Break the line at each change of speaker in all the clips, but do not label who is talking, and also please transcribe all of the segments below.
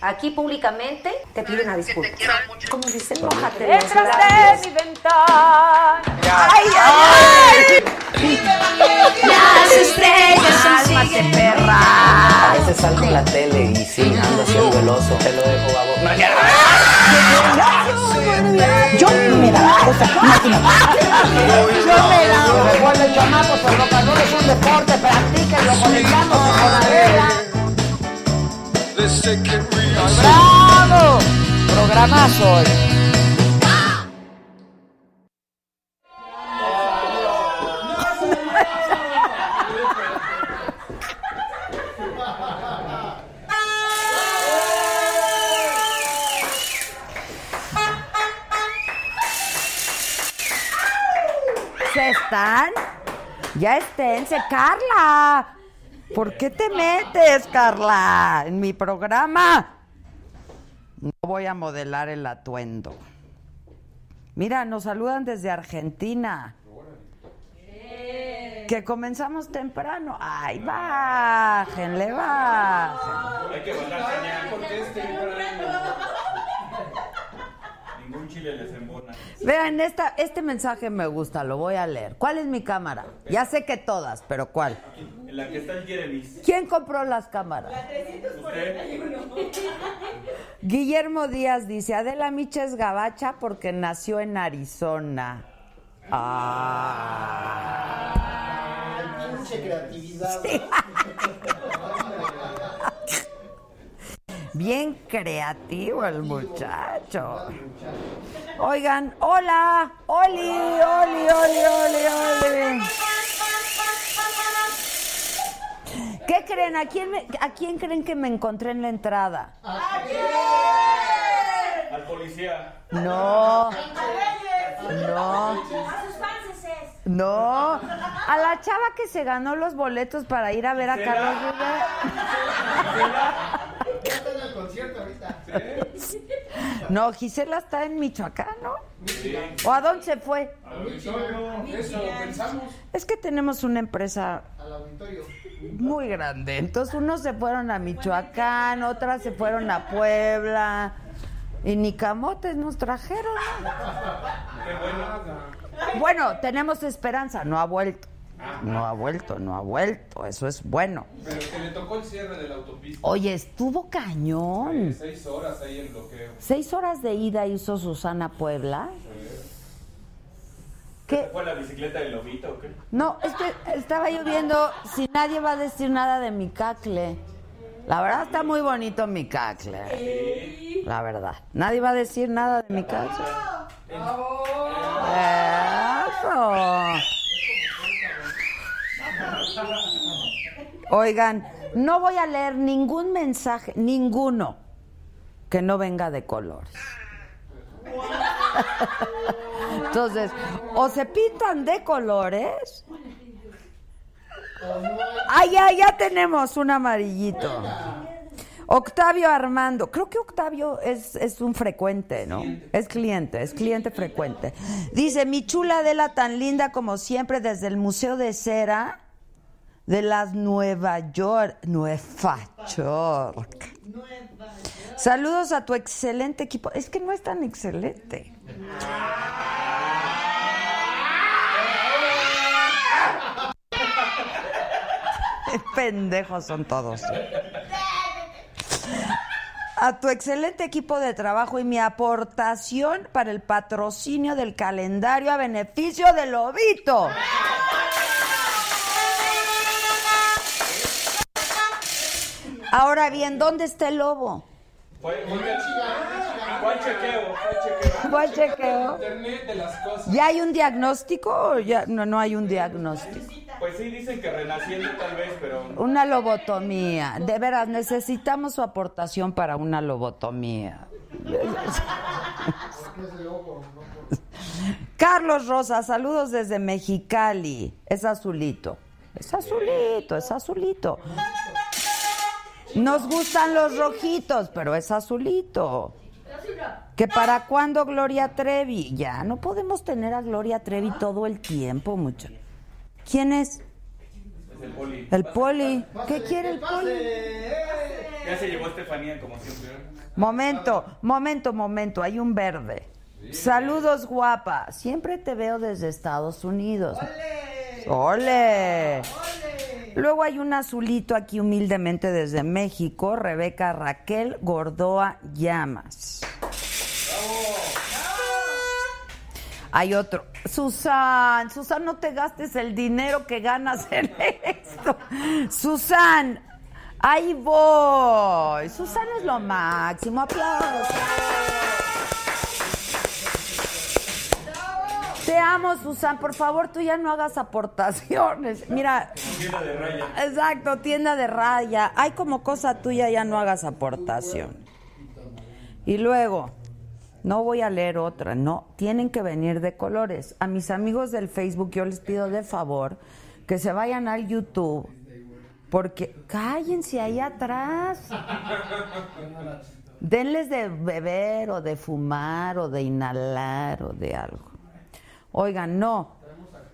Aquí públicamente te pido una disculpa.
te quiero mucho.
Como dicen, mójate los
Detrás
labios.
de mi ventana. Ay,
Las estrellas cálmate, perra.
A veces salgo en la tele y sí,
Ah.
ando haciendo el oso. Te lo dejo a vos.
Yo me da cosa. Yo me da. Recuerden, chamacos, el rock and roll es un deporte. Practíquenlo, conectamos con la regla.
Let's take it real.
¡Bravo! Programazo hoy.
Se están. Ya esténse. Carla. ¿Por qué te metes, Carla? En mi programa. No voy a modelar el atuendo. Mira, nos saludan desde Argentina. Que comenzamos temprano. Ay, bájenle, bájenle. Vean, esta, este mensaje me gusta, lo voy a leer. ¿Cuál es mi cámara? Ya sé que todas, pero ¿cuál?
La que está el Jeremis.
¿Quién compró las cámaras? Guillermo Díaz dice, Adela Micha es gabacha porque nació en Arizona. Ah. Sí. Bien creativo el muchacho. Oigan, hola, Oli, Oli, Oli, Oli, Oli. ¿Qué creen? ¿A quién, me- ¿A quién creen que me encontré en la entrada?
Al policía.
No. No. No. A la chava que se ganó los boletos para ir a ver a Carlos Rivera. No, Gisela está en Michoacán, ¿no? ¿O a dónde se fue?
Eso pensamos.
Es que tenemos una empresa muy grande. Entonces, unos se fueron a Michoacán, otras se fueron a Puebla. Y ni camotes nos trajeron. ¿no? Bueno, tenemos esperanza. No ha vuelto. No ha vuelto, no ha vuelto. Eso es bueno.
Pero que le tocó el cierre de la autopista.
Oye, estuvo cañón.
Seis horas ahí en bloqueo.
Seis horas de ida hizo Susana Puebla. ¿Qué?
¿Fue la bicicleta del lobito o qué?
No, es que estaba yo viendo si nadie va a decir nada de mi cacle. La verdad está muy bonito mi cacle. La verdad. Nadie va a decir nada de mi cacle. Eso. Oigan, no voy a leer ningún mensaje, ninguno, que no venga de colores. Entonces, o se pintan de colores. Ah, ya, ya tenemos un amarillito. Octavio Armando, creo que Octavio es, es un frecuente, ¿no? Es cliente, es cliente frecuente. Dice, mi chula Adela tan linda como siempre desde el Museo de Cera de las Nueva York, Nueva York. Saludos a tu excelente equipo. Es que no es tan excelente. Pendejos son todos. A tu excelente equipo de trabajo y mi aportación para el patrocinio del calendario a beneficio del lobito. Ahora bien, ¿dónde está el lobo?
Fue un ¿Cuál chequeo? ¿Cuál chequeo?
¿Cuál chequeo?
Internet de las cosas.
¿Ya hay un diagnóstico o ya no, no hay un diagnóstico?
Pues sí, dicen que renaciendo tal vez, pero.
Una lobotomía. De veras, necesitamos su aportación para una lobotomía. Carlos Rosa, saludos desde Mexicali. Es azulito. Es azulito, es azulito. Nos gustan los rojitos, pero es azulito. Que para cuándo Gloria Trevi? Ya, no podemos tener a Gloria Trevi todo el tiempo, mucho. ¿Quién es?
Es el poli.
El poli. ¿Qué quiere el poli?
Ya se llegó Estefanía como siempre.
Momento, momento, momento, hay un verde. Saludos, guapa. Siempre te veo desde Estados Unidos. ¡Ole! Luego hay un azulito aquí humildemente desde México, Rebeca Raquel Gordoa Llamas. Hay otro. Susan, Susan, no te gastes el dinero que ganas en esto. Susan, ahí voy. Susan es lo máximo. Aplausos. Te amo, Susan. Por favor, tú ya no hagas aportaciones. Mira. Tienda de raya. Exacto, tienda de raya. Hay como cosa tuya, ya no hagas aportación. Y luego, no voy a leer otra, no. Tienen que venir de colores. A mis amigos del Facebook, yo les pido de favor que se vayan al YouTube. Porque cállense ahí atrás. Denles de beber o de fumar o de inhalar o de algo. Oigan, no.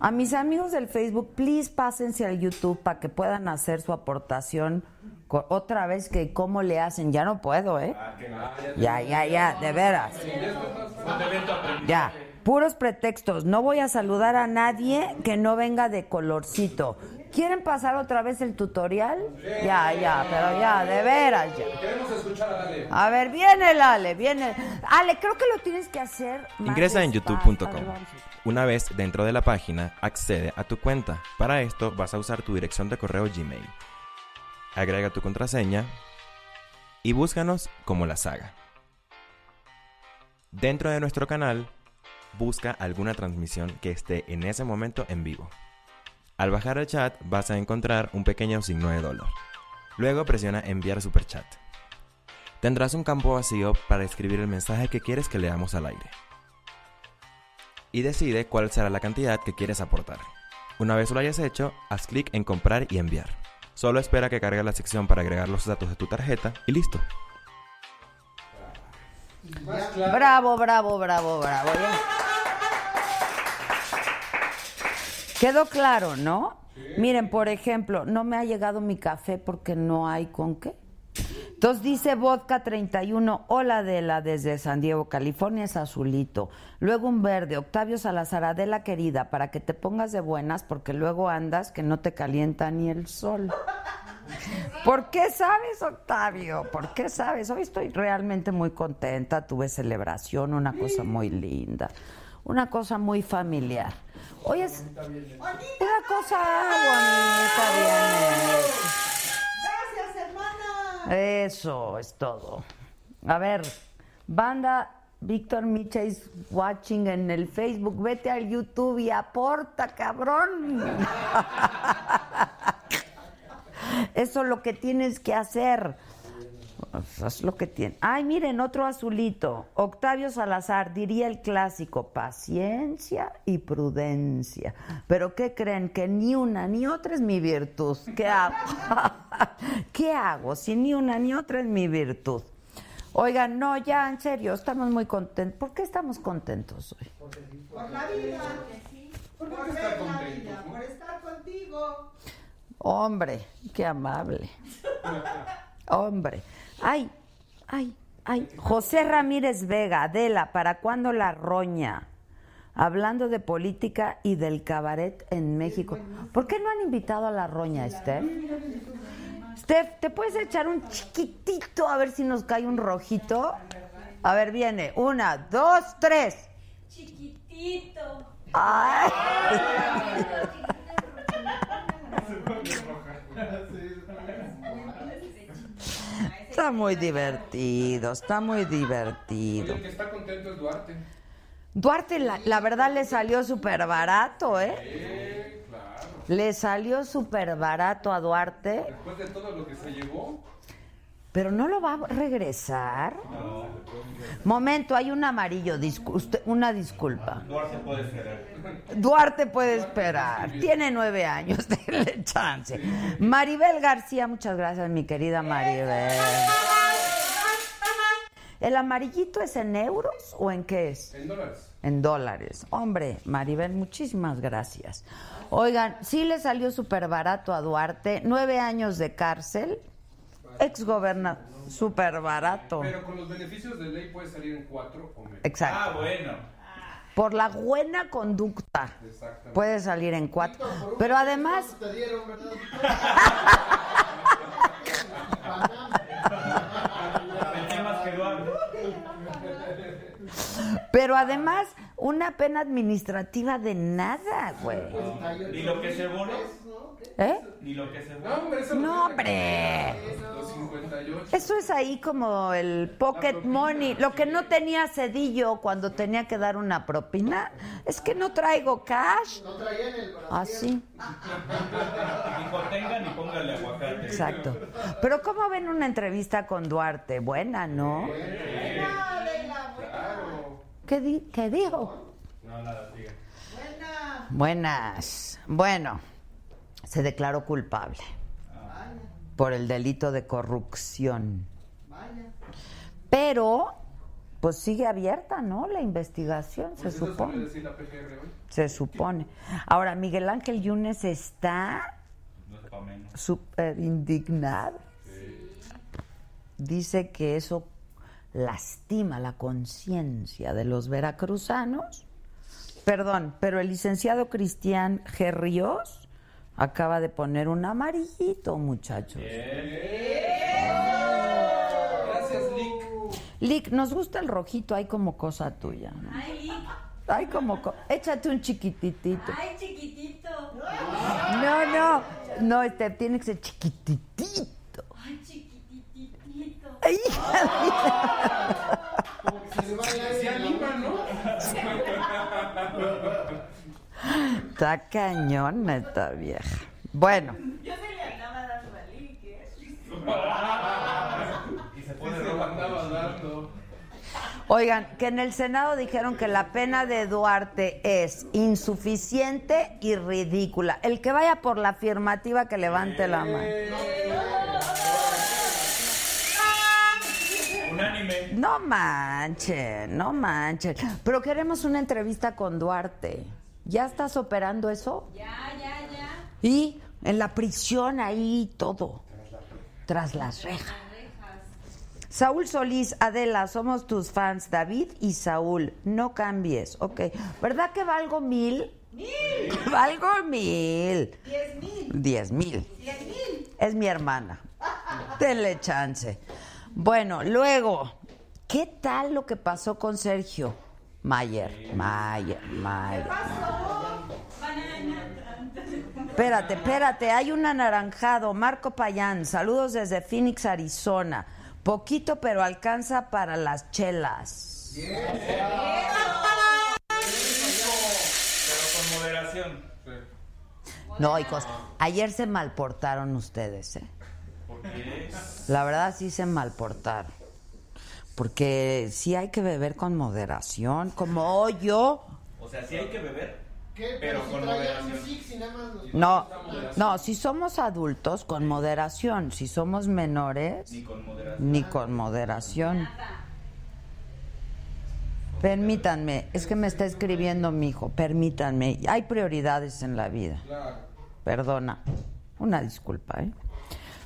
A mis amigos del Facebook, please pásense al YouTube para que puedan hacer su aportación. Co- Otra vez que cómo le hacen, ya no puedo, ¿eh?
Ah,
Ya, ya, ya, de veras. Ya, puros pretextos. No voy a saludar a nadie que no venga de colorcito. ¿Quieren pasar otra vez el tutorial? Ya, ya, pero ya, de veras ya.
Queremos escuchar a Ale.
A ver, viene el Ale, viene. Ale, creo que lo tienes que hacer. más
Ingresa en
despacio.
youtube.com. Una vez dentro de la página, accede a tu cuenta. Para esto vas a usar tu dirección de correo Gmail. Agrega tu contraseña y búscanos como la saga. Dentro de nuestro canal, busca alguna transmisión que esté en ese momento en vivo. Al bajar al chat vas a encontrar un pequeño signo de dólar. Luego presiona enviar superchat. Tendrás un campo vacío para escribir el mensaje que quieres que leamos al aire y decide cuál será la cantidad que quieres aportar. Una vez lo hayas hecho, haz clic en comprar y enviar. Solo espera que cargue la sección para agregar los datos de tu tarjeta y listo.
Bravo, bravo, bravo, bravo. Bien. Quedó claro, ¿no? Miren, por ejemplo, no me ha llegado mi café porque no hay con qué. Entonces dice Vodka 31, hola Adela, desde San Diego, California, es azulito. Luego un verde, Octavio Salazar, Adela querida, para que te pongas de buenas porque luego andas que no te calienta ni el sol. ¿Por qué sabes, Octavio? ¿Por qué sabes? Hoy estoy realmente muy contenta. Tuve celebración, una cosa muy linda, una cosa muy familiar. Hoy es una cosa bonita, bien hecha. Eso es todo. A ver, banda Víctor Micha is watching en el Facebook. Vete al YouTube y aporta, cabrón. Eso es lo que tienes que hacer. Pues, Haz lo que tienes. Ay, miren, otro azulito. Octavio Salazar diría el clásico, paciencia y prudencia. Pero ¿qué creen? Que ni una ni otra es mi virtud. ¿Qué hago? ¿Qué hago si ni una ni otra es mi virtud? Oigan, no, ya, en serio, estamos muy contentos. ¿Por qué estamos contentos hoy? Hombre, qué amable. Hombre. Ay, ay, ay. José Ramírez Vega, Adela, ¿para cuándo la roña? Hablando de política y del cabaret en México. ¿Por qué no han invitado a la roña, Steph? Steph, ¿te puedes echar un chiquitito a ver si nos cae un rojito? A ver, viene. Una, dos, tres.
Chiquitito.
¡Ay! Está muy divertido, está muy divertido.
El que está contento es Duarte.
Duarte, la, la verdad, le salió súper barato, ¿eh? Le salió súper barato a Duarte,
Después de todo lo que se llevó,
pero no lo va a regresar. Momento, hay un amarillo, discu- usted- una disculpa.
Duarte puede ser.
Duarte puede esperar. Tiene nueve años, denle chance. Maribel García, muchas gracias, mi querida Maribel. ¿El amarillito es en euros o en qué es?
En dólares.
En dólares. Hombre, Maribel, muchísimas gracias. Oigan, sí le salió súper barato a Duarte, nueve años de cárcel exgobernador. Súper barato.
Pero con los beneficios de ley puede salir en cuatro o menos.
Exacto.
Ah, bueno.
Por la buena conducta. Puede salir en cuatro. Pero además,
Te dieron, ¿verdad?
Tenía más que Eduardo.
pero además, una pena administrativa de nada, güey.
Ni lo que se borra,
¿Eh?
ni lo que se
No,
borra.
hombre, eso
No,
tiene que-
hombre.
Los 58.
Eso es ahí como el pocket money. Lo que no tenía Cedillo cuando tenía que dar una propina es que no traigo cash. Ah,
No traían el brazo.
Así,
Ni contengan ni póngale aguacate.
exacto. Pero ¿cómo ven una entrevista con Duarte? Buena, ¿no? ¿Qué, di- qué dijo?
No, nada, sigue.
Buenas. Bueno, se declaró culpable por el delito de corrupción. Pero, pues sigue abierta, ¿no? La investigación, se
Pues eso
supone.
suele decir la PGR hoy.
se supone. Ahora, Miguel Ángel Yunes está
No es pa' menos.
súper indignado. Dice que eso lastima la conciencia de los veracruzanos. Perdón, pero el licenciado Cristian G. Ríos acaba de poner un amarillito, muchachos.
Gracias, Lick.
Lick, nos gusta el rojito, hay como cosa tuya. ¿no?
Ay,
Hay como... co- Échate un chiquititito.
ay, chiquitito.
No, no, no, este tiene que ser chiquititito.
Ay, chiquititito.
Ay, hija mía.
Se anima, ¿no?
Está cañón esta vieja. Bueno,
Yo se le andaba dando al ligue.
Y se
Sí,
pone
se lo
roja.
andaba dando.
oigan, que en el Senado dijeron que la pena de Duarte es insuficiente y ridícula. El que vaya por la afirmativa que levante la mano.
Unánime.
No manchen, no manchen. Pero queremos una entrevista con Duarte. ¿Ya estás operando eso?
Ya, ya, ya.
Y en la prisión ahí todo. Tras las rejas. Saúl Solís, Adela, somos tus fans, David y Saúl, no cambies, ok. ¿Verdad que valgo mil? ¡Mil! Valgo mil. Diez mil. Diez mil. Es mi hermana. Denle chance. Bueno, luego, ¿qué tal lo que pasó con Sergio? Mayer, Mayer, Mayer. Espérate, espérate, hay un anaranjado, Marco Payán, saludos desde Phoenix, Arizona. Poquito pero alcanza para las chelas.
Pero con moderación.
No, hijos, ayer se malportaron ustedes, ¿eh?
Porque es.
La verdad sí se malportaron. Porque sí hay que beber con moderación, como hoy yo.
O sea, sí hay que beber.
¿Qué?
Pero
Pero si
con
traían un
moderación.
six y nada más nos...
No, no, si somos adultos, con moderación. Si somos menores,
Ni con moderación.
ni con moderación. Permítanme, es que me está escribiendo mi hijo, permítanme, hay prioridades en la vida. Perdona, una disculpa, ¿eh?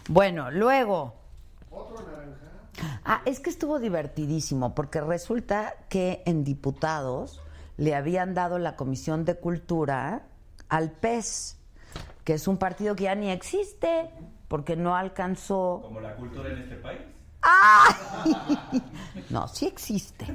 Bueno, luego... Ah, es que estuvo divertidísimo, porque resulta que en diputados le habían dado la Comisión de Cultura al PES, que es un partido que ya ni existe, porque no alcanzó...
Como la cultura en este país.
No, sí existe.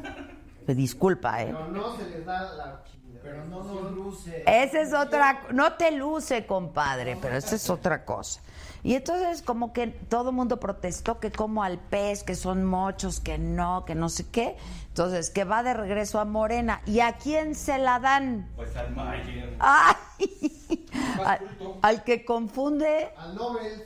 Me disculpa, ¿eh?
Pero no se les da la... Pero no nos luce.
Esa es otra... No te luce, compadre, pero esa es otra cosa. Y entonces como que todo el mundo protestó que como al pez, que son mochos, que no, que no sé qué. Entonces, que va de regreso a Morena. ¿Y a quién se la dan?
Pues al Mayer.
¡Ay! Al, al que confunde...
Al Nobel.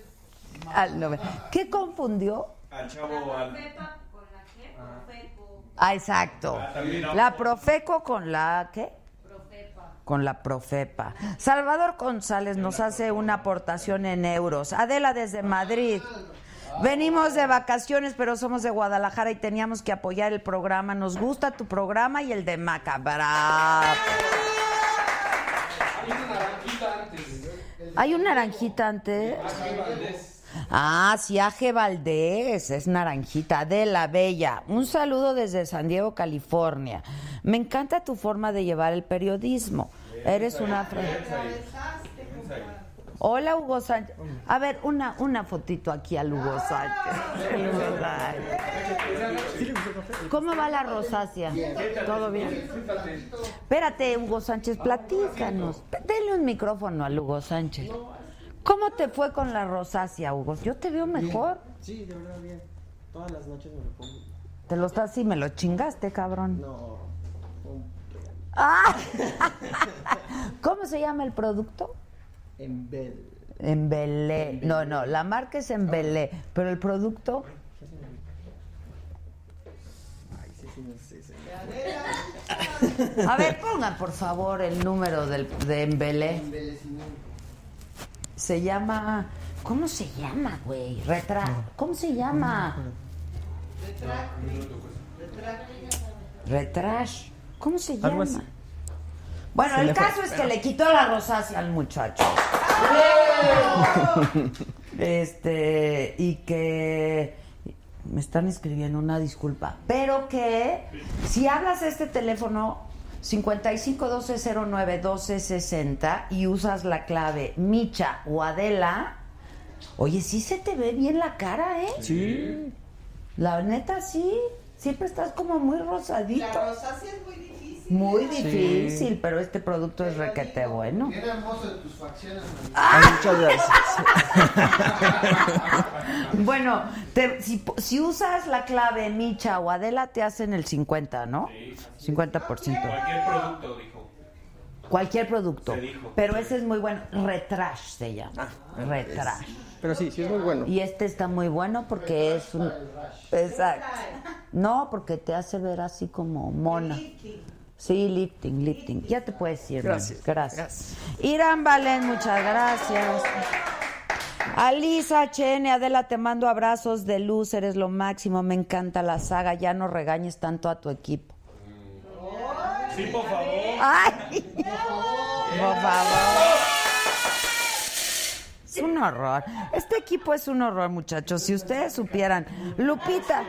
Al, no, ¿Qué confundió?
Al chavo al.
Pepa con la que profeco.
Ah, exacto.
Ah, también, ¿no?
La Profeco con la... ¿Qué?
Profepa.
con la Profepa. Salvador González nos hace una aportación en euros. Adela desde Madrid. Venimos de vacaciones, pero somos de Guadalajara y teníamos que apoyar el programa. Nos gusta tu programa y el de Macabra.
Hay una naranjita antes.
Hay un naranjita antes. Ah, Siaje Valdés, es naranjita de la Bella. Un saludo desde San Diego, California. Me encanta tu forma de llevar el periodismo. Eres una... fre- Hola, Hugo Sánchez. A ver, una, una fotito aquí al Hugo Sánchez. Hugo Sánchez. ¿Cómo va la rosácea? ¿Todo bien? Espérate, Hugo Sánchez, platícanos. Denle un micrófono al Hugo Sánchez. ¿Cómo te fue con la rosácea, Hugo? Yo te veo mejor.
Sí, de verdad, bien. Todas las noches me lo pongo.
Te lo estás y me lo chingaste, cabrón.
No. un-
¡Ah! ¿Cómo se llama el producto?
En Bell.
Embelé. No, no, la marca es Embelé,
Ah.
pero el producto
Ay, sí, sí, no sé. sí.
A ver, pongan por favor el número del, de Embelé. Se llama. ¿Cómo se llama, güey? Retra. ¿Cómo se llama? Retrash. ¿Cómo se llama?
Algo así.
Bueno,
Se
el
me fue,
caso es que
pero-
le quitó la rosácea al muchacho. este, y que me están escribiendo una disculpa, pero que si hablas de este teléfono 55 12 09 12 60 y usas la clave Micha o Adela, oye, sí se te ve bien la cara, ¿eh?
Sí.
La neta sí, siempre estás como muy rosadito.
es muy difícil.
Muy
Sí.
difícil, pero este producto es requete bueno.
Bien hermoso de tus facciones. María.
Ah.
Muchas bueno, te- si, si usas la clave Micha o Adela, te hacen el 50, ¿no?
Cualquier
50%.
producto, dijo.
Cualquier producto.
Se dijo. Ah,
Pero ese es muy bueno. Retrash se llama. Retrash.
Pero sí, sí es muy bueno.
Y este está muy bueno porque es un... Exacto. No, porque te hace ver así como mona. Sí, lifting, lifting. Ya te puedes ir. Manu.
Gracias,
Gracias. Irán Valén, muchas gracias. Alisa HN, Adela, te mando abrazos de luz, eres lo máximo, me encanta la saga, ya no regañes tanto a tu equipo.
Sí, por favor.
¡Ay! Por favor. Es un horror. Este equipo es un horror, muchachos. Si ustedes supieran. Lupita.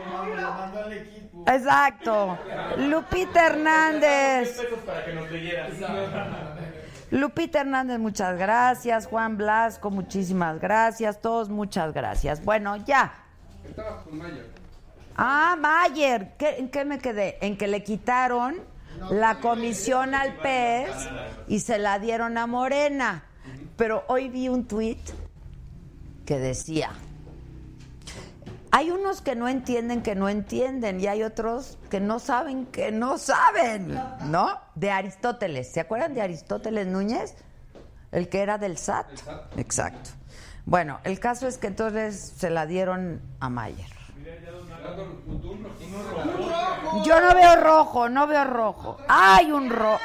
Exacto. Lupita Hernández.
Pesos para que nos leyeras.
Lupita Hernández, muchas gracias. Juan Blasco, muchísimas gracias. Todos, muchas gracias. Bueno, ya. Ah, Mayer. ¿Qué- ¿En qué me quedé? En que le quitaron la comisión al PES y se la dieron a Morena. Pero hoy vi un tuit que decía, hay unos que no entienden que no entienden y hay otros que no saben que no saben, ¿no? De Aristóteles, ¿se acuerdan de Aristóteles Núñez? El que era del SAT. Exacto. Bueno, el caso es que entonces se la dieron a Mayer. Yo no veo rojo, no veo rojo. Hay un rojo.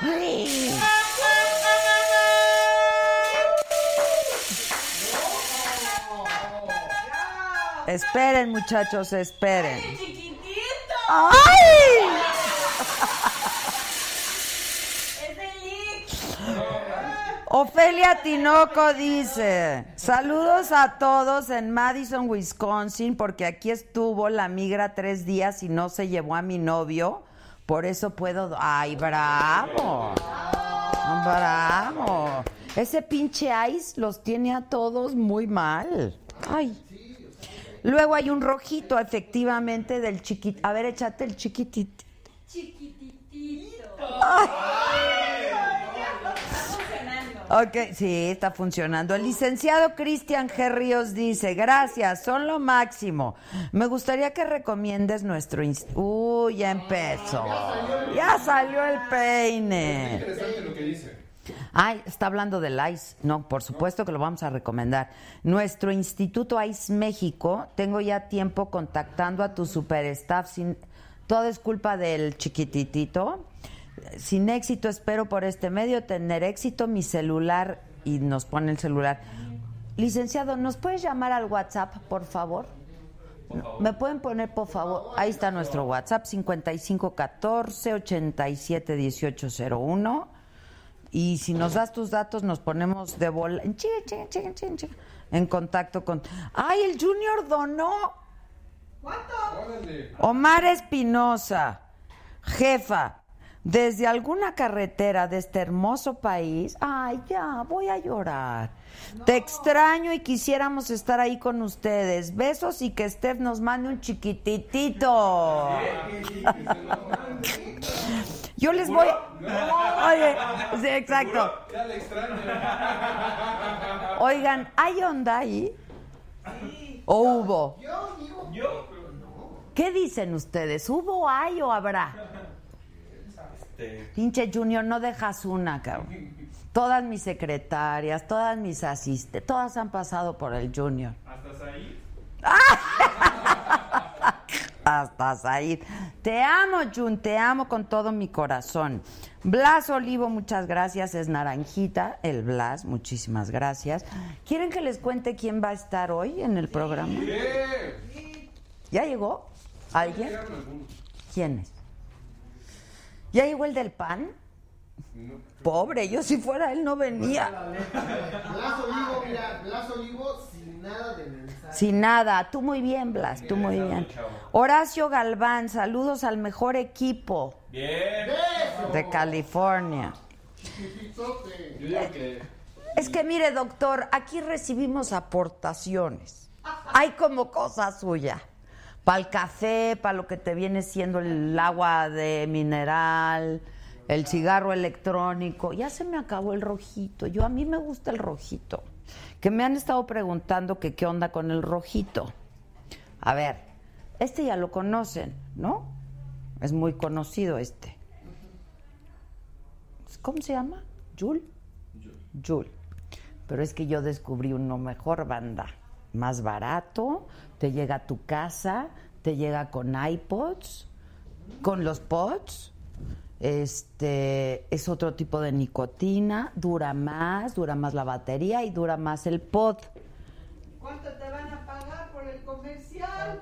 Esperen, muchachos, esperen.
chiquitito!
Ah. ¡Ay!
¡Es el Lick!
Ofelia Tinoco dice, saludos a todos en Madison, Wisconsin, porque aquí estuvo la migra tres días y no se llevó a mi novio, por eso puedo... do- ¡Ay, bravo! ¡Bravo! Ese pinche ICE los tiene a todos muy mal. ¡Ay! Luego hay un rojito, efectivamente, del chiquit... A ver, échate el chiquitito.
¡Chiquititito!
Ok, sí, está funcionando. El licenciado Cristian G. Ríos dice, gracias, son lo máximo. Me gustaría que recomiendes nuestro... inst- Uy, ya empezó. Ya salió el peine.
interesante lo que dice.
Ay, está hablando del ICE. No, por supuesto que lo vamos a recomendar. Nuestro Instituto ICE México, tengo ya tiempo contactando a tu superstaff. Sin, todo es culpa del chiquititito. Sin éxito, espero por este medio tener éxito. Mi celular, y nos pone el celular. Licenciado, ¿nos puedes llamar al WhatsApp, por favor? ¿Me pueden poner, por favor? Ahí está nuestro WhatsApp, 5514 871801 Y si nos das tus datos, nos ponemos de bola. En, chinga, chinga, chinga, chinga, chinga, en contacto con. ¡Ay, el Junior donó! Omar Espinosa, jefa, desde alguna carretera de este hermoso país, ay ya, voy a llorar. Te extraño y quisiéramos estar ahí con ustedes. Besos y que Steph nos mande un chiquititito. Yo les voy. Oye, sí, exacto.
Ya le extraño.
Oigan, ¿hay onda ahí? ¿O hubo?
Yo,
¿Qué dicen ustedes? ¿Hubo, hay o habrá?
Este,
Pinche Junior, no dejas una, cabrón. Todas mis secretarias, todas mis asistentes, todas han pasado por el Junior.
¿Hasta ahí?
Hasta Said. Te amo, Jun, te amo con todo mi corazón. Blas Olivo, muchas gracias. Es Naranjita, el Blas, muchísimas gracias. ¿Quieren que les cuente quién va a estar hoy en el programa? ¿Ya llegó? ¿Alguien? ¿Quién es? ¿Ya llegó el del pan? Pobre, yo si fuera él no venía.
Blas Olivo, mira, Blas Olivo sin nada de mensaje.
Sin nada, tú muy bien, Blas, tú muy bien. Horacio Galván, saludos al mejor equipo
Bien.
de California.
Yo digo que
Es que mire, doctor, aquí recibimos aportaciones. Hay como cosa suya. Para el café, para lo que te viene siendo el agua de mineral, el cigarro electrónico. Ya se me acabó el rojito. Yo a mí me gusta el rojito. Que me han estado preguntando que qué onda con el rojito. A ver, este ya lo conocen, ¿no? Es muy conocido este. ¿Cómo se llama? ¿Jul? Jul. Pero es que yo descubrí uno mejor, banda. Más barato, te llega a tu casa, te llega con iPods, con los pods. Este es otro tipo de nicotina, dura más, dura más la batería y dura más el pod.
¿Cuánto te van a pagar por el comercial?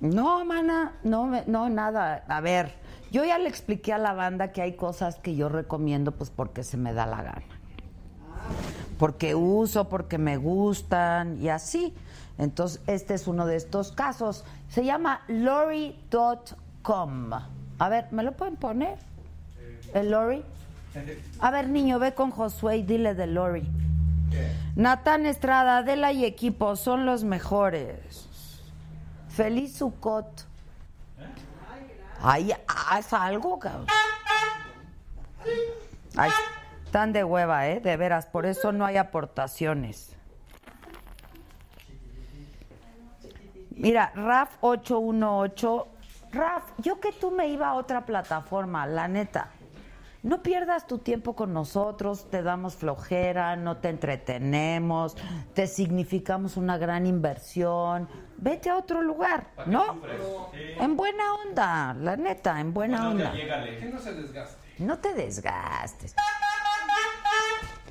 No, mana, no, me- no, nada. A ver, yo ya le expliqué a la banda que hay cosas que yo recomiendo, pues porque se me da la gana. Porque uso, porque me gustan y así. Entonces, este es uno de estos casos. Se llama lori.com. A ver, ¿me lo pueden poner? ¿El lori? A ver, niño, ve con Josué y dile de lori. Natán Estrada, Adela y equipo son los mejores. Feliz Sucot. Ahí haz algo, cabrón. Ay, están de hueva, ¿eh? De veras, por eso no hay aportaciones. Mira, RAF 818. RAF, yo que tú me iba a otra plataforma, la neta. No pierdas tu tiempo con nosotros, te damos flojera, no te entretenemos, te significamos una gran inversión. Vete a otro lugar, ¿no? En buena onda, la neta, en buena
no
onda.
te
Que
llegale.
no se desgaste.
No te desgastes.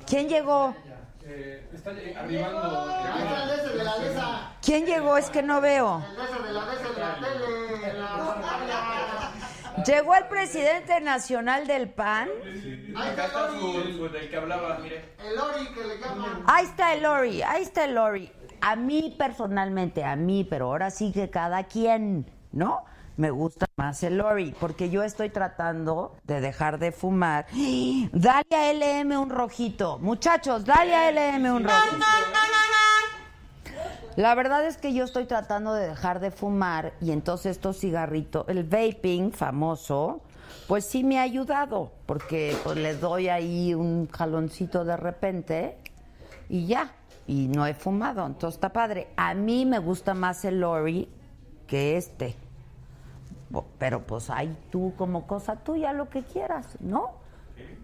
¿Quién llegó?
Eh, está lleg- arribando.
Ay,
eh,
de la mesa.
¿Quién llegó? Es que no veo.
de la mesa de la tele.
Llegó el presidente nacional del PAN.
Acá está su, su del que hablaba, mire.
El Ori que le llaman.
Ahí está el Lori, ahí está el Lori. A mí personalmente, a mí, pero ahora sí que cada quien, ¿no? Me gusta más el Lori, porque yo estoy tratando de dejar de fumar. Dale a LM un rojito. Muchachos, dale a LM un rojito. La verdad es que yo estoy tratando de dejar de fumar y entonces estos cigarritos, el vaping famoso, pues sí me ha ayudado, porque pues le doy ahí un jaloncito de repente y ya, y no he fumado, entonces está padre. A mí me gusta más el Lori que este. Bo- Pero pues ahí tú como cosa tuya lo que quieras, ¿no?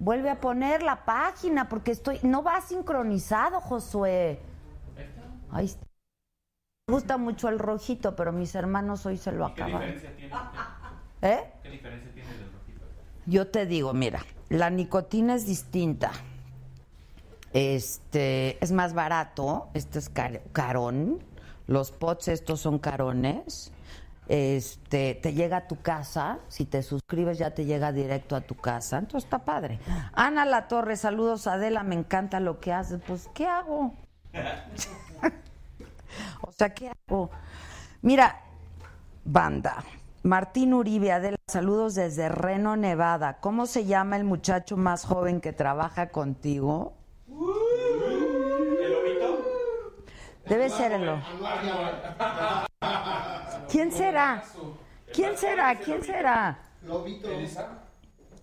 Vuelve a poner la página porque estoy no va sincronizado, Josué. Ahí está. Me gusta mucho el rojito, pero mis hermanos hoy se lo
¿Qué
acabaron.
diferencia tiene?
¿Eh?
¿Qué diferencia tiene del rojito?
Yo te digo, mira, la nicotina es distinta. Este es más barato, este es car- carón. Los pots estos son carones. este, te llega a tu casa, si te suscribes ya te llega directo a tu casa, entonces está padre. Ana La Torre, saludos Adela, me encanta lo que haces, pues ¿qué hago? o sea, ¿qué hago? Mira, banda, Martín Uribe, Adela, saludos desde Reno, Nevada. ¿Cómo se llama el muchacho más joven que trabaja contigo?
¿El lobito?
Debe ser el... ¿Quién será? ¿Quién será? ¿Quién será?
Lobito.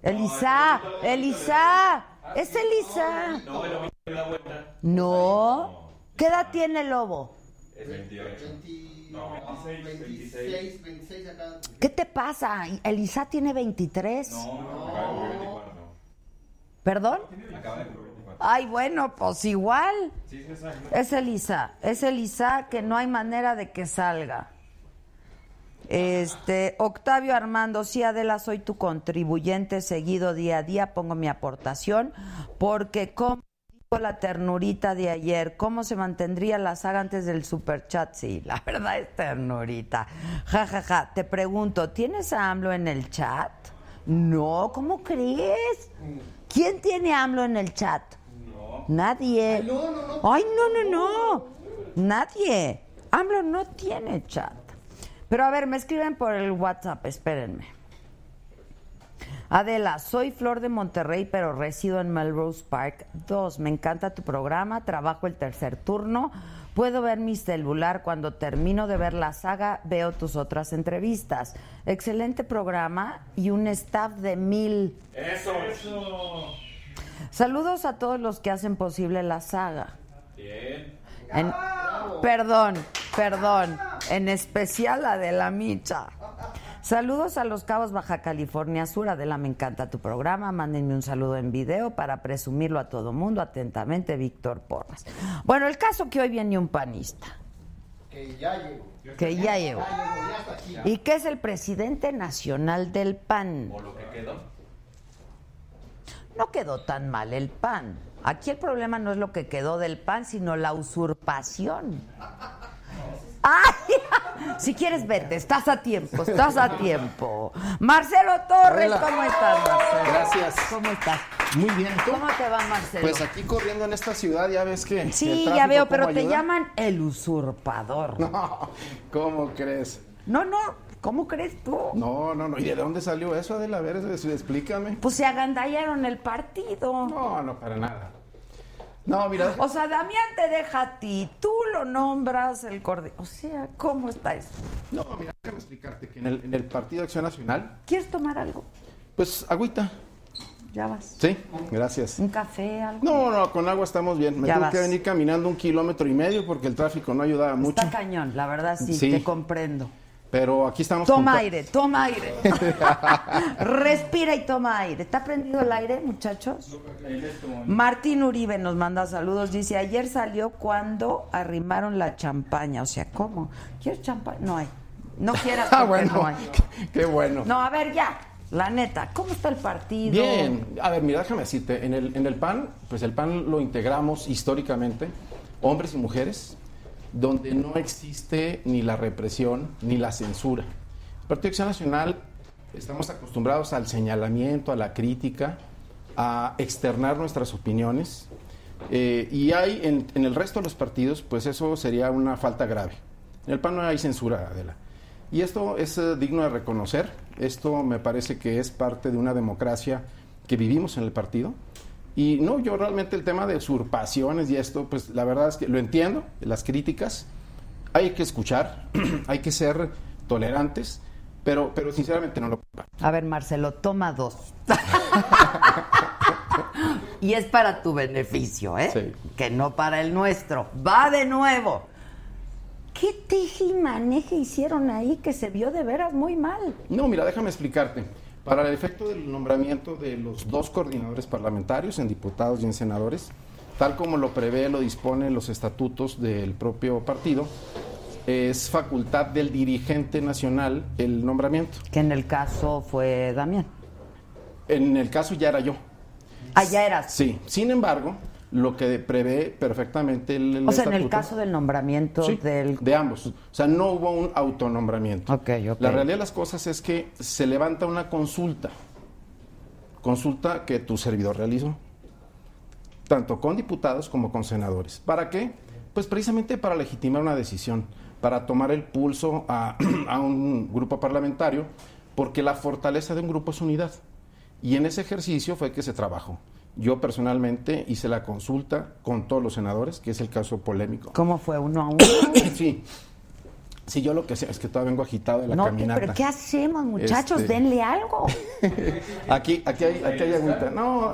Elisa, Elisa, es Elisa.
No, el lobito le da vuelta.
No. ¿Qué edad tiene el lobo?
Es 28.
20,
No, 26,
26, 26 acá.
¿Qué te pasa? Elisa tiene 23.
No, acaba de cumplir 24.
¿Perdón?
Acaba de cumplir 24.
Ay, bueno, pues igual.
Sí, sí, sí.
Es Elisa, es Elisa que no hay manera de que salga. Este, Octavio Armando, sí, Adela, soy tu contribuyente seguido día a día, pongo mi aportación, porque como dijo la ternurita de ayer, ¿cómo se mantendría la saga antes del superchat? Sí, la verdad es ternurita. Ja, ja, ja, te pregunto, ¿tienes a AMLO en el chat? No, ¿cómo crees? ¿Quién tiene a AMLO en el chat? Nadie. Ay, no, no, no. Nadie. AMLO no tiene chat. Pero a ver, me escriben por el WhatsApp, espérenme. Adela, soy Flor de Monterrey, pero resido en Melrose Park 2. Me encanta tu programa, trabajo el tercer turno. Puedo ver mi celular cuando termino de ver la saga, veo tus otras entrevistas. Excelente programa y un staff de mil.
Eso.
Saludos a todos los que hacen posible la saga.
Bien.
En- perdón, perdón. En especial a de la Micha. Saludos a los cabos Baja California Sur. Adela, me encanta tu programa. Mándenme un saludo en video para presumirlo a todo mundo. Atentamente, Víctor Porras. Bueno, el caso que hoy viene un panista,
Que ya llegó.
que ya llegó,
Ya está aquí.
y que es el presidente nacional del PAN.
O lo que quedó.
no quedó tan mal el pan. Aquí el problema no es lo que quedó del pan, sino la usurpación. ¡Ay! Si quieres, vete. Estás a tiempo, estás a tiempo. Marcelo Torres,
Hola.
¿cómo estás, Marcelo?
Gracias.
¿Cómo estás?
Muy bien, ¿tú?
¿Cómo te va, Marcelo?
Pues aquí corriendo en esta ciudad ya ves que. el
sí,
tráfico
ya veo,
cómo
pero te
ayuda.
llaman el usurpador. No,
No, ¿cómo crees?
no, ¿cómo crees tú?
No, no, no. ¿Y de dónde salió eso, Adela? A ver, es- explícame.
Pues se agandallaron el partido.
No, no, para nada. No, mira.
O sea, Damián te deja a ti, tú lo nombras el coordinador. O sea, ¿cómo está eso?
No, mira, déjame explicarte que en el, en el Partido de Acción Nacional,
¿Quieres tomar algo?
pues agüita.
Ya vas.
Sí, gracias.
¿Un café, algo?
No, no, con agua estamos bien. Me
Ya
tengo
vas.
que venir caminando un kilómetro y medio porque el tráfico no ayudaba mucho.
Está cañón, la verdad sí,
Sí.
te comprendo.
Pero aquí estamos. con
Toma
to-
aire, toma aire. Respira y toma aire. ¿Está prendido el aire, muchachos? Martín Uribe nos manda saludos. Dice, ayer salió cuando arrimaron la champaña. O sea, ¿cómo? ¿Quieres champaña? No hay. No quieras
Ah,
porque
bueno.
no hay.
qué- Qué bueno.
No, a ver, ya. La neta, ¿cómo está el partido?
Bien, a ver, mira, déjame decirte, en el, en el PAN, pues el PAN lo integramos históricamente, hombres y mujeres, donde no existe ni la represión ni la censura. El Partido de Acción Nacional estamos acostumbrados al señalamiento, a la crítica, a externar nuestras opiniones, eh, y hay en, en el resto de los partidos, pues eso sería una falta grave. En el PAN no hay censura, Adela. Y esto es eh, digno de reconocer. Esto me parece que es parte de una democracia que vivimos en el partido. Y no, yo realmente el tema de usurpaciones y esto, pues la verdad es que lo entiendo, las críticas, hay que escuchar, hay que ser tolerantes, pero, pero sinceramente no lo
A ver, Marcelo, toma dos. y es para tu beneficio, ¿eh?
Sí.
Que no para el nuestro. Va de nuevo. ¿Qué teje y maneje hicieron ahí que se vio de veras muy mal?
No, mira, déjame explicarte. Para el efecto del nombramiento de los dos coordinadores parlamentarios, en diputados y en senadores, tal como lo prevé, lo disponen los estatutos del propio partido, es facultad del dirigente nacional el nombramiento.
Que en el caso fue Damián. Ah,
En el caso ya era yo.
Allá eras.
Sí. Sin embargo, lo que prevé perfectamente el, el
O sea, en el
estatuto.
caso del nombramiento
Sí,
del...
de ambos. O sea, no hubo un autonombramiento. La realidad de las cosas es que se levanta una consulta, consulta que tu servidor realizó, tanto con diputados como con senadores. ¿Para qué? Pues precisamente para legitimar una decisión, para tomar el pulso a, a un grupo parlamentario, porque la fortaleza de un grupo es unidad. Y en ese ejercicio fue que se trabajó. Yo personalmente hice la consulta con todos los senadores, que es el caso polémico.
¿Cómo fue? ¿Uno a uno?
sí. Sí, yo lo que sé es que todavía vengo agitado de la
no,
caminata.
pero ¿qué hacemos, muchachos?
Este-
Denle algo.
Aquí, aquí hay, aquí hay agüita. No,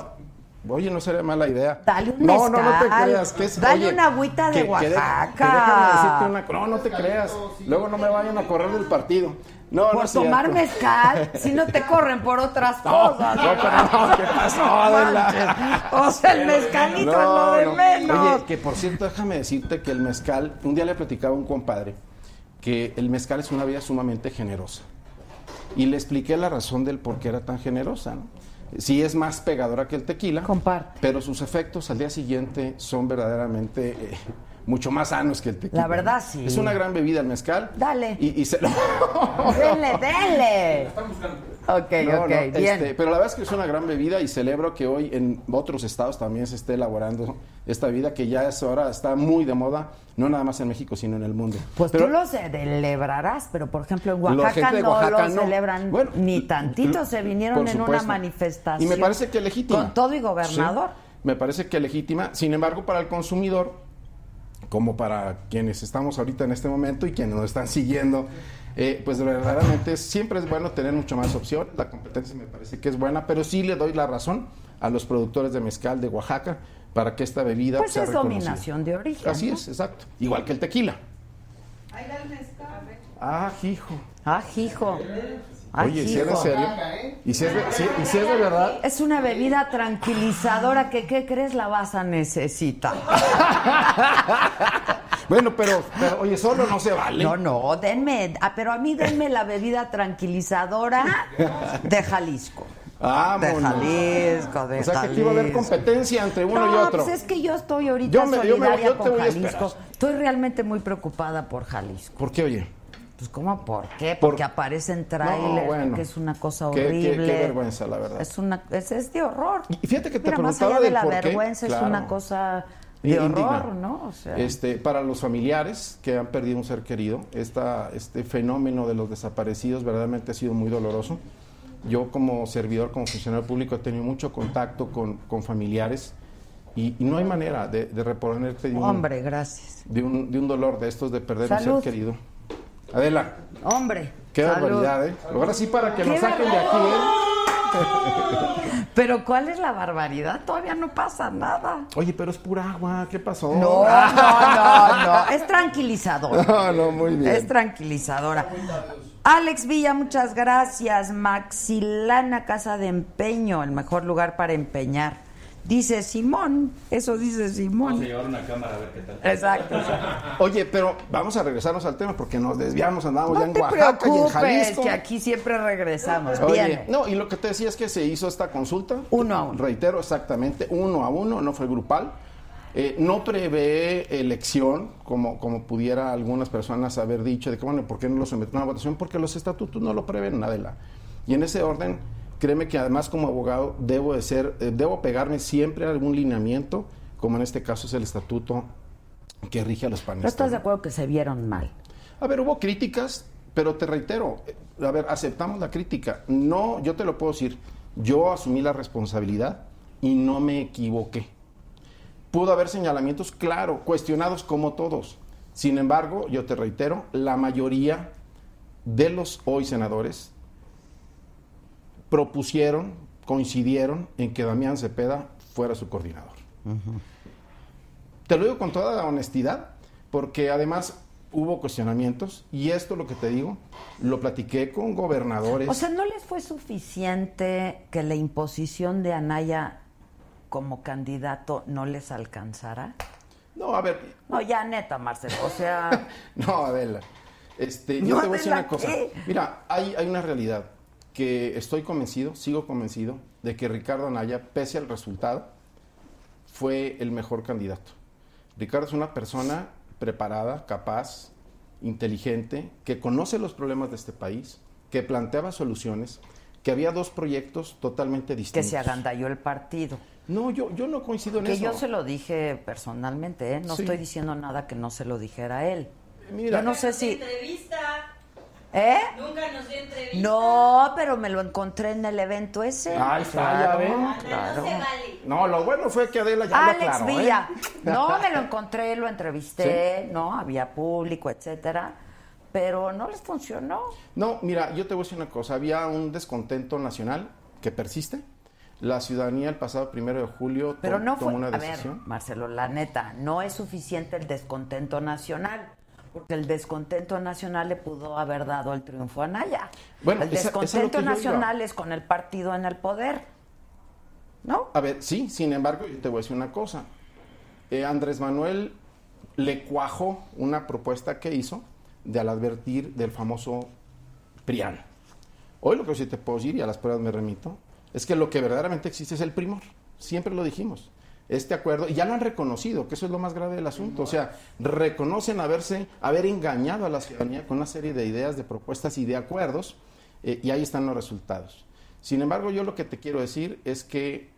oye, no sería mala idea.
Dale un
No, no, no te
mezcal.
creas. Que es,
Dale
oye,
una agüita de
que- que de- que déjame
Oaxaca.
decirte una co- no, no te creas. Luego no me vayan a correr del partido. No, no
por
es
tomar
cierto.
mezcal, si no te corren por otras
No,
cosas.
no, pero no, ¿qué pasó, Adela?
O sea, el mezcalito es lo de
no.
menos.
Oye, que por cierto, déjame decirte que el mezcal, un día le platicaba a un compadre que el mezcal es una vida sumamente generosa. Y le expliqué la razón del por qué era tan generosa. ¿no? Sí es más pegadora que el tequila, pero sus efectos al día siguiente son verdaderamente eh, mucho más sanos que el tequila.
La verdad,
¿no?
sí.
Es una gran bebida el mezcal.
Dale.
Y, y se lo...
Denle, denle. Ok,
No,
ok,
no,
bien.
este, pero la verdad es que es una gran bebida y celebro que hoy en otros estados también se esté elaborando esta bebida que ya es ahora está muy de moda, no nada más en México, sino en el mundo.
Pues
Pero
tú lo celebrarás, pero por ejemplo en
La
Oaxaca
gente de
no
Oaxaca
lo
no.
celebran ni tantito,
lo-
se vinieron
por
en una
supuesto.
manifestación.
Y me parece que legítima.
Con todo y gobernador.
Sí, me parece que legítima. Sin embargo, para el consumidor, como para quienes estamos ahorita en este momento y quienes nos están siguiendo, eh, pues verdaderamente siempre es bueno tener mucho más opciones. La competencia me parece que es buena, pero sí le doy la razón a los productores de mezcal de Oaxaca para que esta bebida
Pues
sea
es
reconocida.
dominación de origen.
Así
¿no?
es, exacto. Igual que el tequila. Ah, hijo.
Ah, hijo. Ah,
Oye, ¿y si es de
hijo.
serio? ¿Y si es de, sí, ¿y si es de verdad?
Es una bebida tranquilizadora que, ¿qué crees? La vas a necesitar.
Bueno, pero, pero, oye, solo no se vale.
No, no, denme, ah, pero a mí denme la bebida tranquilizadora de Jalisco.
Vámonos.
De Jalisco, de
O sea que aquí va a haber
Jalisco.
competencia entre uno y
No,
otro.
pues es que yo estoy ahorita
Yo me- yo me-
solidaria
yo te
con
voy a
Jalisco.
esperar.
Estoy realmente muy preocupada por Jalisco.
¿Por qué, oye?
Pues ¿cómo por qué? Porque aparecen trailers,
No, bueno.
que es una cosa
Qué- qué-
horrible.
qué vergüenza, la verdad.
Es una es, es de horror.
Y fíjate que te
Mira, más
preguntaba
allá de
del
la
por qué,
vergüenza es
claro.
una cosa de
Indigna.
horror, ¿no? O sea,
Este, para los familiares que han perdido un ser querido, esta, este fenómeno de los desaparecidos verdaderamente ha sido muy doloroso. Yo como servidor, como funcionario público, he tenido mucho contacto con, con familiares y, y no hay manera de, de reponerte de un,
hombre, gracias.
de, un, de un dolor de estos de perder
Salud.
un ser querido. Adela,
Hombre.
qué
salud.
barbaridad, ¿eh? Ahora sí para que
Qué
nos saquen de aquí, ¿eh?
Pero ¿cuál es la barbaridad? Todavía no pasa nada.
Oye, pero es pura agua, ¿qué pasó?
No, no, no, no. Es tranquilizador.
No, no, muy bien.
Es tranquilizadora. Alex Villa, muchas gracias. Maxilana Casa de Empeño, el mejor lugar para empeñar. Dice Simón, eso dice
Vamos a
Simón.
llevar una cámara a ver qué tal.
Exacto. exacto.
Oye, pero vamos a regresarnos al tema porque nos desviamos, andamos ya
No
en
te
Oaxaca y en
preocupes,
Jalisco.
que aquí siempre regresamos.
Oye,
Bien.
no, y lo que te decía es que se hizo esta consulta.
Uno a uno.
Reitero, exactamente, uno a uno, no fue grupal. Eh, no prevé elección, como, como pudiera algunas personas haber dicho, de que, bueno, ¿por qué no lo sometieron a votación? Porque los estatutos no lo prevén, Adela. Y en ese orden, créeme que además como abogado debo de ser, eh, debo pegarme siempre a algún lineamiento, como en este caso es el estatuto que rige a los
¿No
panistas.
estás de
¿no?
acuerdo que se vieron mal?
A ver, hubo críticas, pero te reitero, eh, a ver, aceptamos la crítica. No, yo te lo puedo decir, yo asumí la responsabilidad y no me equivoqué. Pudo haber señalamientos, claro, cuestionados como todos. Sin embargo, yo te reitero, la mayoría de los hoy senadores propusieron, coincidieron en que Damián Cepeda fuera su coordinador. Te lo digo con toda la honestidad, porque además hubo cuestionamientos y esto lo que te digo, lo platiqué con gobernadores.
O sea, ¿no les fue suficiente que la imposición de Anaya como candidato no les alcanzara?
no, a ver,
No, ya neta, Marcelo. O sea,
no, Adela. Este, yo
No,
te voy a decir
Adela,
una cosa.
¿qué?
Mira, hay, hay una realidad que estoy convencido, sigo convencido, de que Ricardo Anaya, pese al resultado, fue el mejor candidato. Ricardo es una persona preparada, capaz, inteligente, que conoce los problemas de este país, que planteaba soluciones, que había dos proyectos totalmente
Que
distintos.
se agandalló el partido.
No, yo, yo no coincido en
que
eso.
yo se lo dije personalmente, ¿eh? No
Sí.
estoy diciendo nada que no se lo dijera a él.
Mira.
yo no sé si...
Entrevista.
¿Eh?
Nunca nos dio entrevista.
No, pero me lo encontré en el evento ese.
Ahí está, ya ven.
claro.
No, lo bueno fue que Adela ya
Alex
lo aclaró, ¿eh?
Villa. No, me lo encontré, lo entrevisté, ¿no? Había público, etcétera. Pero no les funcionó.
No, mira, yo te voy a decir una cosa. Había un descontento nacional que persiste. La ciudadanía el pasado primero de julio to-
Pero no
tomó
fue.
una
A ver,
decisión.
Marcelo, la neta, no es suficiente el descontento nacional. Porque el descontento nacional le pudo haber dado el triunfo a Naya.
Bueno,
el
esa- esa es lo
descontento
que yo iba.
nacional es con el partido en el poder. ¿No?
A ver, sí, sin embargo, yo te voy a decir una cosa. Eh, Andrés Manuel le cuajó una propuesta que hizo de al advertir del famoso Priano. Hoy lo que sí te puedo decir, y a las pruebas me remito, es que lo que verdaderamente existe es el primor. Siempre lo dijimos. Este acuerdo, y ya lo han reconocido, que eso es lo más grave del asunto. O sea, reconocen haberse, haber engañado a la ciudadanía con una serie de ideas, de propuestas y de acuerdos, eh, y ahí están los resultados. Sin embargo, yo lo que te quiero decir es que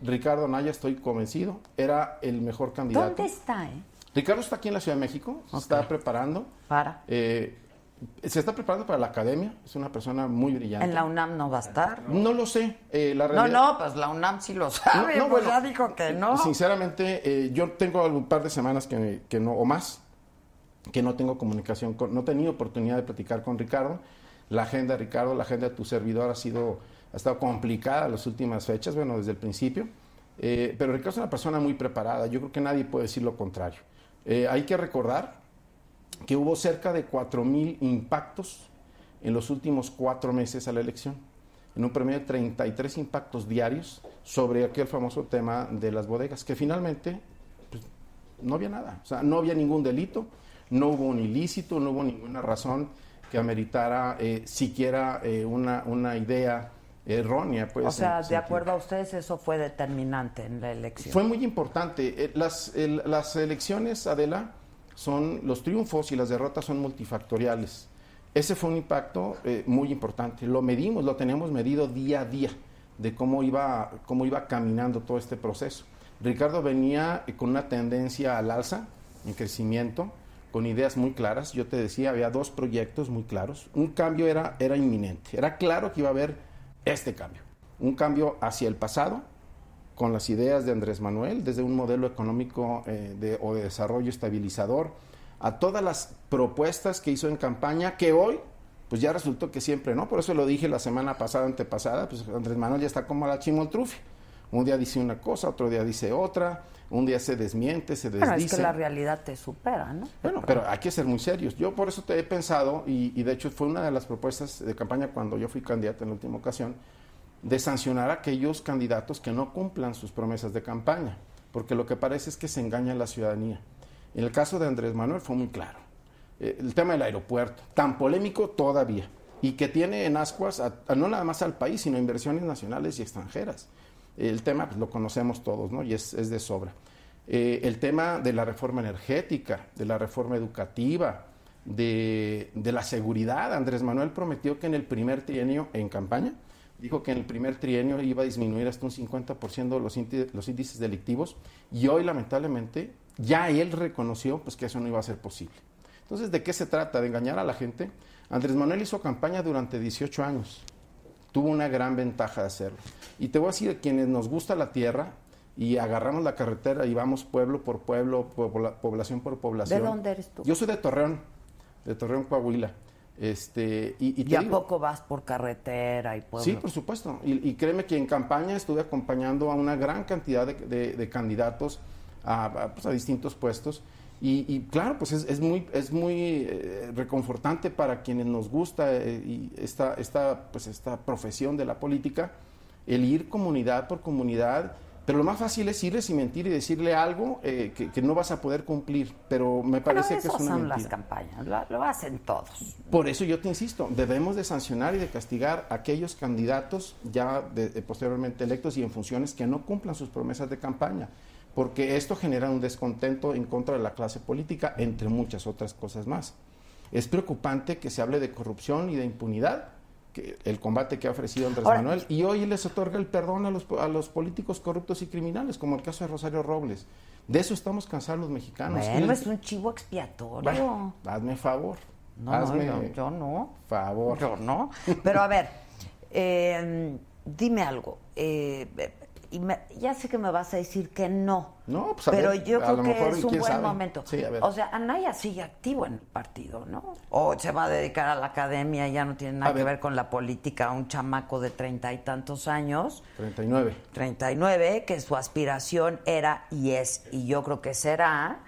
Ricardo Naya, estoy convencido, era el mejor candidato.
¿Dónde está, eh?
Ricardo está aquí en la Ciudad de México, se está preparando.
Para.
eh, se está preparando para la academia, es una persona muy brillante.
En la UNAM no va a estar.
No lo sé. eh, la
No,
realidad-
no, pues la UNAM sí lo sabe.
No, no,
pues
bueno,
ya dijo que no.
Sinceramente, eh, yo tengo un par de semanas que, que no, o más, que no tengo comunicación, con, no he tenido oportunidad de platicar con Ricardo. La agenda de Ricardo, la agenda de tu servidor ha sido, ha estado complicada las últimas fechas, bueno, desde el principio. Eh, pero Ricardo es una persona muy preparada, yo creo que nadie puede decir lo contrario. Eh, hay que recordar que hubo cerca de 4.000 impactos en los últimos cuatro meses a la elección, en un promedio de 33 impactos diarios sobre aquel famoso tema de las bodegas, que finalmente pues, no había nada, o sea, no había ningún delito, no hubo un ilícito, no hubo ninguna razón que ameritara eh, siquiera eh, una, una idea errónea. Pues,
o sea,
en-
de
sentido.
acuerdo a ustedes, eso fue determinante en la elección.
Fue muy importante. Eh, Las, el- las elecciones, Adela, son los triunfos y las derrotas son multifactoriales. Ese fue un impacto eh, muy importante. Lo medimos, lo teníamos medido día a día de cómo iba, cómo iba caminando todo este proceso. Ricardo venía eh, con una tendencia al alza, en crecimiento, con ideas muy claras. Yo te decía, había dos proyectos muy claros. Un cambio era, era inminente. Era claro que iba a haber este cambio. Un cambio hacia el pasado, con las ideas de Andrés Manuel, desde un modelo económico eh, de, o de desarrollo estabilizador, a todas las propuestas que hizo en campaña, que hoy, pues ya resultó que siempre no, por eso lo dije la semana pasada, antepasada, pues Andrés Manuel ya está como a la chimoltrufia. Un día dice una cosa, otro día dice otra, un día se desmiente, se desdice.
Bueno, es que la realidad te supera, ¿no?
Bueno, pero hay que ser muy serios. Yo por eso te he pensado, y, y de hecho fue una de las propuestas de campaña cuando yo fui candidato en la última ocasión, de sancionar a aquellos candidatos que no cumplan sus promesas de campaña, porque lo que parece es que se engaña a la ciudadanía. En el caso de Andrés Manuel fue muy claro. Eh, el tema del aeropuerto, tan polémico todavía, y que tiene en ascuas a- a no nada más al país, sino a inversiones nacionales y extranjeras. El tema pues, lo conocemos todos, ¿no? Y es, es de sobra. Eh, el tema de la reforma energética, de la reforma educativa, de, de la seguridad. Andrés Manuel prometió que en el primer trienio, en campaña, dijo que en el primer trienio iba a disminuir hasta un 50% los, ínti- los índices delictivos y hoy lamentablemente ya él reconoció pues, que eso no iba a ser posible. Entonces, ¿de qué se trata? ¿De engañar a la gente? Andrés Manuel hizo campaña durante 18 años tuvo una gran ventaja de hacerlo. Y te voy a decir, a quienes nos gusta la tierra y agarramos la carretera y vamos pueblo por pueblo, pobla- población por población.
¿De dónde eres tú?
Yo soy de Torreón, de Torreón, Coahuila. Este, y, y te
Y a
digo-
poco vas por carretera y pueblo.
Sí, por supuesto. Y, y créeme que en campaña estuve acompañando a una gran cantidad de, de- de candidatos a, a, pues, a distintos puestos. Y, y claro, pues es, es muy, es muy eh, reconfortante para quienes nos gusta eh, y esta, esta, pues, esta profesión de la política, el ir comunidad por comunidad. Pero lo más fácil es irles y mentir y decirle algo eh, que, que no vas a poder cumplir. Pero me
Pero
parece que
esas
es una
son
mentira.
las campañas, lo, lo hacen todos.
Por eso yo te insisto, debemos de sancionar y de castigar a aquellos eh, candidatos ya de- de posteriormente electos y en funciones que no cumplan sus promesas de campaña. porque esto genera un descontento en contra de la clase política, entre muchas otras cosas más. Es preocupante que se hable de corrupción y de impunidad, que el combate que ha ofrecido Andrés
Ahora-
Manuel, y hoy les otorga el perdón a los, po- a los políticos corruptos y criminales, como el caso de Rosario Robles. De eso estamos cansados los mexicanos.
Bueno,
Y-
es un chivo expiatorio.
Bueno, hazme favor.
No, no,
hazme
yo- yo no.
Favor.
Yo no. Pero a ver, eh, dime algo. eh, y me- ya sé que me vas a decir que no.
No, pues, a
Pero
ver,
yo
a
creo
lo
que
mejor,
es un
¿quién
buen
sabe?
momento.
Sí, a ver.
O sea, Anaya sigue activo en el partido, ¿no? O se va a dedicar a la academia, ya no tiene nada
A
que
ver.
ver con la política, un chamaco de treinta y tantos años.
39.
39, que su aspiración era y es, y yo creo que será,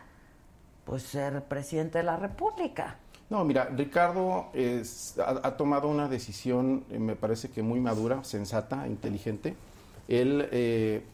pues ser presidente de la República.
No, mira, Ricardo es- ha, ha tomado una decisión, eh, me parece que muy madura, sensata, inteligente. Él, eh,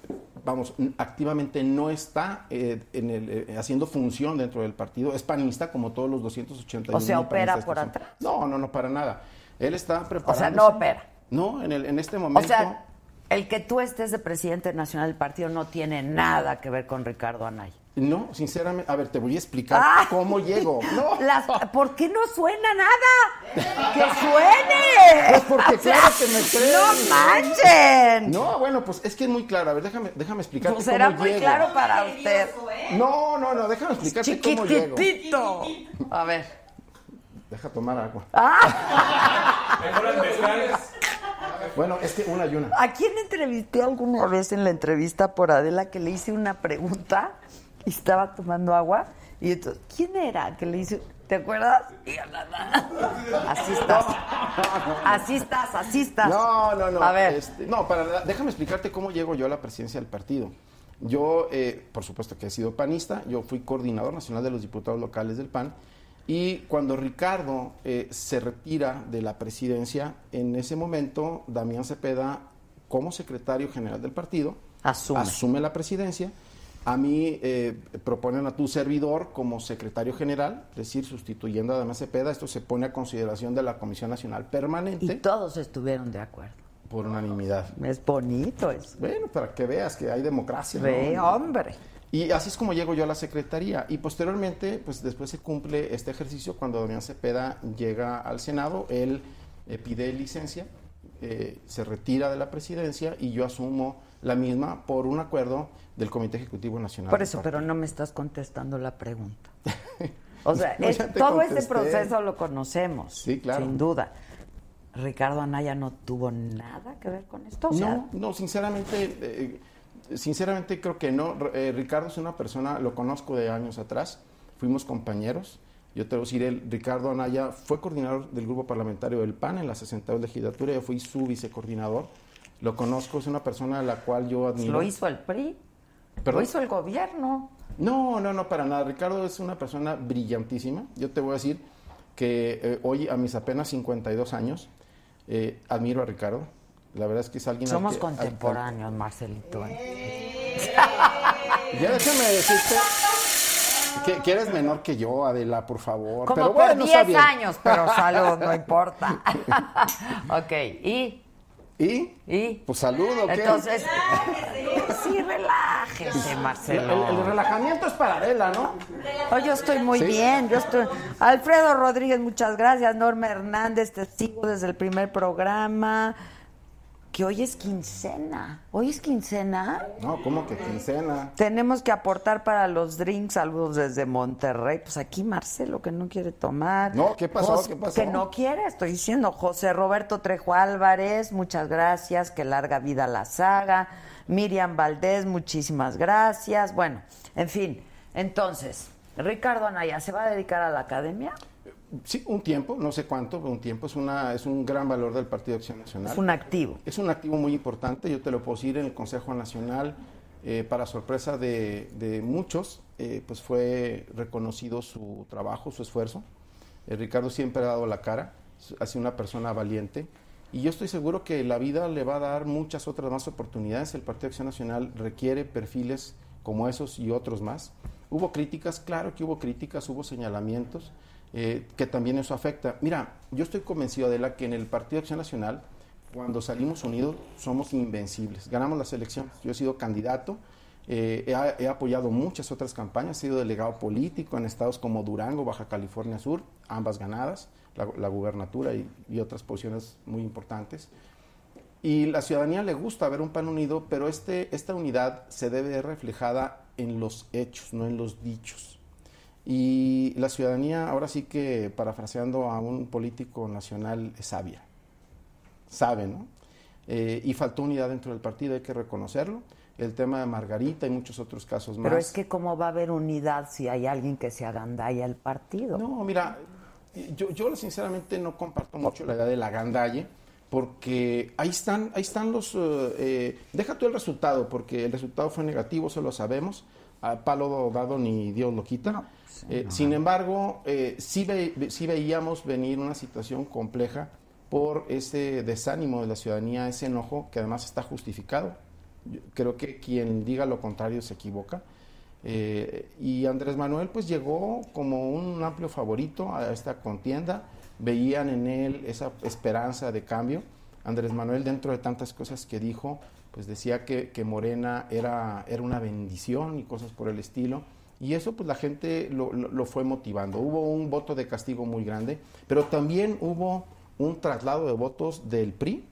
vamos, n- activamente no está eh, en el, eh, haciendo función dentro del partido. Es panista como todos los 281
O sea,
mil
opera
panistas que
por
son.
atrás.
No, no, no, para nada. Él está
O
preparado.
sea, no opera.
No, en, el- en este
O
momento.
sea, el que tú estés de presidente nacional del partido no tiene nada que ver con Ricardo Anaya.
No, sinceramente, a ver, te voy a explicar
¡Ah!
cómo llego. No.
Las- ¿Por qué no suena nada? ¡Que suene!
Pues porque claro que me creen.
¡No manchen!
No, bueno, pues es que es muy claro. A ver, déjame, déjame explicarte
Pues
cómo
será muy
llego.
claro para usted.
¿eh? No, no, no, déjame explicarte cómo llego.
Chiquititito. A ver.
Deja tomar agua.
Ah,
Mejor al mezcal.
Bueno, es que una y una.
¿A quién entrevisté alguna vez en la entrevista por Adela que le hice una pregunta y estaba tomando agua? Y entonces, ¿quién era que le hice? ¿Te acuerdas? Y a la- la- Así estás. Así estás, así estás.
No, no, no.
A ver.
este, no, para la- déjame explicarte cómo llego yo a la presidencia del partido. Yo, eh, por supuesto que he sido panista, yo fui coordinador nacional de los diputados locales del PAN. Y cuando Ricardo eh, se retira de la presidencia, en ese momento Damián Cepeda, como secretario general del partido,
Asume.
la presidencia. A mí eh, proponen a tu servidor como secretario general, es decir, sustituyendo a Damián Cepeda. Esto se pone a consideración de la Comisión Nacional Permanente
Y todos estuvieron de acuerdo.
por unanimidad.
Es bonito eso.
Bueno, para que veas que hay democracia. ¿no?
Ve, hombre.
Y así es como llego yo a la secretaría. Y posteriormente, pues después se cumple este ejercicio cuando Damián Cepeda llega al Senado. Él eh, pide licencia, eh, se retira de la presidencia y yo asumo la misma por un acuerdo del Comité Ejecutivo Nacional.
Por
del
eso,
partido.
pero no me estás contestando la pregunta. O sea,
No,
es-
ya te
todo este
contesté.
proceso lo conocemos.
Sí, claro.
Sin duda. Ricardo Anaya no tuvo nada que ver con esto. O sea, pues
no, no, sinceramente, eh, sinceramente creo que no. R- eh, Ricardo es una persona, lo conozco de años atrás, fuimos compañeros. Yo te voy a decir, él, Ricardo Anaya fue coordinador del grupo parlamentario del PAN en la 60 legislatura, yo fui su vicecoordinador. Lo conozco, es una persona a la cual yo admiro.
lo hizo el PRI,
Perdón.
lo hizo el gobierno.
No, no, no, para nada. Ricardo es una persona brillantísima. Yo te voy a decir que eh, hoy, a mis apenas 52 años, eh, admiro a Ricardo. La verdad es que es alguien... al
Somos
que- al- Eh, al-
contemporáneos, Marcelito. ¿eh?
Ya déjame decirte que, que eres menor que yo, Adela, por favor.
Como
pero
por
bueno, está
10
bien.
años, pero salud, no importa. ok, y,
¿Y?
y.
Pues saludo, ¿qué?
Entonces, sí, relájese,
el, el-
Marcelo.
el relajamiento es para Adela, ¿no?
Oh, yo estoy muy
Sí.
bien, yo estoy. Alfredo Rodríguez, muchas gracias. Norma Hernández, testigo desde el primer programa. Que hoy es quincena. Hoy es quincena.
No, ¿cómo que quincena?
Tenemos que aportar para los drinks, saludos desde Monterrey. Pues aquí Marcelo, que no quiere tomar.
No, ¿qué pasó?
Jos-
¿Qué pasó?
Que no quiere, estoy diciendo. José Roberto Trejo Álvarez, muchas gracias. Que larga vida la saga. Miriam Valdés, muchísimas gracias. Bueno, en fin. Entonces, Ricardo Anaya, ¿se va a dedicar a la academia?
Sí, un tiempo, no sé cuánto, pero un tiempo. Es, una, es un gran valor del Partido de Acción Nacional.
Es un activo.
Es un activo muy importante, yo te lo puedo decir, en el Consejo Nacional, eh, para sorpresa de, de muchos, eh, pues fue reconocido su trabajo, su esfuerzo. Eh, Ricardo siempre ha dado la cara, s- ha sido una persona valiente. Y yo estoy seguro que la vida le va a dar muchas otras más oportunidades. El Partido de Acción Nacional requiere perfiles como esos y otros más. Hubo críticas, claro que hubo críticas, hubo señalamientos, eh, que también eso afecta. Mira, yo estoy convencido, de la que en el Partido de Acción Nacional cuando salimos unidos somos invencibles. Ganamos las elecciones. Yo he sido candidato Eh, he, he apoyado muchas otras campañas, he sido delegado político en estados como Durango, Baja California Sur, ambas ganadas, la, la gubernatura y, y otras posiciones muy importantes. Y la ciudadanía le gusta ver un pan unido, pero este, esta unidad se debe ver reflejada en los hechos, no en los dichos. Y la ciudadanía, ahora sí que parafraseando a un político nacional, es sabia. Sabe, ¿no? Eh, y faltó unidad dentro del partido, hay que reconocerlo. El tema de Margarita y muchos otros casos más.
Pero es que cómo va a haber unidad si hay alguien que se agandalla el partido.
No, mira, yo, yo sinceramente no comparto mucho la idea de la gandalle, porque ahí están, ahí están los... eh, eh, deja tú el resultado, porque el resultado fue negativo, se lo sabemos. A palo dado ni Dios lo quita. Eh, Sin embargo, eh, sí, ve- ve- sí veíamos venir una situación compleja por ese desánimo de la ciudadanía, ese enojo que además está justificado. Yo creo que quien diga lo contrario se equivoca. Eh, y Andrés Manuel pues llegó como un amplio favorito a esta contienda, veían en él esa esperanza de cambio. Andrés Manuel dentro de tantas cosas que dijo, pues decía que, que Morena era, era una bendición y cosas por el estilo. Y eso pues la gente lo, lo- lo fue motivando. Hubo un voto de castigo muy grande, pero también hubo un traslado de votos del PRI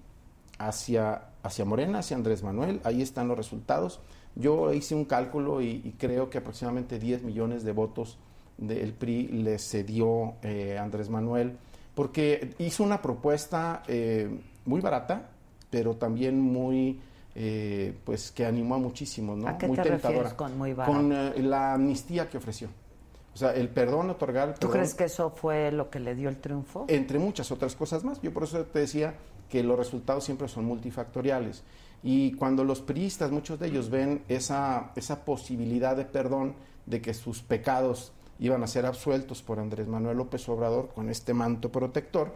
hacia, hacia Morena, hacia Andrés Manuel. Ahí están los resultados. Yo hice un cálculo y, y creo que aproximadamente 10 millones de votos del PRI le cedió eh, Andrés Manuel, porque hizo una propuesta eh, muy barata, pero también muy, eh, pues que animó a muchísimos, ¿no?
¿A qué
muy
te refieres con muy barata?
Con eh, la amnistía que ofreció. O sea, el perdón, otorgar el
¿Tú
perdón
crees que eso fue lo que le dio el triunfo?
entre muchas otras cosas más. Yo por eso te decía que los resultados siempre son multifactoriales. Y cuando los priistas, muchos de ellos, ven esa, esa posibilidad de perdón, de que sus pecados iban a ser absueltos por Andrés Manuel López Obrador con este manto protector,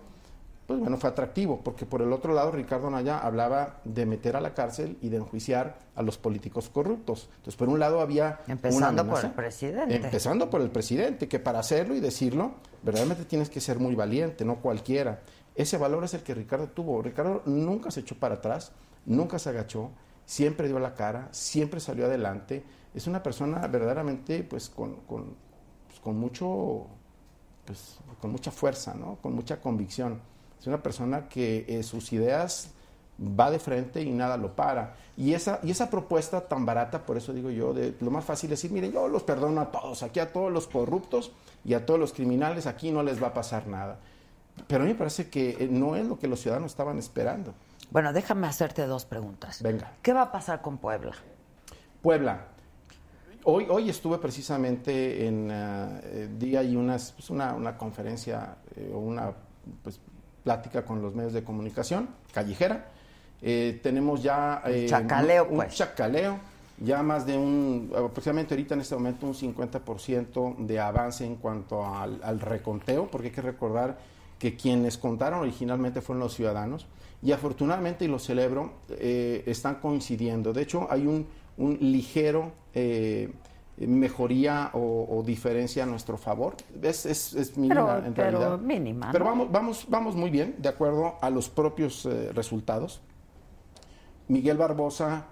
pues bueno, fue atractivo, porque por el otro lado Ricardo Naya hablaba de meter a la cárcel y de enjuiciar a los políticos corruptos. Entonces, por un lado había... una ¿eh?
Empezando por
amenaza.
el presidente.
Empezando por el presidente, que para hacerlo y decirlo, verdaderamente tienes que ser muy valiente, no cualquiera. Ese valor es el que Ricardo tuvo. Ricardo nunca se echó para atrás, nunca se agachó, siempre dio la cara, siempre salió adelante. Es una persona verdaderamente pues con, con, pues, con mucho pues, con mucha fuerza, ¿no? con mucha convicción. Es una persona que eh, sus ideas va de frente y nada lo para. Y esa, y esa propuesta tan barata, por eso digo yo, de, lo más fácil es decir, miren, yo los perdono a todos, aquí a todos los corruptos y a todos los criminales, aquí no les va a pasar nada. Pero a mí me parece que eh, no es lo que los ciudadanos estaban esperando.
Bueno, déjame hacerte dos preguntas.
Venga.
¿Qué va a pasar con Puebla?
Puebla. Hoy, hoy estuve precisamente en ah, eh, día y unas, pues, una, una conferencia eh, o una pues, plática con los medios de comunicación callejera. Eh, tenemos ya eh,
chacaleo,
un, un
pues.
chacaleo, ya más de un, aproximadamente ahorita en este momento un 50% de avance en cuanto al, al reconteo, porque hay que recordar que quienes contaron originalmente fueron los ciudadanos y afortunadamente, y lo celebro, eh, están coincidiendo. De hecho, hay un, un ligero eh, mejoría o, o diferencia a nuestro favor. Es, es, es mínima
Pero-
en
pero
realidad.
mínima,
Pero
¿no?
vamos, vamos, vamos muy bien, de acuerdo a los propios eh, resultados. Miguel Barbosa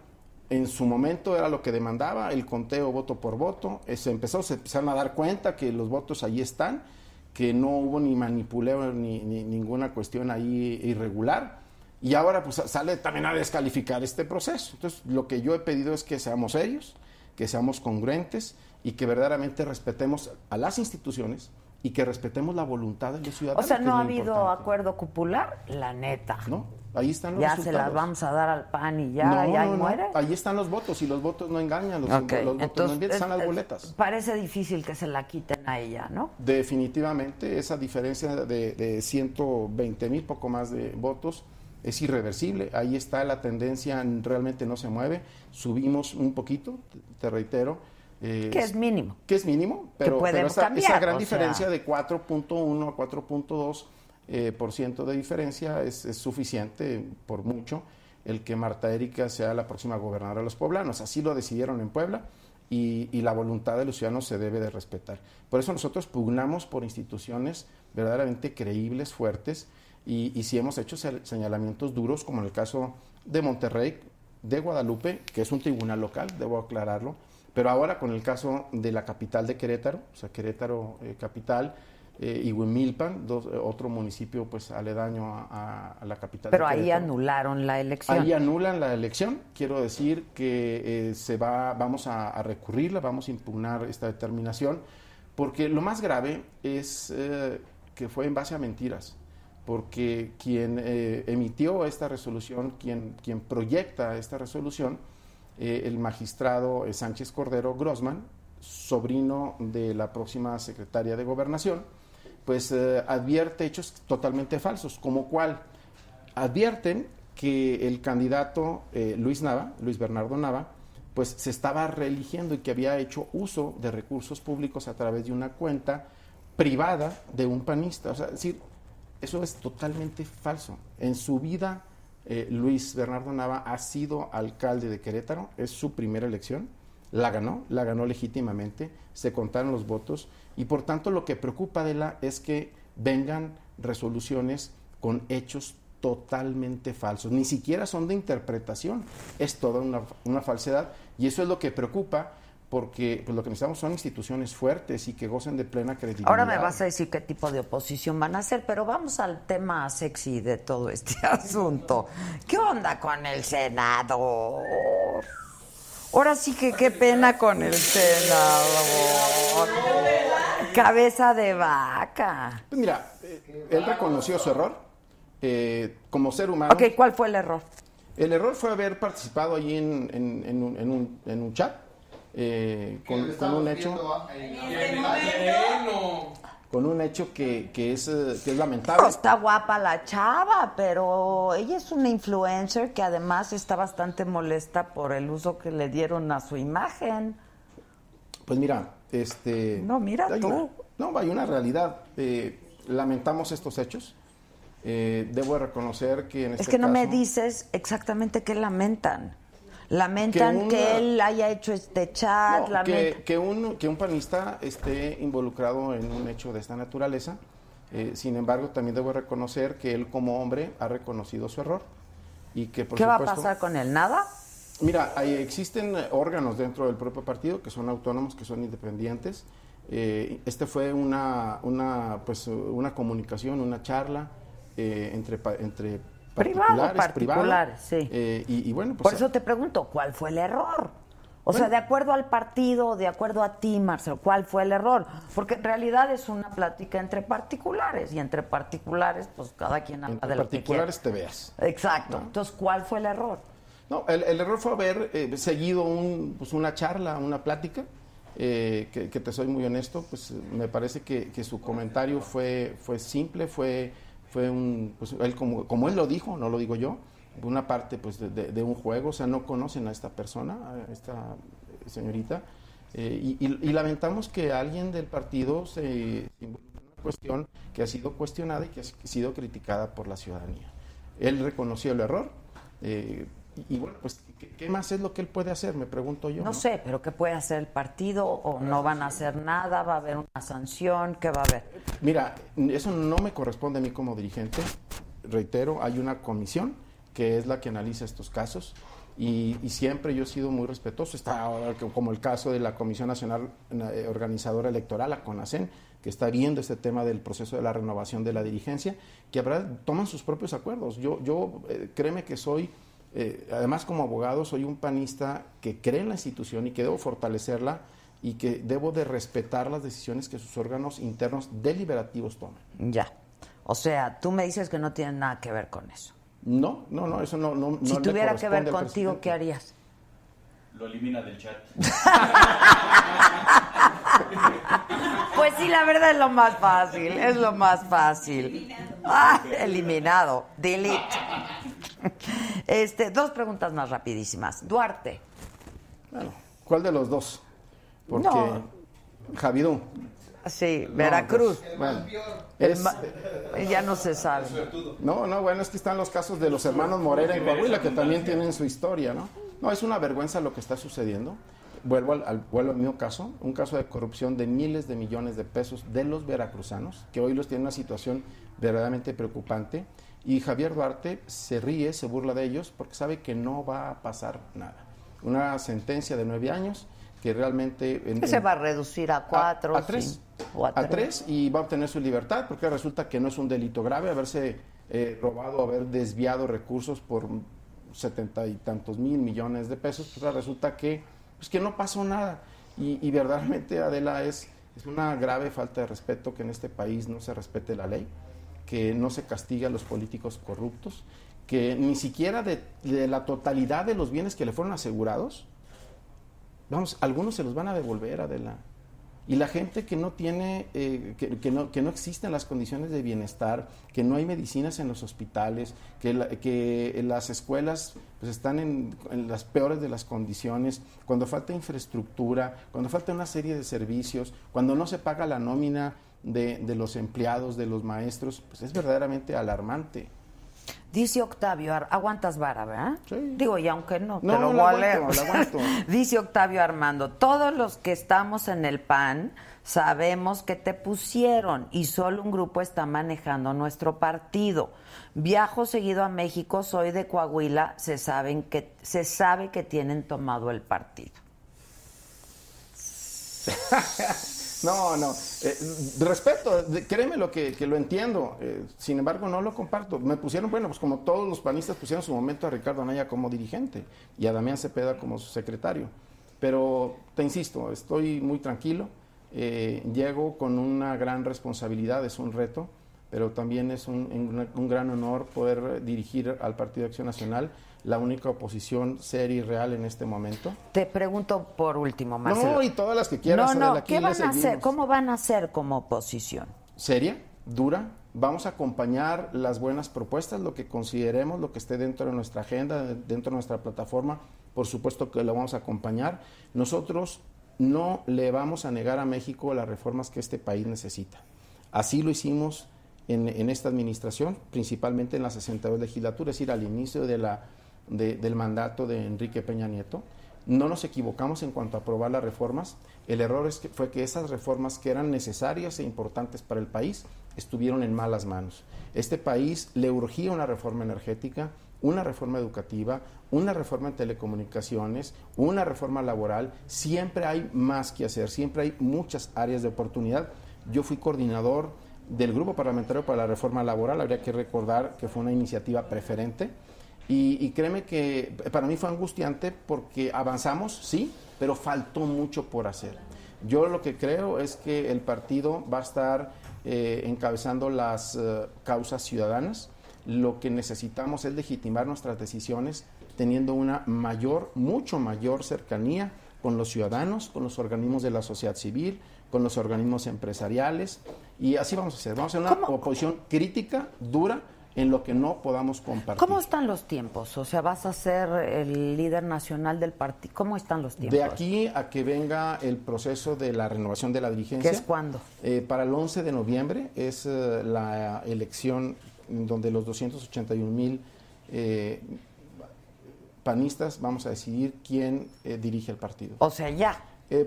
en su momento era lo que demandaba, el conteo voto por voto. Eh, Se empezó, se empezaron a dar cuenta que los votos ahí están, que no hubo ni manipuleo ni, ni ninguna cuestión ahí irregular. Y ahora pues sale también a descalificar este proceso. Entonces lo que yo he pedido es que seamos serios, que seamos congruentes y que verdaderamente respetemos a las instituciones y que respetemos la voluntad de los
O
ciudadanos.
sea,
que es
no
lo
ha habido
importante.
acuerdo cupular, la neta.
¿No? Ahí están los
Ya se
resultados.
las vamos a dar al pan y ya,
No,
y ahí
no, no.
muere.
Ahí están los votos y los votos no engañan, los,
Ok,
los votos no
entonces,
engañan, están
es-
las
es-
boletas.
Parece difícil que se la quiten a ella, ¿no?
Definitivamente esa diferencia de, de 120 mil, poco más de votos, es irreversible. Ahí está la tendencia, realmente no se mueve. Subimos un poquito, te- te reitero. eh,
Que es mínimo.
que es mínimo, pero,
puede
pero esa,
cambiar,
esa gran
o sea.
diferencia de 4.1 a 4.2 eh, por ciento de diferencia es, es suficiente por mucho el que Marta Erika sea la próxima gobernadora de los poblanos. Así lo decidieron en Puebla y, y la voluntad de los ciudadanos se debe de respetar. Por eso nosotros pugnamos por instituciones verdaderamente creíbles, fuertes, y, y sí hemos hecho se- señalamientos duros, como en el caso de Monterrey, de Guadalupe, que es un tribunal local, debo aclararlo, pero ahora con el caso de la capital de Querétaro, o sea, Querétaro eh, capital, eh, y Huimilpan, dos- eh, otro municipio pues aledaño a, a- a la capital.
Pero
de
ahí
Querétaro.
anularon la elección.
Ahí anulan la elección. Quiero decir que eh, se va, vamos a, a recurrirla, vamos a impugnar esta determinación, porque lo más grave es eh, que fue en base a mentiras, porque quien eh, emitió esta resolución, quien, quien proyecta esta resolución, eh, el magistrado eh, Sánchez Cordero Grossman, sobrino de la próxima secretaria de Gobernación, pues eh, advierte hechos totalmente falsos, como cual advierten que el candidato eh, Luis Nava, Luis Bernardo Nava, pues se estaba reeligiendo y que había hecho uso de recursos públicos a través de una cuenta privada de un panista. O sea, es decir, eso es totalmente falso. En su vida, eh, Luis Bernardo Nava ha sido alcalde de Querétaro, es su primera elección, la ganó, la ganó legítimamente, se contaron los votos y por tanto lo que preocupa de la es que vengan resoluciones con hechos totalmente falsos, ni siquiera son de interpretación, es toda una, una falsedad y eso es lo que preocupa porque pues, lo que necesitamos son instituciones fuertes y que gocen de plena credibilidad.
Ahora me vas a decir qué tipo de oposición van a hacer, pero vamos al tema sexy de todo este asunto. ¿Qué onda con el Senado? Ahora sí que qué pena con el Senado. Cabeza de vaca.
Pues mira, eh, él reconoció su error eh, como ser humano.
Ok, ¿cuál fue el error?
El error fue haber participado allí en, en- en un, en un- en un chat eh, con, con un hecho, con un hecho que, que es, eh, que es lamentable.
No, está guapa la chava, pero ella es una influencer que además está bastante molesta por el uso que le dieron a su imagen.
Pues mira, este.
No, mira
hay
tú.
una- no, hay una realidad. Eh, lamentamos estos hechos. Eh, debo reconocer que en este
es que no me
caso-
dices exactamente qué lamentan. Lamentan que,
Que una-
él haya hecho este chat,
No,
lamentan...
que, que un, que un panista esté involucrado en un hecho de esta naturaleza. Eh, sin embargo, también debo reconocer que él como hombre ha reconocido su error y que por
¿Qué va a
supuesto-
pasar con él? ¿Nada?
Mira, ahí existen eh, órganos dentro del propio partido que son autónomos, que son independientes. Eh, este fue una, una, pues, eh, una comunicación, una charla eh, entre, pa- entre
Privado,
particulares, privado.
particulares, sí.
Eh, y, y bueno, pues
Por eso te pregunto, ¿cuál fue el error? O sea, de acuerdo al partido, de acuerdo a ti, Marcelo, ¿cuál fue el error? Porque en realidad es una plática entre particulares y entre particulares, pues cada quien habla
entre
de lo
particulares te veas.
que quiere. Exacto. Entonces, ¿cuál fue el error?
No, el, el error fue haber eh, seguido un, pues, una charla, una plática, eh, que, que te soy muy honesto, pues eh, me parece que, que su comentario fue, fue simple, fue, fue un, pues, él como, como él lo dijo, no lo digo yo, una parte pues de, de- de un juego, o sea, no conocen a esta persona, a esta señorita, eh, y, y- y lamentamos que alguien del partido se involucre en una cuestión que ha sido cuestionada y que ha sido criticada por la ciudadanía. Él reconoció el error. eh, y, y bueno, pues, ¿qué, qué más es lo que él puede hacer? Me pregunto yo.
No sé, pero ¿qué puede hacer el partido? ¿O no van a hacer nada? ¿Va a haber una sanción? ¿Qué va a haber?
Mira, eso no me corresponde a mí como dirigente. Reitero, hay una comisión que es la que analiza estos casos y, y siempre yo he sido muy respetuoso. Está ahora que- como el caso de la Comisión Nacional eh, Organizadora Electoral, la CONACEN, que está viendo este tema del proceso de la renovación de la dirigencia, que habrá, toman sus propios acuerdos. Yo, yo eh, créeme que soy eh, además, como abogado, soy un panista que cree en la institución y que debo fortalecerla y que debo de respetar las decisiones que sus órganos internos deliberativos tomen.
Ya. O sea, tú me dices que no tiene nada que ver con eso.
No, no, no, eso no, no, no
si
le
tuviera que ver
corresponde al
contigo, ¿qué
presidente.
harías?
Lo elimina del chat.
Pues sí, la verdad es lo más fácil, es lo más fácil. Ah, eliminado, delete. Este, dos preguntas más rapidísimas. Duarte,
Bueno, ¿Cuál de los dos? Porque
No.
Javidú.
sí, Veracruz,
No, pues, bueno, es-
ya no se sabe.
no, no, bueno, es que están los casos de los hermanos Morera en Coahuila, que también tienen su historia, ¿no? No, es una vergüenza lo que está sucediendo. vuelvo al, al- vuelvo al mismo caso, un caso de corrupción de miles de millones de pesos de los veracruzanos, que hoy los tienen en una situación verdaderamente preocupante. Y Javier Duarte se ríe, se burla de ellos, porque sabe que no va a pasar nada. Una sentencia de nueve años que realmente... en-
Se
en-
va a reducir a cuatro.
a tres.
o a
a, tres y va a obtener su libertad porque resulta que no es un delito grave haberse eh, robado, haber desviado recursos por setenta y tantos mil millones de pesos. Pues ahora resulta que, pues que no pasó nada. Y, y verdaderamente, Adela, es, es una grave falta de respeto que en este país no se respete la ley, que no se castiga a los políticos corruptos, que ni siquiera de- de la totalidad de los bienes que le fueron asegurados, Vamos, algunos se los van a devolver, Adela. Y la gente que no tiene, eh, que, que no, que no existen las condiciones de bienestar, que no hay medicinas en los hospitales, que, la- que las escuelas pues, están en, en las peores de las condiciones, cuando falta infraestructura, cuando falta una serie de servicios, cuando no se paga la nómina de, de los empleados, de los maestros, pues es verdaderamente alarmante.
Dice Octavio, Ar- aguantas vara, ¿verdad? Digo, y aunque no,
No,
te lo
la
voy a leer.
aguanto, la aguanto.
Dice Octavio Armando, todos los que estamos en el PAN sabemos que te pusieron y solo un grupo está manejando nuestro partido. Viajo seguido a México, soy de Coahuila, se saben que se sabe que tienen tomado el partido.
No, no. eh, respeto, de- créeme lo que, que lo entiendo. eh, sin embargo, no lo comparto. Me pusieron, bueno, pues como todos los panistas pusieron en su momento a Ricardo Anaya como dirigente y a Damián Cepeda como su secretario. Pero te insisto, estoy muy tranquilo. eh, llego con una gran responsabilidad, es un reto, pero también es un, un- un gran honor poder dirigir al Partido de Acción Nacional, la única oposición seria y real en este momento.
Te pregunto por último, Marcelo.
No, y todas las que quieras,
No, no,
Adela, aquí
¿qué
le
van a hacer?
seguimos.
¿Cómo van a ser como oposición?
seria, dura. Vamos a acompañar las buenas propuestas, lo que consideremos, lo que esté dentro de nuestra agenda, de- dentro de nuestra plataforma. Por supuesto que lo vamos a acompañar. Nosotros no le vamos a negar a México las reformas que este país necesita. Así lo hicimos en, en esta administración, principalmente en la 62 legislatura, es decir, al inicio de la, de- del mandato de Enrique Peña Nieto. No nos equivocamos en cuanto a aprobar las reformas. El error es que- fue que esas reformas que eran necesarias e importantes para el país estuvieron en malas manos. Este país le urgía una reforma energética, una reforma educativa, una reforma en telecomunicaciones, una reforma laboral. Siempre hay más que hacer, siempre hay muchas áreas de oportunidad. Yo fui coordinador del Grupo Parlamentario para la Reforma Laboral, habría que recordar que fue una iniciativa preferente. Y, y créeme que para mí fue angustiante porque avanzamos, sí, pero faltó mucho por hacer. Yo lo que creo es que el partido va a estar eh, encabezando las eh, causas ciudadanas. Lo que necesitamos es legitimar nuestras decisiones teniendo una mayor, mucho mayor cercanía con los ciudadanos, con los organismos de la sociedad civil, con los organismos empresariales. Y así vamos a hacer. Vamos a hacer una oposición crítica, dura, en lo que no podamos compartir.
¿Cómo están los tiempos? O sea, ¿vas a ser el líder nacional del partido? ¿Cómo están los tiempos?
De aquí a que venga el proceso de la renovación de la dirigencia.
¿Qué es cuándo?
Eh, para el 11 de noviembre es eh, la elección donde los 281 mil eh, panistas vamos a decidir quién eh, dirige el partido. Eh,
O sea, ya.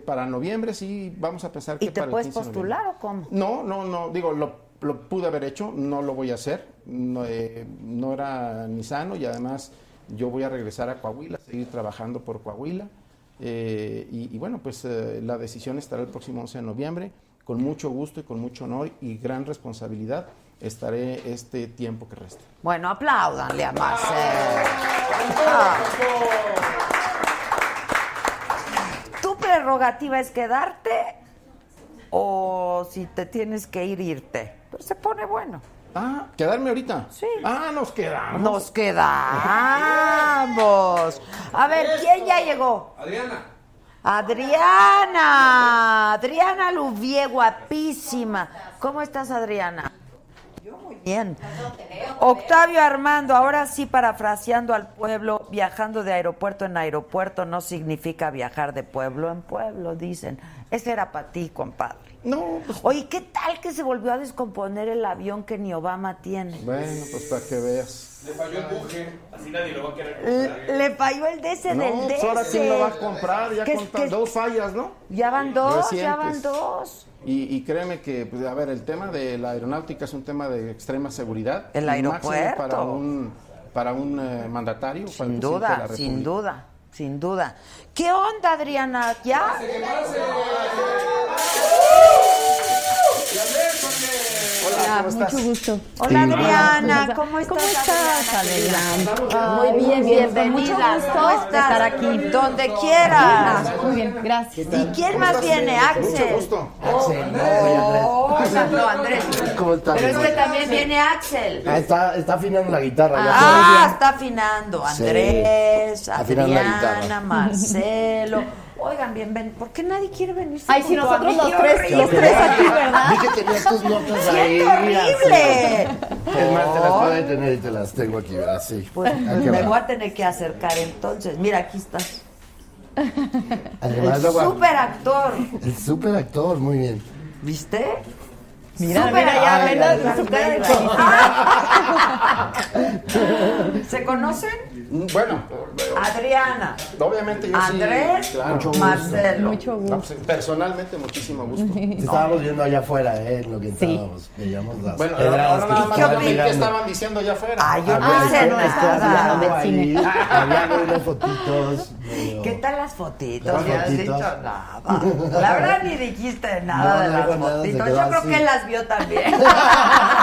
para noviembre sí vamos a pensar
¿Y
que
te
para el
puedes
15 de noviembre.
postular o cómo?
No, no, no, digo, lo, lo pude haber hecho, no lo voy a hacer, no, eh, no era ni sano y además yo voy a regresar a Coahuila, seguir trabajando por Coahuila. eh, y, y bueno, pues eh, la decisión estará el próximo 11 de noviembre, con mucho gusto y con mucho honor y gran responsabilidad estaré este tiempo que resta.
Bueno, apláudanle a Marcelo. ¿Tu prerrogativa es quedarte o si te tienes que ir, irte? Pero se pone bueno.
Ah, ¿quedarme ahorita? Sí. Ah, nos quedamos.
Nos quedamos. A ver, ¿quién ya llegó?
Adriana.
Adriana. Adriana Luvier, guapísima. ¿Cómo estás, Adriana? Bien. Octavio Armando, ahora sí parafraseando al pueblo, viajando de aeropuerto en aeropuerto no significa viajar de pueblo en pueblo, dicen. Ese era para ti, compadre.
No. pues,
Oye, ¿qué tal que se volvió a descomponer el avión que ni Obama tiene?
Bueno, pues para que veas.
Le falló el buje. Así nadie lo va a querer
Le, le falló el DC
No,
del
pues
DC.
ahora quién lo va a comprar, ya
¿Qué-
con
qué-
tan- dos fallas, ¿no?
Ya van dos, ya van
Recientes.
dos.
Y, y créeme que, pues, a ver, el tema de la aeronáutica es un tema de extrema seguridad.
El
Y máximo
aeropuerto.
Para un, para un eh, mandatario. para
Sin
el presidente de la
duda,
República.
sin duda, sin duda. ¿Qué onda, Adriana? ¿Ya?
Hola, mucho gusto.
Hola, Adriana, ¿cómo estás?
¿Cómo estás, Adriana?
Ay,
Muy bien, bien, con mucho
bienvenida.
gusto
¿Cómo estás?
estar aquí.
Donde quieras.
Muy bien, gracias.
¿Y quién más viene? Axel.
Axel, no, soy Andrés.
Hola, no, Andrés.
¿Cómo estás?
Pero es que también viene Axel.
Ah, está, está afinando la guitarra. ya.
Ah, está afinando.
Sí.
Andrés,
Afinando la
Adriana,
guitarra.
Marcelo. Oigan, bien, ven. ¿por qué nadie quiere venirse
Ay, si
junto a
nosotros
mí?
los
¡Qué
tres, los
horrible!
tres aquí, ¿verdad?
Vi que tenías tus notas ahí.
¡Qué
mira,
horrible!
sí. Es más, te las puedo detener y te las tengo aquí, ¿verdad? Sí.
Pues
Hay que
me
ver.
voy a tener que acercar entonces. Mira, aquí estás.
Además, lo guapo.
Super actor.
El super actor, muy bien.
¿Viste?
Mira,
Súper
mira, ya,
Ay,
¿verdad?
ay,
Su cara de
ay. Ah.
felicidad.
¿Se conocen?
Bueno,
Adriana,
obviamente yo sí.
Andrés,
claro.
Marcelo.
Mucho
No,
gusto.
pues, personalmente, muchísimo gusto.
Te estábamos viendo allá afuera, ¿eh? En lo que estábamos. Veíamos las
Bueno, ahora
pedradas
ahora
que
nada
te
más
estaban
dame qué
pegando.
estaban diciendo allá afuera.
Ay, yo
Ah,
no sé
bueno, estás
nada.
mirando ahí,
Cine.
Habían unas fotitos. medio-
¿Qué tal las fotitos?
Las
Ni has
fotitos.
dicho nada. La verdad ni dijiste nada
No,
de
no
las
digo nada, se
fotitos.
quedó
Yo creo
así.
que él las vio también.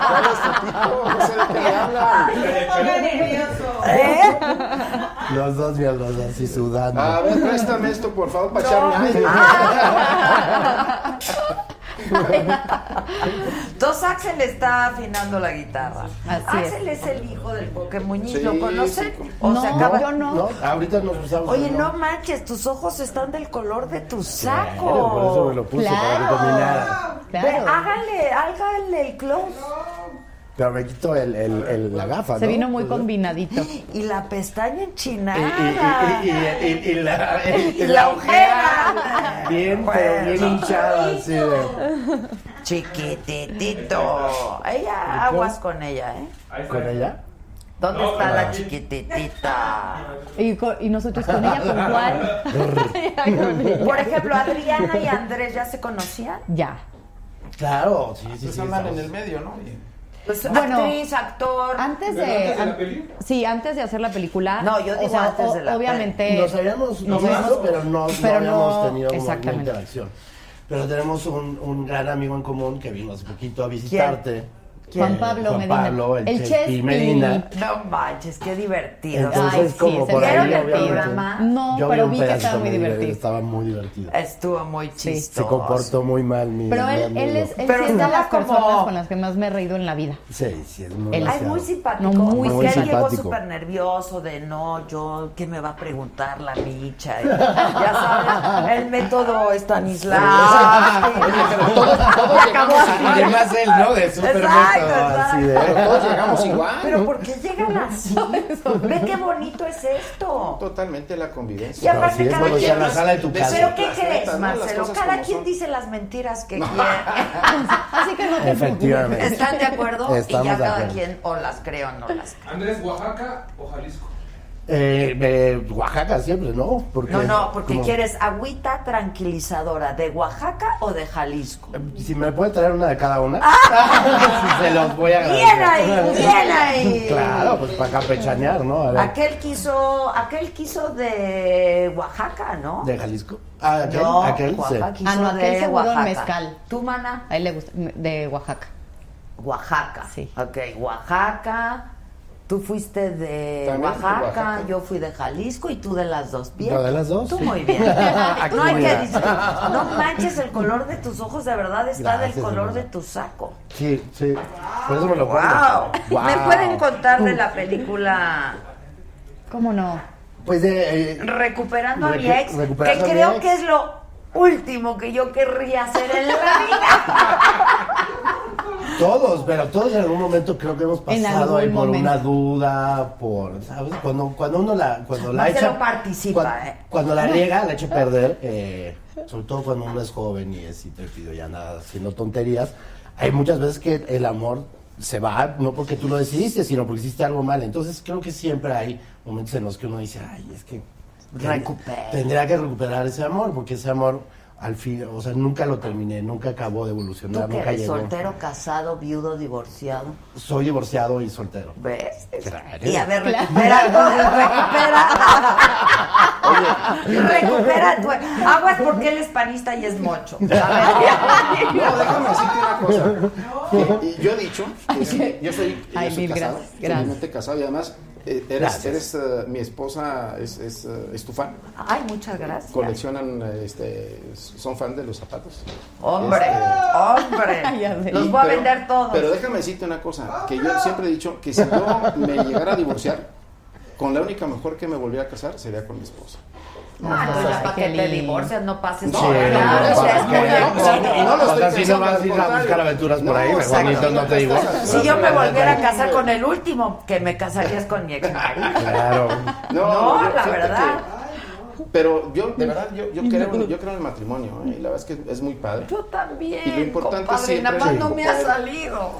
¿Cuáles fotitos? Ah, No sé de qué me hablan.
¿Eh?
Los dos, mira, los dos así sudando.
A ver, préstame esto, por favor, para echarme aire.
ah,
Entonces Axel está afinando la guitarra.
Así es.
Axel es. el hijo del Pokémon.
Sí,
¿Lo conocen?
sí.
¿O se acaba?
yo no.
ahorita nos usamos.
Oye, no manches, tus ojos están del color de tu
Claro,
saco.
Por eso me lo puse, para que
Claro.
combinara.
Ve,
Claro.
hágale, hágale el close.
Pero me quito el, el, el- la gafa,
Se
¿no?
vino
Pues,
muy combinadito.
Y la pestaña
Y,
enchinada.
y, y, y, y- y la, y
Y
la
la ojera.
bien, pero bien hinchada, así de,
Chiquititito. Ella, aguas con ella, ¿eh?
con ella.
¿Dónde
No,
está
no.
la chiquititita?
Y, co- y nosotros con ella, ¿con cuál? Ya, con ella.
Por ejemplo, Adriana y Andrés ya se conocían.
Ya.
Claro, sí, sí,
Pues
sí.
andan en
estamos-
el medio, ¿no? Y-
Pues,
Bueno.
actriz, actor.
Antes
¿Pero
de,
antes de la peli?
sí, antes de hacer la película.
No, yo digo antes de la peli.
Obviamente.
Nos habíamos
nos
visto,
habíamos-
pero no, no
pero
habíamos
no-
tenido como una
exactamente.
interacción. Pero tenemos un, un gran amigo en común que vino hace poquito a visitarte.
¿Quién? Juan
Eh,
Pablo
Juan
Medina.
Pablo, el,
El
Chespi
Chespi.
Medina.
No manches, qué divertido.
Entonces,
Ay, sí,
como
se
por ahí,
vieron el
obviamente,
programa.
No,
yo
pero
un
vi que
pedacito
estaba
de
muy
video y
divertido.
Estaba muy divertido.
Estuvo muy chistoso.
Se comportó muy mal, mi
Pero
mi
él,
amigo.
él es, él
Pero
sí es de
estaba
las
como-
personas con las que más me he reído en la vida.
Sí, sí, es muy
Él-
Ay, muy
gracioso.
simpático.
No, muy
porque él llegó
simpático.
súper nervioso de no, yo, ¿qué me va a preguntar la bicha? Y, ya sabes, el método
Ah.
Stanislavski.
Oye, pero todos, todos
Y acabó
llegamos
así.
a- además él, ¿no? De super
Exacto,
método, así de-
exacto.
Todos llegamos igual.
Pero ¿por qué llegan así? Ve qué bonito es esto.
Totalmente la convivencia.
Y aparte
Así es,
cada
bueno,
quien
ya en la
nos-
sala de tu casa.
¿Pero qué
Las
crees,
metas, ¿no? Las
Marcelo?
cosas
Cada
como
quien
son.
dice las mentiras que quiere.
Así que no te preocupes.
Efectivamente.
¿Están de acuerdo? y ya
Estamos de
cada
acuerdo.
quien o las cree o no las cree.
Andrés, Oaxaca o Jalisco.
Eh, eh, Oaxaca siempre, ¿no? Porque,
No, no, porque
como-
quieres agüita tranquilizadora de Oaxaca o de Jalisco.
eh, Si me puede traer una de cada una, se los voy a
Ah. Bien
agradecer.
ahí, bien ahí.
Claro, pues para campechanear, ¿no? A ver,
Aquel quiso, aquel quiso de Oaxaca, ¿no?
¿De Jalisco? Ah, aquel,
No,
aquel,
Juanpa
sí.
quiso
Ah, no, aquel
de
seguro en
Oaxaca.
mezcal.
¿Tú, mana?
A él le gusta, de Oaxaca.
Oaxaca.
Sí.
Ok, Oaxaca. Tú fuiste de
También fui de
Oaxaca,
Oaxaca.
yo fui de Jalisco y tú de las dos. Bien.
Yo de las dos,
Tú
sí.
muy bien.
Aquí
no hay que
mira.
discutir. No manches el color de tus ojos, de verdad está del
Gracias,
color de
hermana.
tu saco.
Sí, sí. Por eso me lo
Wow.
guardo.
¿Me
Wow.
pueden contar de la película
¿Cómo no?
Pues de... eh,
Recuperando a mi
Recu-
ex?
Recuperando
que
a mi
creo
ex.
que es lo último que yo querría hacer en la vida.
Todos, pero todos en algún momento creo que hemos
En
pasado
algún
ahí por
momento.
una duda, por, ¿sabes? Cuando, cuando uno la, cuando la
Marcelo
echa,
participa,
cuan-
¿eh?
cuando la riega, la echa a perder, eh, sobre todo cuando uno es joven y es intrépido y anda haciendo tonterías, hay muchas veces que el amor se va, no porque tú lo decidiste, sino porque hiciste algo mal. Entonces creo que siempre hay momentos en los que uno dice, ay, es que
Recupera.
tendría que recuperar ese amor, porque ese amor al fin, o sea, nunca lo terminé, nunca acabó de
Tú
evolucionar,
que
nunca
eres
llegó.
soltero, casado, viudo, divorciado.
Soy divorciado y soltero.
¿Ves?
Claro.
Y a ver,
Claro.
recupera
recupera. recupera tu. Aguas porque él es panista y es mocho. A ver.
No, déjame decirte una cosa. Y- y yo he dicho, que sí, yo soy, yo
Ay,
soy
mil
casado,
gracias, gracias.
felizmente casado y además eh, eres,
Gracias.
eres, eh, mi esposa es, es, eh, es tu fan.
Ay, muchas gracias.
Coleccionan, eh, este, son fan de los zapatos.
Hombre, hombre. Los voy a
pero-
vender todos.
Pero déjame decirte una cosa, que yo siempre he dicho que si yo me llegara a divorciar, con la única mejor que me volviera a casar sería con mi esposa.
Ah, entonces,
Ay,
para
qué
que te
lindo.
divorcias, no pases
No,
por
no,
acá.
no,
O sea,
no,
es muy
no, no, no,
bien.
no lo estoy
O sea, si no
pensando,
vas a
al
ir a
contrario.
buscar aventuras por ahí, mejor
exacto.
ni tú no te divorcias.
Si yo me volviera a casar con el último, que me casarías con mi ex marido.
Claro.
No, yo-
No, la
fíjate
verdad.
que- pero yo, de verdad, yo, yo, creo, yo creo en el matrimonio, ¿eh? y la verdad es que es muy padre.
Yo también.
Y lo importante
compadre,
siempre
nada más
es-
no me ha salido.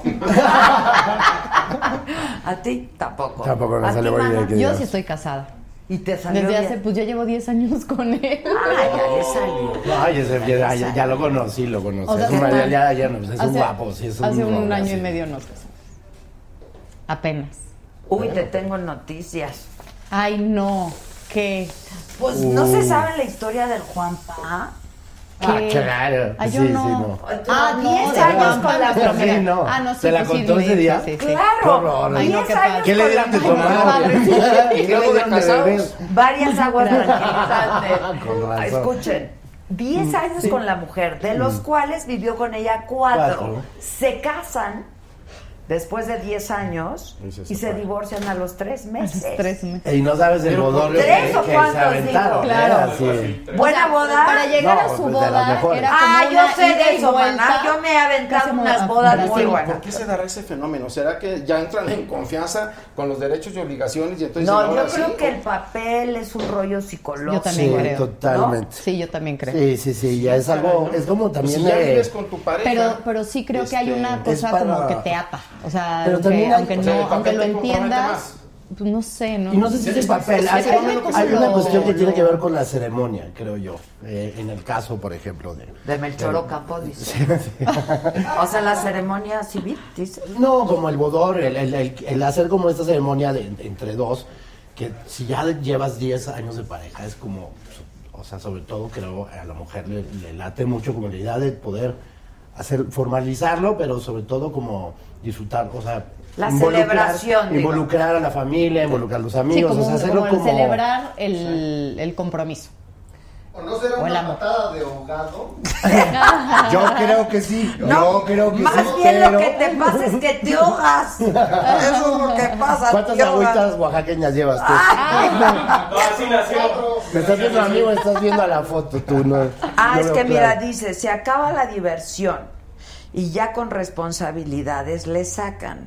a ti tampoco.
Tampoco me
¿A ti,
salió buena
mana?
idea que
Yo
digas.
sí estoy casada.
Y te salió
Desde
bien.
hace, pues yo llevo 10 años con él.
Ay, ya le salió.
Ay, ese, ya, ya- ya lo conocí, lo conocí.
O sea,
es un,
hace-
ya, ya, ya no, es un
hace-
guapo, sí, es un
Hace un
hombre,
año
sí.
y medio nos casamos. Apenas.
Uy, te tengo noticias.
Ay, no. ¿Qué?
Pues no se
Uh.
sabe la historia del Juanpa.
Ah, claro.
Ay, yo
sí,
no.
sí, no.
Ah,
No,
10
de
años
Juanpa.
con la
Sí,
bromera.
no.
Ah, no, sí,
¿Te la
pues sí,
contó
lo
ese
hice,
día?
sí, sí.
Qué
Claro.
horror.
Ay, no, qué padre.
¿Qué le dieron de tomar?
padre.
¿Y luego de
casados?
beber?
Varias aguas tranquilizantes.
Con razón.
Escuchen, 10 años con la mujer, de los cuales vivió con ella 4.
Cuatro.
Se casan después de 10 años
Y se
y se
separan.
divorcian a los 3 meses.
Tres meses.
Y no sabes el bodorrio que,
¿Tres o
que se
cuántos,
aventaron.
digo?
¿eh?
Claro.
Así.
Buena boda.
Para llegar a
No,
su
pues, de las
boda
mejores.
era como
Ah, yo
una
sé
ida
de
y
eso,
vuelta.
maná. Yo me he aventado
Casi mo-
unas
a
bodas
Brasil.
muy buenas.
¿Por qué se dará ese fenómeno? ¿Será que ya entran en confianza con los derechos y obligaciones y entonces
No,
ahora
yo creo
sí?
que el papel es un rollo psicológico.
Yo también
Sí,
creo.
totalmente.
¿no? Sí, yo también creo.
Sí, sí, sí, ya es algo, es como
Pues
también...
si ya
eh,
vives con tu pareja.
Pero, pero sí creo que hay
Este,
una
es
cosa
para-
como que te apa. O sea,
Pero
aunque,
también hay-
aunque
o
sea,
no,
el papel
aunque lo
te compromete
entiendas,
más.
pues no sé, ¿no?
Y no sé si es el papel. Hay,
Depende
hay
cómo
una
lo-
cuestión que tiene
lo-
que ver con la ceremonia, creo yo. Eh, en el caso, por ejemplo, de.
De Melchor Ocampo, dice. O sea, la ceremonia civil, dice.
No, como el bodor, el, el- el- el hacer como esta ceremonia de, de entre dos, que si ya llevas 10 años de pareja, es como. O sea, sobre todo creo a la mujer le, le late mucho como la idea de poder hacer formalizarlo, pero sobre todo como disfrutar, o sea.
La
involucrar-
celebración, digo.
Involucrar a la familia, involucrar a los
Sí,
amigos,
como,
o sea, hacerlo
como el
como.
celebrar el, el compromiso.
¿O no será
O el
una
amor.
patada de ahogado?
Yo creo que sí, yo creo que sí.
Más bien lo
pero-
que te pasa es que te ahogas. Eso es lo que pasa.
¿Cuántas
te ahogas.
agüitas oaxaqueñas llevas tú?
Ah,
No,
Ah,
así nació.
¿Me estás viendo a mí o estás viendo a la foto tú? No,
Ah,
no
es
veo
que mira,
claro.
dice, se acaba la diversión y ya con responsabilidades le sacan.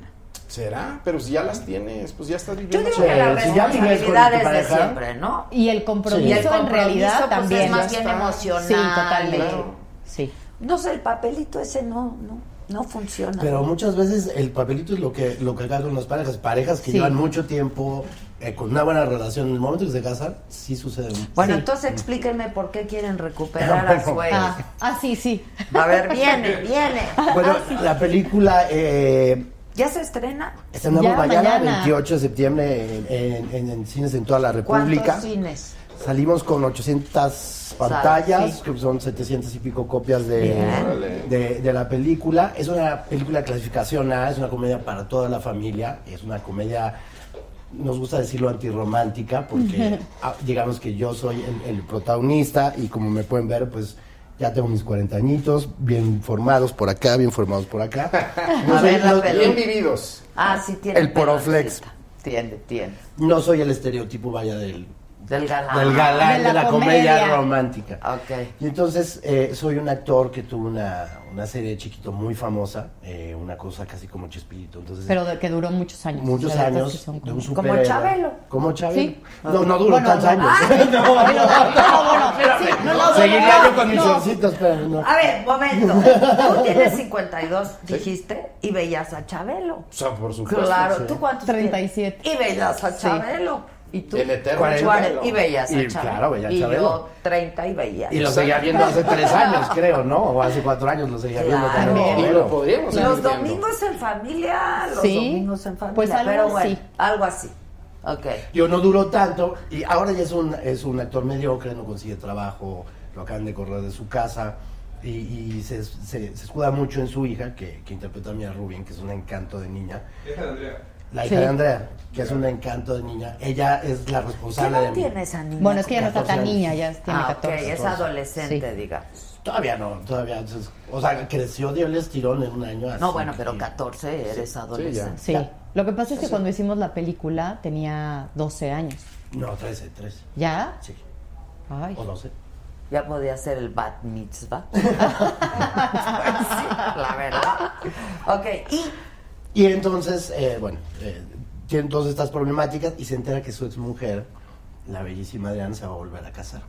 ¿Será? Pero si ya las tienes, pues ya estás
Yo
viviendo.
digo
Sí,
que la
si ya vives con tu
responsabilidad es de
pareja.
siempre, ¿no?
Y el compromiso,
Y el
en
compromiso,
realidad
pues,
también.
es más bien emocional.
Sí, totalmente.
Claro.
Sí.
No sé, el papelito ese no, no, no funciona.
Pero muchas veces el papelito es lo que, lo que acaba con las parejas. Parejas que
Sí.
llevan mucho tiempo eh, con una buena relación. En el momento que se casan, sí sucede.
bueno,
Sí.
entonces explíquenme por qué quieren recuperar a su ex.
Ah, ah, sí, sí.
A ver, viene, viene.
Bueno, la película eh,
¿Ya se estrena?
estrenamos
Ya,
mañana,
mañana.
28 de septiembre, en, en- en- en cines en toda la
¿Cuántos
República.
cines?
Salimos con 800 pantallas, que son 700 y pico copias de,
Bien.
Órale.
de, de la película. Es una película de clasificación A, es una comedia para toda la familia, es una comedia, nos gusta decirlo, antirromántica, porque ah, digamos que yo soy el, el protagonista y como me pueden ver, pues... Ya tengo mis 40 añitos, bien formados por acá, bien formados por acá. No
A
soy-
ver la
no-
peli.
Bien vividos.
Ah, sí tiene.
El Poroflex.
peloncita. Tiene, tiene.
no soy el estereotipo, vaya, del,
Del galán.
del galán
De
de
la
la, comedia
comedia.
romántica.
Ok.
Y entonces eh, soy un actor que tuvo una, una serie de chiquito muy famosa, eh, una cosa casi como Chespirito. Entonces,
Pero de- que duró muchos años.
muchos
La verdad
años
es que son
de un
como-
superhéroe. Como Chabelo.
Sí.
No, no duró
Bueno,
tantos
no.
años.
Ay,
No,
no,
no,
no, bueno,
espérame.
sí, no, no,
Seguiría
no,
yo con mis
no.
solcitos, pero no.
A ver, momento. Tú tienes 52, dijiste, y veías a Chabelo.
O sea, por supuesto.
Claro,
sí.
¿tú cuántos? 37. Y veías a
Sí.
Chabelo. Y tú,
El eterno Chabelo.
Y veías a
Y,
Chabelo.
claro, veía a
Y
Chabelo.
yo 30 y veía.
Y lo seguía viendo hace tres años, creo, ¿no? O hace cuatro años lo seguía viendo también.
Y lo podríamos seguir
Los
viendo.
domingos en familia, los
Sí,
domingos en familia.
pues algo
pero bueno,
así.
Algo así. Okay.
Yo no duró tanto y ahora ya es un, es un actor mediocre, no consigue trabajo, lo acaban de correr de su casa y, y se, se- se escuda mucho en su hija, que, que interpreta a Mia Rubin, que es un encanto de niña.
Deja de Andrea.
La hija
Sí.
de Andrea, que es un encanto de niña. Ella es la responsable de mí.
Bueno, es que ya no está tan
14
niña,
años.
ya tiene
Ah,
14.
ok, es adolescente,
digamos.
Todavía no, todavía. entonces, o sea, creció, dio el estirón en un año así.
No, bueno, pero
que-
14 eres
Ah, Sí, ya.
adolescente.
Sí. Lo que pasa es que cuando hicimos la película tenía 12 años.
No, 13, 13.
¿Ya?
Sí.
Ay.
O 12.
Ya podía ser el bat mitzvah. la verdad. Ok, y
Y entonces, eh, bueno, eh, tiene todas estas problemáticas y se entera que su exmujer, la bellísima Adriana, se va a volver a casar.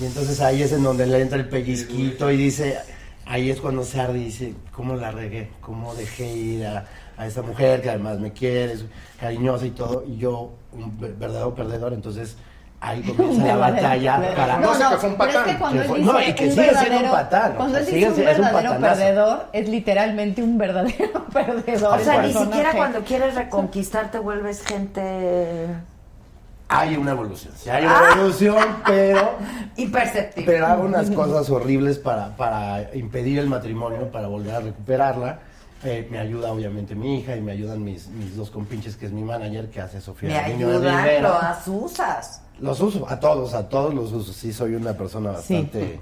Y entonces ahí es en donde le entra el pellizquito y dice, ahí es cuando se arde y dice, ¿cómo la regué? ¿Cómo dejé ir a, a esa mujer que además me quiere, es cariñosa y todo? Y yo, un ver- verdadero perdedor, entonces ahí comienza la batalla para...
No, no, pero es
patán.
que cuando
Que
él
fue-
dice
no, y que
un
sigue siendo un
verdadero-
patán. o
Cuando
sea,
él
sigue
dice un
siendo- es un
verdadero
patanazo.
perdedor, es literalmente un verdadero perdedor.
O sea,
el
ni siquiera
personaje.
cuando quieres reconquistar te vuelves gente
Hay una evolución, sí, hay
Ah.
una evolución, pero...
imperceptible.
Pero hago unas cosas horribles para, para impedir el matrimonio, para volver a recuperarla. Eh, me ayuda obviamente mi hija y me ayudan mis, mis dos compinches, que es mi manager, que hace Sofía.
Me
Niño de
ayudan,
Rivera.
lo asusas.
Los uso, a todos, a todos los uso. Sí, soy una persona bastante...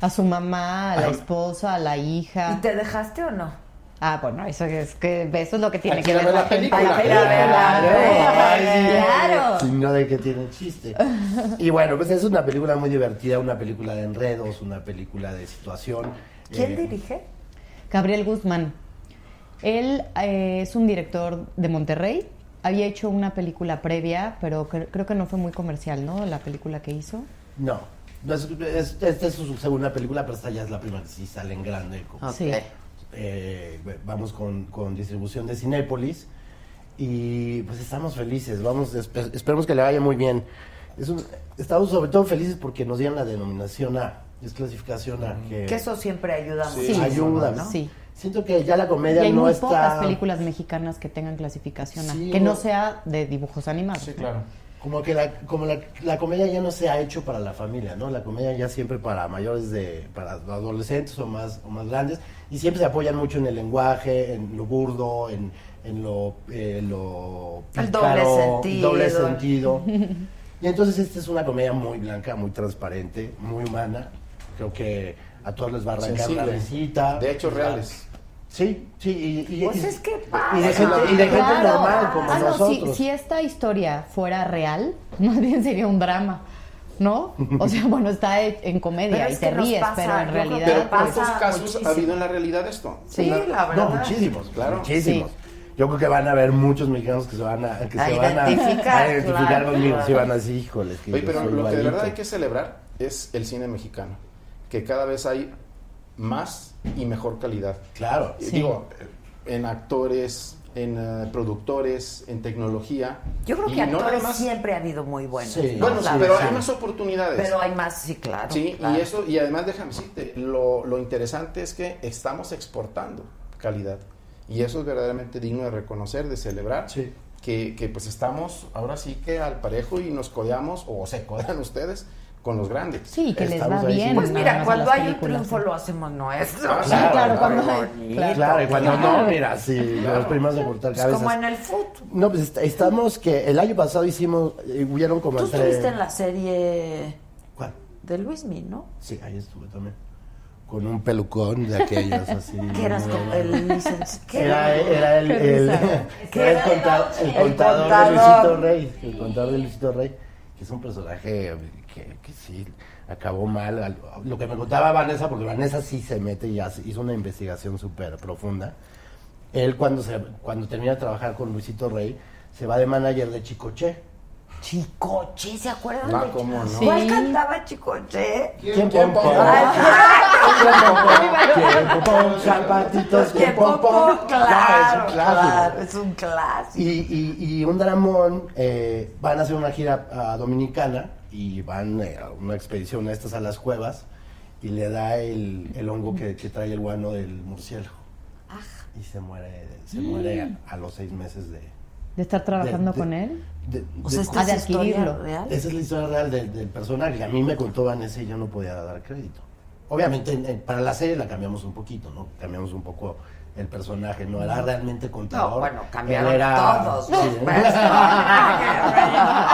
A su mamá, a la esposa, a la hija. ¿Y
te dejaste o no?
Ah, bueno, eso es que eso es lo que tiene
Aquí
que
la
ver
ve la
gente.
película.
Aquí la ve la-
Ay, sí.
Claro.
Si no de que tiene chiste. Y bueno, pues es una película muy divertida, una película de enredos, una película de situación. Eh,
¿Quién
dirige?
Gabriel Guzmán. Él eh, es un director de Monterrey. Había hecho una película previa, pero cre- creo que no fue muy comercial, ¿no? La película que hizo.
No. No es- es- esta es su segunda película, pero esta ya es la primera que sí sale en grande. como-
Ah, Ok. Sí.
Eh, vamos con, con distribución de Cinépolis y pues estamos felices. Vamos, espe- esperemos que le vaya muy bien. Es un- estamos sobre todo felices porque nos dieron la denominación A, es clasificación A. Que,
Que eso siempre ayuda
Sí,
mucho.
ayuda, ¿no?
Sí.
Siento que ya la
Y
comedia
hay
no
muy
está.
pocas películas mexicanas que tengan clasificación A,
Sí,
que no
no.
sea de dibujos animados. Sí,
claro. Como que la, como la, la comedia ya no se ha hecho para la familia, ¿no? La comedia ya siempre para mayores de, para adolescentes o más, o más grandes, y siempre se apoyan mucho en el lenguaje, en lo burdo, en, en lo, eh, lo
El doble
pícaro,
sentido.
doble sentido. Y entonces esta es una comedia muy blanca, muy transparente, muy humana. Creo que a todos les va a arrancar
Sensible.
la risita.
De hechos reales.
Sí, sí, y, y-
Pues
y-
es que
y de gente, y de gente
Claro.
normal como
Ah, no, si-
nosotros.
si, esta historia fuera real, más bien sería un drama, ¿no? O sea, bueno, está he- en comedia
Pero
y
es
te
que nos
ríes,
pasa,
pero en
yo creo que
realidad...
Pero
pues,
¿cuántos casos ha habido en la realidad esto?
Sí,
Una-
la
No,
verdad.
muchísimos,
Claro.
Muchísimos. Yo creo que van a haber muchos mexicanos que se van a, que
A
se van a-
identificar,
a identificar
claro.
conmigo. Si van a decir, híjoles, que
Oye,
yo
pero
soy
lo que de
igualito".
verdad hay que celebrar es el cine mexicano, que cada vez hay más y mejor calidad.
Claro.
Sí.
Digo, en actores, en eh, productores, en tecnología.
Yo creo
Y
que
no nada
actores
más-
siempre ha habido muy buenos. ¿no?
Bueno,
La
pero
verdad.
hay más oportunidades.
Pero hay más, sí, claro.
Sí,
claro.
y eso, y además déjame decirte, lo, lo interesante es que estamos exportando calidad. Y eso es verdaderamente digno de reconocer, de celebrar. Que, que, pues estamos ahora sí que al parejo y nos codeamos, o se codean ustedes, con los grandes.
Sí, que les
Estamos
va
ahí
bien,
sin-
Pues mira,
Mira, cuando hay un triunfo lo hacemos nuestro.
Ah, sí, Claro, claro,
cuando
claro.
Claro, y cuando no, mira, sí,
Claro.
los primeros de cortar
Es
cabezas.
como en el fútbol.
No, pues est- estamos que el año pasado hicimos, eh, hubieron como
Tú
entre-
estuviste en la serie
¿Cuál?
de Luismi, ¿no?
Sí, ahí estuve también. Con un pelucón de aquellos así.
Que eras como el licenci- ¿qué?
Era, era el,
Qué
el-
risa.
era el conta- el
El
contador, de
contador.
Luisito Rey. El contador de Luisito Rey, que es un personaje que, que sí. acabó mal. Al- Lo que me contaba Vanessa, porque Vanessa sí se mete y hace- hizo una investigación súper profunda. Él cuando, se, cuando termina de trabajar con Luisito Rey, se va de manager de Chicoche.
Chicoche, ¿se acuerdan?
Ah,
de
cómo no.
¿Cuál
Sí.
cantaba Chicoche?
¿Quién pompó? ¿Quién pompó? Zapatitos, ¿quién pompó?
Claro,
es un clásico.
claro, es un clásico.
Y, y- y un dramón, eh, van a hacer una gira a dominicana y van eh, a una expedición a estas a las cuevas y le da el, el hongo que, que trae el guano del murciélago.
Ah.
Y se muere, se muere
Mm.
a, a los seis meses de...
¿De estar trabajando
de-
con él?
de-
O sea,
de-
¿esta Ah, de es historia adquirirlo. real?
Esa es la historia real del, del personaje. A mí me contó Vanessa y yo no podía dar crédito. Obviamente, en- en- para la serie la cambiamos un poquito, ¿no? Cambiamos un poco el personaje. No era realmente contador.
No, bueno,
Él
cambiaron
era-
todos
Sí.
los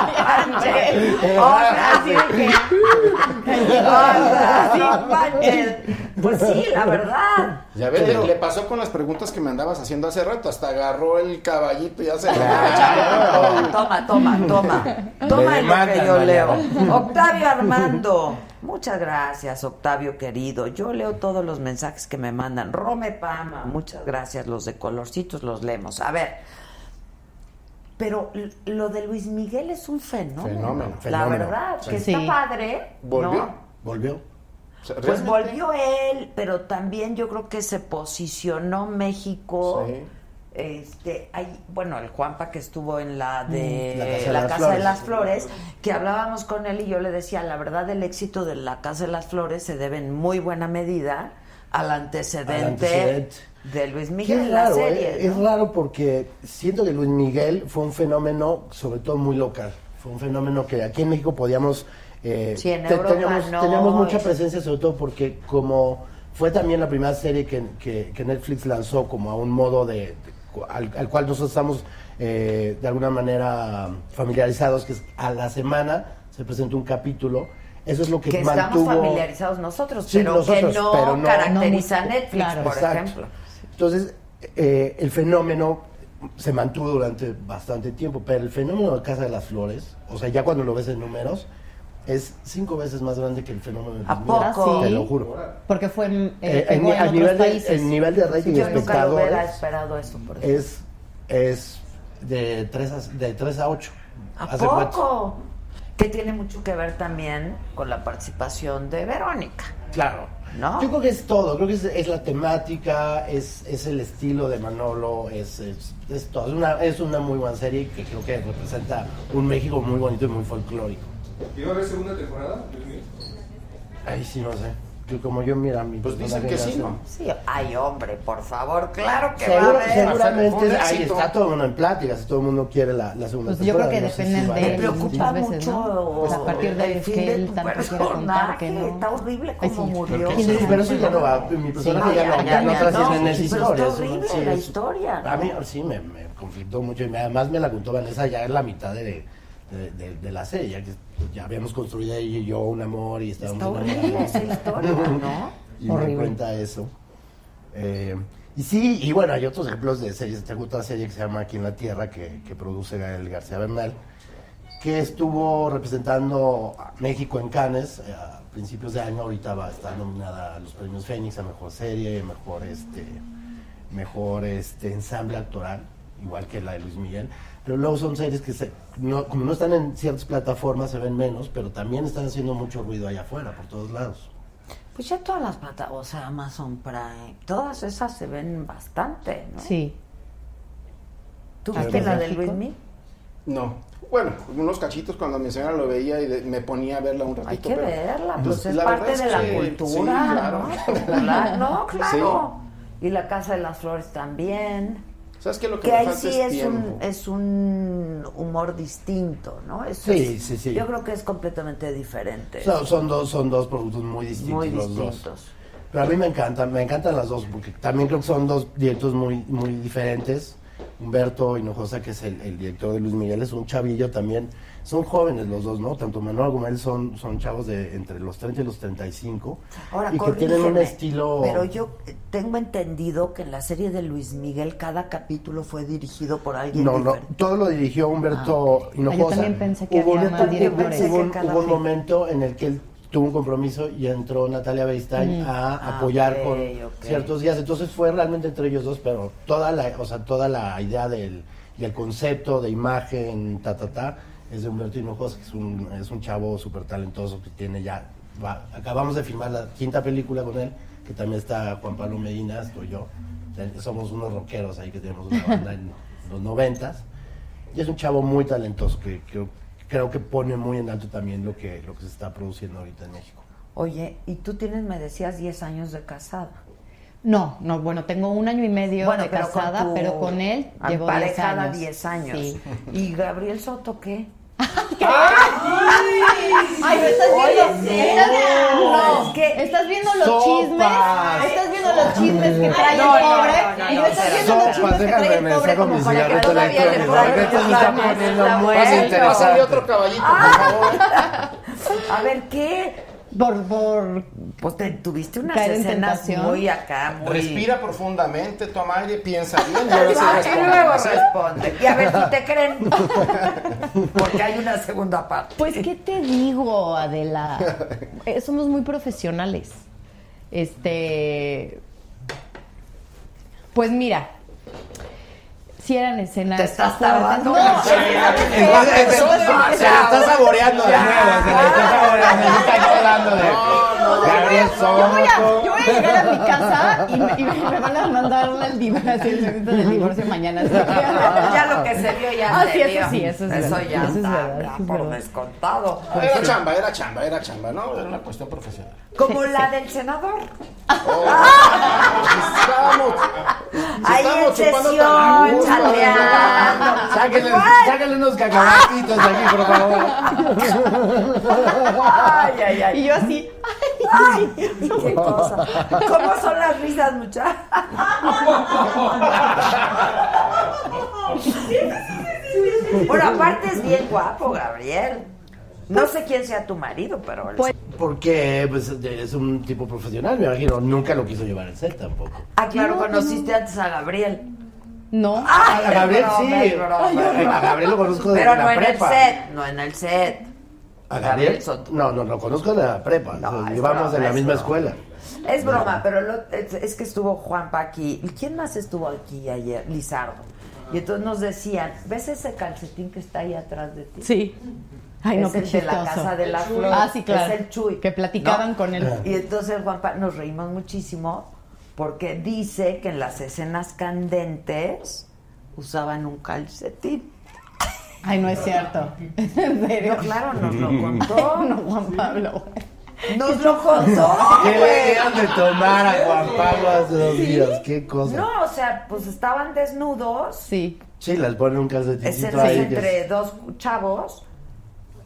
personajes.
Era-
Ahora sí que- Ahora sí, manches. Pues sí, la verdad.
Ya ves,
Pero-
le, le pasó con las preguntas que me andabas haciendo hace rato. Hasta agarró el caballito y ya se
Toma, toma, toma. Toma
Me
lo que
demandan,
yo leo.
Mariana.
Octavio Armando. Muchas gracias, Octavio querido. Yo leo todos los mensajes que me mandan. Rome Pama, muchas gracias. Los de colorcitos los leemos. A ver. Pero l- lo de Luis Miguel es un fenómeno.
Fenómeno,
La
fenómeno.
verdad, que
Sí.
está padre. ¿no?
Volvió. Volvió.
Pues volvió él, pero también yo creo que se posicionó México. Este, hay, bueno, el Juanpa que estuvo en la de
Mm.
la Casa, de, las Flores, que hablábamos con él y yo le decía, la verdad el éxito de la Casa de las Flores se debe en muy buena medida al antecedente,
Al antecedente.
de Luis
Qué
Miguel en la
raro,
serie.
¿eh? Es raro porque siento que Luis Miguel fue un fenómeno, sobre todo muy local. Fue un fenómeno que aquí en México podíamos. eh,
Sí, en
te-
Europa
teníamos,
no,
teníamos mucha
es-
presencia, sobre todo porque, como fue también la primera serie que, que- que Netflix lanzó, como a un modo de. de- al, al cual nosotros estamos eh, de alguna manera familiarizados, que es a la semana se presenta un capítulo. Eso es lo que,
que
mantuvo.
estamos familiarizados nosotros,
Sí,
pero
nosotros,
que no,
pero no-
caracteriza a
no-
Netflix,
claro.
por
Exacto.
ejemplo.
Entonces, eh, el fenómeno se mantuvo durante bastante tiempo, pero el fenómeno de Casa de las Flores, o sea, ya cuando lo ves en números, es cinco veces más grande que el fenómeno de
¿A
Luis Miguel,
poco?
Te
Sí.
lo juro.
Porque fue en, eh,
Eh,
pegó
ni-
en
al
otros
nivel de-
países.
el nivel de rating
Sí,
y
yo nunca lo hubiera
espectadores Eh,
esperado eso, por ejemplo.
es, es de 3 a, de tres a 8.
¿A poco? Que tiene mucho que ver también con la participación de Verónica.
Claro.
¿No?
Ah.
Yo creo que es todo, creo que es, es la temática, es, es el estilo de Manolo, es, es, es todo. Es una, es una muy buena serie que creo que representa un México muy bonito y muy folclórico.
¿Iba a haber segunda temporada? Dios mío.
Ahí sí, no sé. Yo como yo mira mi Pues
dicen que sí, ¿no?
Sí, ay hombre, por favor, claro que
Seguro-
va a haber.
Seguramente ahí está todo el mundo en plática, si todo el mundo quiere la, la segunda
Pues yo
temporada.
creo que
no sé
dependen
si va a
de
haber.
él Me muchas preocupa veces, ¿no? mucho Pues a partir de
el fin de tu
personaje, está horrible
Pues
como murió.
Sí, pero eso ya no va. Mi personaje
Sí,
ya,
ya,
no,
ya,
ya no
ya,
trasciende
no,
en
sí,
esa
pero está
historia.
horrible
eso no- sí,
la
es-
historia,
A mí
¿no?
sí me, me conflictó mucho y me- además me la contó Vanessa ya en la mitad de, de, de- de la serie, ya que ya habíamos construido ella y yo un amor y estábamos
Está horrible
enamorados.
esa historia, ¿no?
Y
Horrible.
me cuenta eso. Eh, y sí, y bueno, hay otros ejemplos de series. Tengo otra serie que se llama Aquí en la Tierra que, que produce Gael García Bernal que estuvo representando a México en Cannes eh, a principios de año, ahorita va a estar nominada a los premios Fénix a mejor serie, mejor este mejor este ensamble actoral, igual que la de Luis Miguel, pero luego son series que se- no- como no están en ciertas plataformas se ven menos, pero también están haciendo mucho ruido allá afuera por todos lados.
Pues ya todas las patas, o sea, Amazon Prime, todas esas se ven bastante, ¿no?
Sí.
¿Tú
Pero
viste
en
la de
México-
Luis Miguel?
No. Bueno, unos cachitos cuando mi señora lo veía y de- me ponía a verla un ratito.
Hay que
pero-
verla, pues es
La verdad
parte de
que
la
sí,
cultura,
sí, claro.
¿no? Popular, ¿no? Claro. Y la Casa de las Flores también.
¿Sabes qué? Lo que
que
me
ahí
falta
sí
es
es un,
tiempo.
es un humor distinto, ¿no? Eso
Sí,
es-
sí, sí.
Yo creo que es completamente diferente.
Son, son dos son dos productos muy distintos
Eh, Muy
los
distintos.
dos. Pero a mí me encantan, me encantan las dos porque también creo que son dos directos muy muy diferentes. Humberto Hinojosa, que es el, el director de Luis Miguel, es un chavillo también. Son jóvenes los dos, ¿no? Tanto Manuel como él son, son chavos de entre los 30 y los 35.
Ahora,
y que tienen un
corrígeme,
estilo...
Pero yo eh, tengo entendido que en la serie de Luis Miguel cada capítulo fue dirigido por alguien
No, no,
diferente.
todo lo dirigió Humberto
Ah, ok.
Hinojosa.
Ah, yo también pensé que
Hubo
había
un-
más
hubo-
directores.
hubo un-
Pensé que cada
hubo un
fin.
momento en el que él tuvo un compromiso y entró Natalia Beistain
Mm.
a
Ah,
apoyar
ok,
con
ok.
ciertos días. Entonces fue realmente entre ellos dos, pero toda la, o sea, toda la idea del, del concepto, de imagen, ta, ta, ta, es de Humberto Hinojosa, que es un, es un chavo súper talentoso que tiene ya. va- acabamos de filmar la quinta película con él, que también está Juan Pablo Medina, estoy yo. Ten- Somos unos rockeros ahí que tenemos una banda en los noventas. Y es un chavo muy talentoso que, que creo que pone muy en alto también lo que, lo que se está produciendo ahorita en México.
Oye, y tú tienes, me decías, 10 años de casada.
No, no, bueno, tengo un año y medio
Bueno,
de
pero con
casada,
tu
pero con él llevo 10
emparejada
años.
10 años.
Sí.
¿Y Gabriel Soto qué?
Ay, ¿me estás viendo?
Oye,
¿Estás
no,
viendo? No,
es que-
¿Estás viendo los
Sopas.
chismes? ¿Estás viendo los chismes que trae
No,
el
no,
pobre?
no, no,
¿Y
no,
me estás
no,
viendo
no,
los chismes que trae el pobre
con
como
mi
para que
cigarrito
todavía le
electrónico.
pueda
Ahorita se me está
reclamar?
poniendo muy
Pásale,
interesante.
pásale
otro caballito,
A ver, ¿qué?
Por, por...
Pues te tuviste unas
Caer en
escenas
tentación.
muy acá, muy...
Respira profundamente, toma aire, piensa bien.
Y luego
sí responde.
responde. Y a ver si te creen. Porque hay una segunda parte.
Pues, ¿qué te digo, Adela? Eh, somos muy profesionales. Este. Pues mira. Si eran escenas.
Te estás
fuertes.
tardando
No,
mucho.
es que ¿sabes qué?
Entonces, se- se-
Entonces,
se le está saboreando de
Ya.
nuevo, se le está
Ah,
saboreando, se está colando de- Gabriel
Yo voy, a,
Soto.
yo voy a llegar a mi casa y, me- y me me van a mandar el divorcio, el certificado del divorcio mañana. así que-
Ya lo que se vio ya
Ah,
se
sí, eso
vio.
sí, eso es verdad,
ya
eso es
está,
verdad,
ya
eso es
por
verdad.
descontado.
Era chamba, era chamba, era chamba, ¿no? Era una cuestión profesional.
Como la del senador.
Estábamos,
Ahí en
estábamos chupando
sesión,
tan a gusto,
chaleando.
Sáquenle,
Igual.
sáquenle unos cacahuatitos de aquí, por favor.
Ay, ay, ay.
Y yo así.
Ay, qué cosa. ¿Cómo son las risas, muchachos? Bueno, aparte es bien guapo, Gabriel. No sé quién sea tu marido, pero... él-
Porque pues, de- es un tipo profesional, me imagino. Nunca lo quiso llevar al set tampoco.
Ah, claro, conociste antes a Gabriel.
No.
Ah,
A Gabriel
es broma,
sí.
es broma, es
A-
broma.
A Gabriel lo conozco de
Pero
la
no en el
prepa.
set, no en el set.
¿A Gabriel? No, no, lo conozco de la prepa. Nos
es
llevamos
broma,
en la
es
misma
broma.
escuela.
Es broma, pero lo- es, es que estuvo Juanpa aquí. ¿Y quién más estuvo aquí ayer? Lizardo. Y entonces nos decían, ¿ves ese calcetín que está ahí atrás de ti?
Sí. Ay, no,
es
qué
el de la
chistoso.
casa de la
El Chuy.
flor.
Ah, sí, claro.
Es el Chuy.
Que platicaban
¿no?
con él.
Y entonces Juanpa, nos reímos muchísimo porque dice que en las escenas candentes usaban un calcetín.
Ay, no es cierto. En serio.
No, claro, nos lo contó.
Ay, no, Juan Pablo.
Nos lo contó.
¿Qué le
güey.
dieron de tomar a Juan Pablo hace dos días? ¿Qué cosa?
No, o sea, pues estaban desnudos.
Sí.
Sí, les ponen un
Ese
calcetincito
es
ahí. que
entre
es-
dos chavos,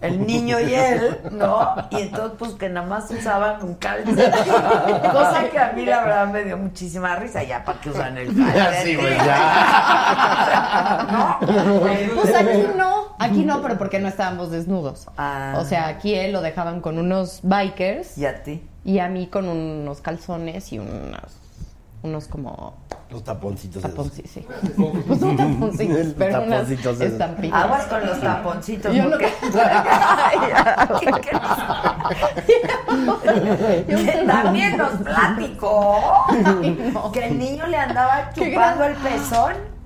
el niño y él, ¿no? Y entonces, pues que nada más usaban un calcetín. Cosa que a mí, la verdad, me dio muchísima risa. Ya, ¿para qué usan el
Ya,
calcetín?
sí, pues, güey, ya.
Pues aquí no, aquí no, pero porque no estábamos desnudos.
Ah.
O sea, aquí él lo dejaban con unos bikers
Y a ti.
y a mí con unos calzones y unos, unos como
Los taponcitos. esos.
taponcitos, sí. Pues no taponcitos, pero unas
Taponcitos esos.
estampitas.
Aguas con los taponcitos.
Yo no-
porque- Ay, ay, que- que también nos platicó que el niño le andaba
Qué
chupando
gran-
el pezón.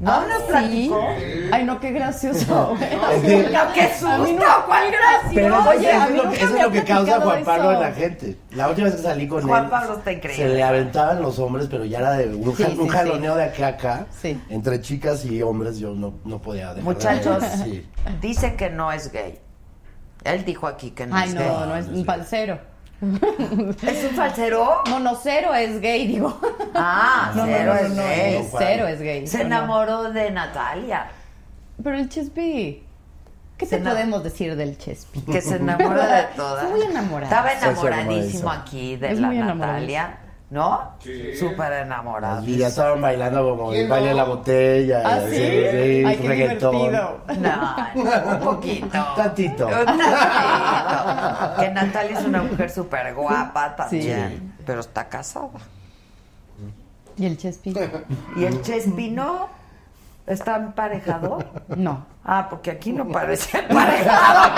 ¿No
Ah,
nos
sí.
platicó?
Ay, no, qué gracioso. güey.
Es que-
No, qué
A mí
susto,
no-
cuál gracioso.
Pero eso,
Oye,
eso
a
es
mí
lo
nunca
que, eso
me
es
han
lo que causa
platicado
Juan Pablo en
eso.
la gente. La última vez que salí con
Juan
él,
Pablo está increíble.
se le aventaban los hombres, pero ya era de un,
Sí,
ja-
sí,
un
sí.
jaloneo de acá a acá.
Sí.
Entre chicas y hombres yo no, no podía dejar.
Muchachos,
de- sí.
dice que no es gay. Él dijo aquí que no
Ay,
es
no,
gay.
Este, no es un falsero.
¿Es un falsero?
No, no, cero es gay, digo.
Ah,
No, no,
cero
no,
es
no,
gay.
no, cero es gay.
Se
No, no.
enamoró de Natalia.
Pero el Chespi. ¿Qué
Se
te
na-
podemos decir del Chespi?
Que se enamoró de todas.
Está muy enamorado.
Estaba
Está
enamoradísimo
enamoradizo.
aquí de
Es
la
muy enamoradizo.
Natalia, ¿no?
Sí.
Súper
Las
enamorado.
villas estaban bailando como el
¿Quién no?
baile de la botella.
¿Ah,
y-
sí?
sí,
Ay, qué
reggaetón.
divertido.
No, no, un poquito.
Tantito.
Un tantito. Que Natalia es una mujer súper guapa también. Pero está casada.
¿Y el Chespi?
Y el Chespi no. ¿Está emparejado?
No.
Ah, porque aquí no parece emparejado.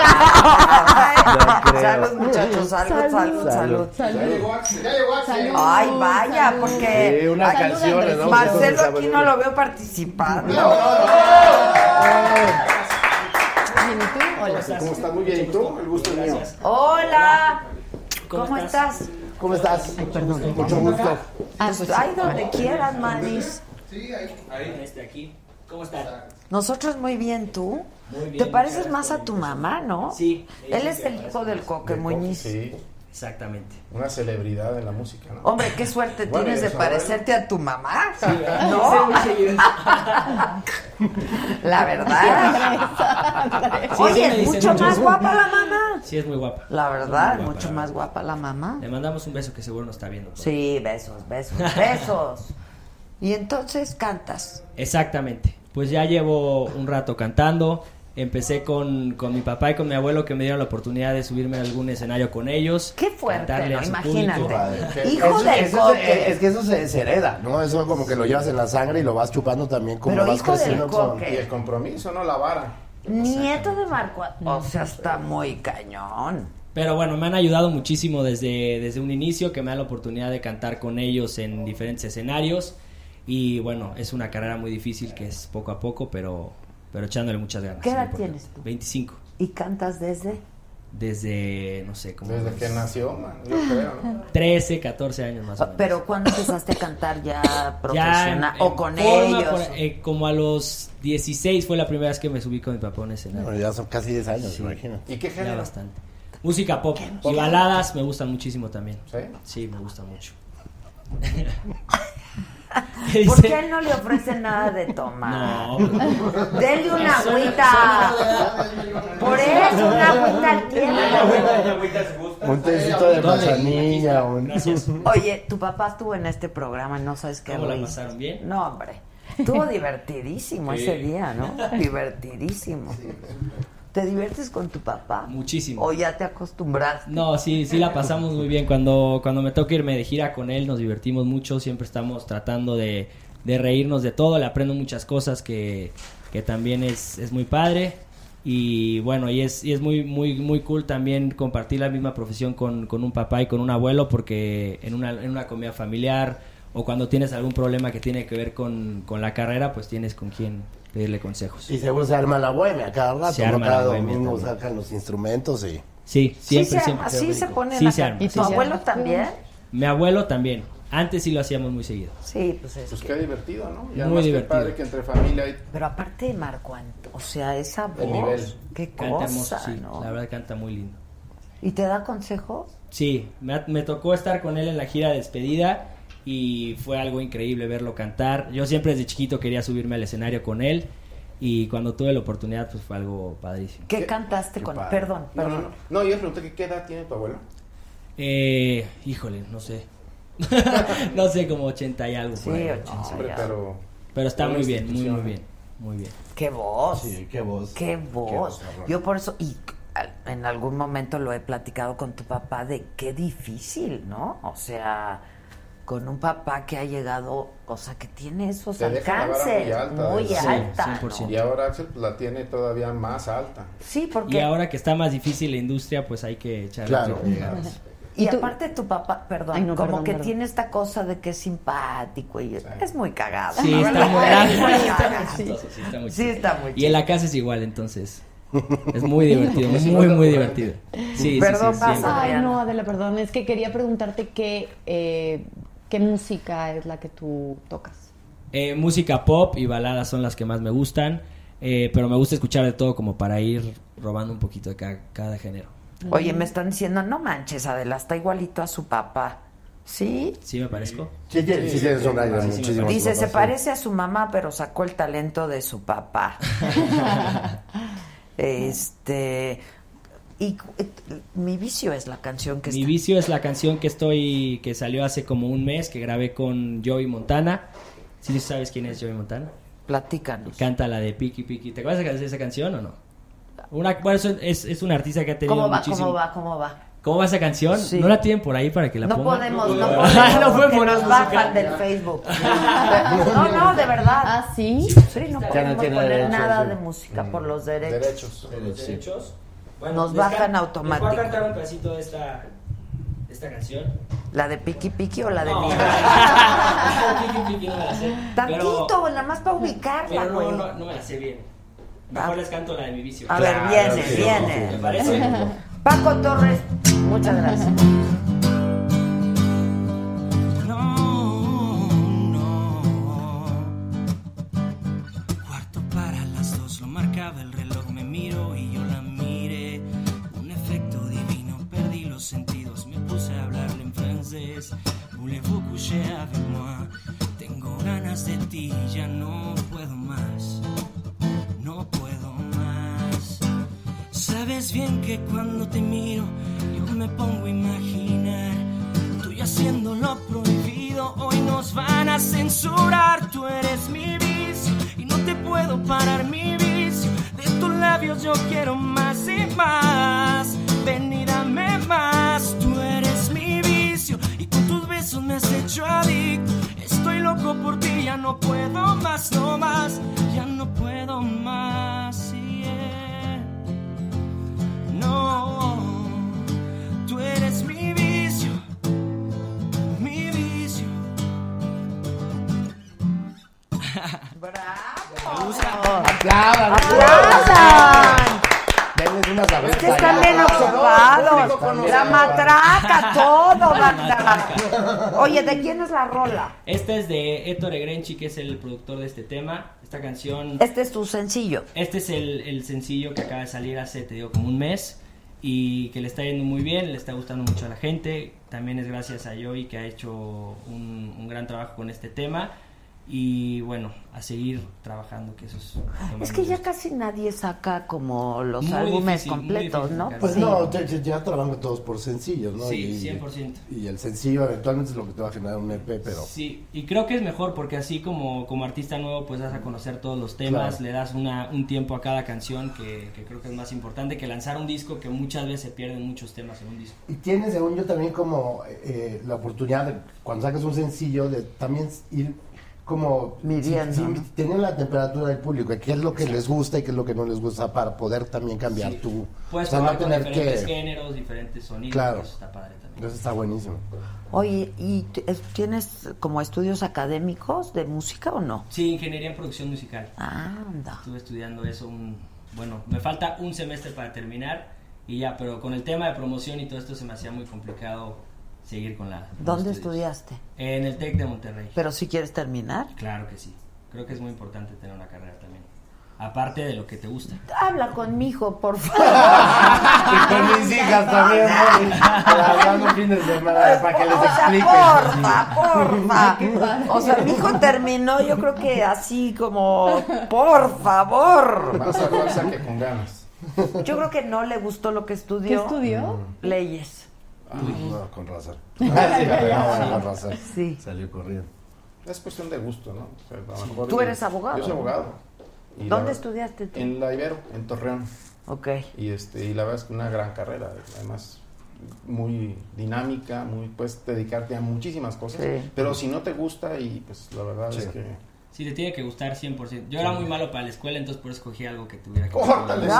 Salud, muchachos, salud, salud, salud.
Ya llegó Axel. Ya llegó Axel.
Ay, vaya, porque
Eh,
Sí, unas
Ay,
canciones, ¿no?
Marcelo
Entonces,
aquí
está
no
bueno.
lo veo participando.
¿Cómo estás? Muy bien. ¿Y tú? El gusto es mío.
Hola. ¿Cómo estás? Pues,
¿Cómo estás? Ay, perdón. Mucho gusto.
Ay, donde quieras, Manis.
Sí, ahí. Ahí. Este aquí. ¿Cómo estás?
Nosotros muy bien, ¿tú?
Muy
Te
bien,
pareces
muchas
más a tu mamá, ¿no?
Sí, ella
Él
sí
es
se
el
parece
hijo del Coque
Del
Muñiz.
Sí.
Exactamente.
Una celebridad en la música, ¿no?
Hombre, qué suerte
Bueno,
tienes de
eso, a ver.
parecerte a tu mamá.
Sí, ¿verdad?
¿No? La verdad.
Sí, sí me
Oye, es
dicen
mucho
mucho.
más guapa la mamá.
Sí, es muy guapa.
La verdad,
Muy guapa,
mucho
la
más
verdad.
guapa la mamá.
Le mandamos un beso que seguro nos está viendo.
Sí, besos, besos, besos. Y entonces cantas.
Exactamente. Pues ya llevo un rato cantando. Empecé con, con mi papá y con mi abuelo que me dieron la oportunidad de subirme a algún escenario con ellos. Qué fuerte,
Eso- eso se- es, es que eso se, se hereda, ¿no? Eso como que lo llevas en la sangre y lo vas chupando también como
Pero
vas
hijo del
creciendo con-
coque. Y el
compromiso, ¿no? La vara.
Nieto de Marco. O sea, está muy cañón.
Pero bueno, me han ayudado muchísimo desde, desde un inicio, que me da la oportunidad de cantar con ellos en diferentes escenarios. Y bueno, es una carrera muy difícil que es poco a poco, pero, pero echándole muchas ganas.
¿Qué
es lo
edad
importante.
tienes tú?
25.
¿Y cantas desde?
Desde, no sé, como...
Desde
los
que nació, man, yo creo, ¿no?
13, 14 años más o menos.
Pero ¿cuándo empezaste a cantar ya
Ya en-
profesional? o
en
con
forma,
ellos.
por- eh, como a los 16 fue la primera vez que me subí con mi papá en escenario.
Bueno, ya son casi 10 años, imagino.
¿Y qué
Ya
género?
bastante. Música pop y baladas me gustan muchísimo también. ¿Sí? me gusta mucho.
¿Por qué él no le ofrece nada de tomar?
No.
Denle una
Eso-
agüita. Por eso, una agüita al tiempo.
Un tecito de manzanilla, un...
Oye, tu papá estuvo en este programa, no sabes qué
¿Cómo la
risa.
pasaron bien?
No, hombre. Estuvo divertidísimo
Sí.
ese día, ¿no? Divertidísimo. ¿Te diviertes con tu papá?
Muchísimo.
¿O ya te acostumbraste?
No, sí, sí la pasamos muy bien. Cuando, cuando me toca irme de gira con él, nos divertimos mucho. Siempre estamos tratando de, de reírnos de todo. Le aprendo muchas cosas que, que también es, es muy padre. Y bueno, y es, y es muy, muy, muy cool también compartir la misma profesión con, con un papá y con un abuelo, porque en una, en una comida familiar o cuando tienes algún problema que tiene que ver con, con la carrera, pues tienes con quién pedirle consejos.
Y seguro se arma la bohemia cada rato,
Se
¿no?
arma la
cada
bohemia
domingo
también.
sacan los instrumentos y...
Sí, siempre,
sí se,
siempre.
arma, sí se ponen
Sí
a
se
cantar.
arma.
¿Y
sí
tu
se
abuelo
arma.
también?
Mi abuelo también. Antes sí lo hacíamos muy seguido.
Sí, pues es
Pues
que-
qué divertido, ¿no?
Muy
Y además qué
divertido.
padre que entre familia y...
Pero aparte de Marco Antonio, o sea, esa voz,
El nivel.
qué
Canta hermoso,
cosa,
sí.
¿no?
La verdad canta muy lindo.
¿Y te da consejos?
Sí, me, ha- me tocó estar con él en la gira de despedida y fue algo increíble verlo cantar. Yo siempre desde chiquito quería subirme al escenario con él y cuando tuve la oportunidad pues fue algo padrísimo.
¿Qué, cantaste con
padre.
Perdón,
No, no,
perdón.
no. No, yo le pregunté que qué edad tiene tu abuelo.
Eh, híjole, no sé. no sé, como 80 y algo. por
Sí,
ahí.
80
Ah,
y Hombre, algo. pero-
Pero está
una
muy bien, muy, muy
institución.
bien. Muy bien.
Qué voz.
Sí, qué voz.
Qué voz.
voz, cabrón.
Yo por eso, y al- en algún momento lo he platicado con tu papá de qué difícil, ¿no? O sea, con un papá que ha llegado, o sea, que tiene esos
Te deja la vara muy
alcances
alta.
muy
¿verdad?
alta, ¿no?
Y ahora Axel pues, la tiene todavía más alta.
Sí,
Y
porque...
ahora que está más difícil la industria, pues hay que echarle
Claro,
otro.
claro.
Y, aparte tu papá, perdón,
Ay, no,
como
perdón,
que
perdón.
tiene esta cosa de que es simpático y es muy cagado.
Sí,
¿no?
está muy
muy
grande.
cagado.
Sí, está muy
Sí,
chistoso.
está muy
Y en la casa es igual, entonces. Es muy divertido, muy, muy divertido. Sí, sí, sí, siempre.
Ay, no, Adela, perdón. Es que quería preguntarte qué, eh, qué música es la que tú tocas.
Eh, música pop y baladas son las que más me gustan. eh, pero me gusta escuchar de todo como para ir robando un poquito de ca- cada género.
Oye, me están diciendo, no manches, Adela, está igualito a su papá. ¿Sí?
¿Sí me parezco?
Sí, sí, sí, tienes un aire muchísimo.
Sí, sí me parezco.
Dice, se parece a su mamá, pero sacó el talento de su papá. este. Y cu- et- mi vicio es la canción que
Mi
está.
vicio es la canción que estoy que salió hace como un mes que grabé con Joey Montana. Si ¿Sí sabes quién es Joey Montana.
Platícanos.
Canta la de Piki Piki. ¿Te acuerdas de esa canción o no? Una, bueno, es, es- es un artista que ha tenido
¿Cómo va?
muchísimo.
¿Cómo va? ¿Cómo va?
¿Cómo va esa canción? No la tienen por ahí para que la
No
pongan.
podemos, no
Ah,
podemos.
no fue
porque
por
nos
eso.
bajan del Facebook. No, no, de verdad. ¿Ah, sí? Sí, no
Ya no
podemos
tiene
poner
derechos,
nada
sí.
de música por los derechos.
Derechos.
Derechos.
Nos
les ca-
bajan
les
automático.
voy a cantar un pedacito de esta, de esta canción.
¿La de Piqui Piqui o la de
No.
Piqui?
Piqui Piqui no me la sé,
Tantito,
pero-
nada más para ubicarla,
Pero
güey. Ah.
no, no, no me la sé bien. Mejor les canto la de mi vicio.
A ver, viene, viene.
¿Te parece?
Paco Torres, muchas gracias.
para las dos lo marcaba el reloj, me miro y yo la
Eh,
miré. Un efecto divino, perdí los sentidos, me puse a hablarle en francés. Voulez-vous coucher avec moi? Tengo ganas de ti, ya no puedo más. No puedo más. Sabes bien que cuando te miro, yo me pongo a imaginar. Estoy haciendo lo prohibido, hoy nos van a censurar. Tú eres mi vicio y no te puedo parar mi vicio. De tus labios yo quiero más y más. Ven y dame más, tú eres mi vicio y con tus besos me has hecho adicto. Estoy loco por ti, ya no puedo más, no más, ya no puedo más. yeah. No, tú eres mi vicio, mi vicio.
¡Aplaudan!
¡Aplaudan!
Denles unas abejas.
Ustedes están bien ocupados. La matraca, todo,
La
banda.
matraca.
Oye, ¿de quién es la rola?
Esta es de Héctor Egrenchi, que es el productor de este tema. Esta canción.
Este es tu sencillo.
Este es el, el sencillo que acaba de salir hace, te digo, como un mes y que le está yendo muy bien, le está gustando mucho a la gente. También es gracias a Joey que ha hecho un, un gran trabajo con este tema y bueno, a seguir trabajando, que eso es... lo más
Es que
me
ya casi nadie saca como los
Muy
álbumes
difícil, muy
completos,
difícil
¿no?
sacar.
Pues
Sí.
no, te- te- ya trabajan todos por sencillos, ¿no?
Sí,
Y-
100%.
Y el sencillo eventualmente es lo que te va a generar un EP, pero...
Sí, y creo que es mejor porque así como, como artista nuevo pues das a conocer todos los temas,
Claro.
le das una, un tiempo a cada canción que, que creo que es más importante que lanzar un disco que muchas veces se pierden muchos temas en un disco.
Y tienes, según yo, también como eh, la oportunidad de, cuando sacas un sencillo, de también ir como
Midiendo, ¿no?
tener la temperatura del público, qué es lo que les gusta y qué es lo que no les gusta para poder también cambiar
Sí.
tú.
Puedes
o sea, no
tocar con
tener
diferentes
que...
géneros, diferentes sonidos,
Claro.
eso está padre también.
Entonces está buenísimo.
Oye, ¿y t- es- tienes como estudios académicos de música o no? Ah,
Sí, ingeniería en producción musical.
Anda.
Estuve estudiando eso un... Bueno, me falta un semestre para terminar y ya, pero con el tema de promoción y todo esto se me hacía muy complicado seguir con la... con
¿Dónde
los estudios.
estudiaste?
En el TEC de Monterrey.
Pero si quieres terminar.
Claro que sí. Creo que es muy importante tener una carrera también. Aparte de lo que te gusta.
Habla con mi hijo, por favor.
Y con mis hijas también, hablando fines de semana para que les explique.
Pues, Porfa, porfa. O sea, mi hijo terminó, yo creo que así como, por favor.
Más a fuerza que con ganas.
Yo creo que no le gustó lo que estudió.
¿Qué estudió?
Leyes.
Ay, no, Ah, con razón.
Sí.
No, con razón.
Sí.
Salió corriendo.
Mm. Es cuestión de gusto, ¿no? O sea, a lo mejor
Tú
yo-
eres abogado.
Yo soy abogado. Y la
¿Dónde
verdad-
estudiaste tú?
En la Ibero, en Torreón.
Ok.
Y, este, y la verdad es que una gran carrera, además muy dinámica, muy puedes dedicarte a muchísimas cosas,
Sí.
pero si no te gusta y pues la verdad es que
Sí, te tiene que gustar 100%. Yo era muy malo para la escuela, entonces por eso escogí algo que tuviera que...
¡Córtale,
Yo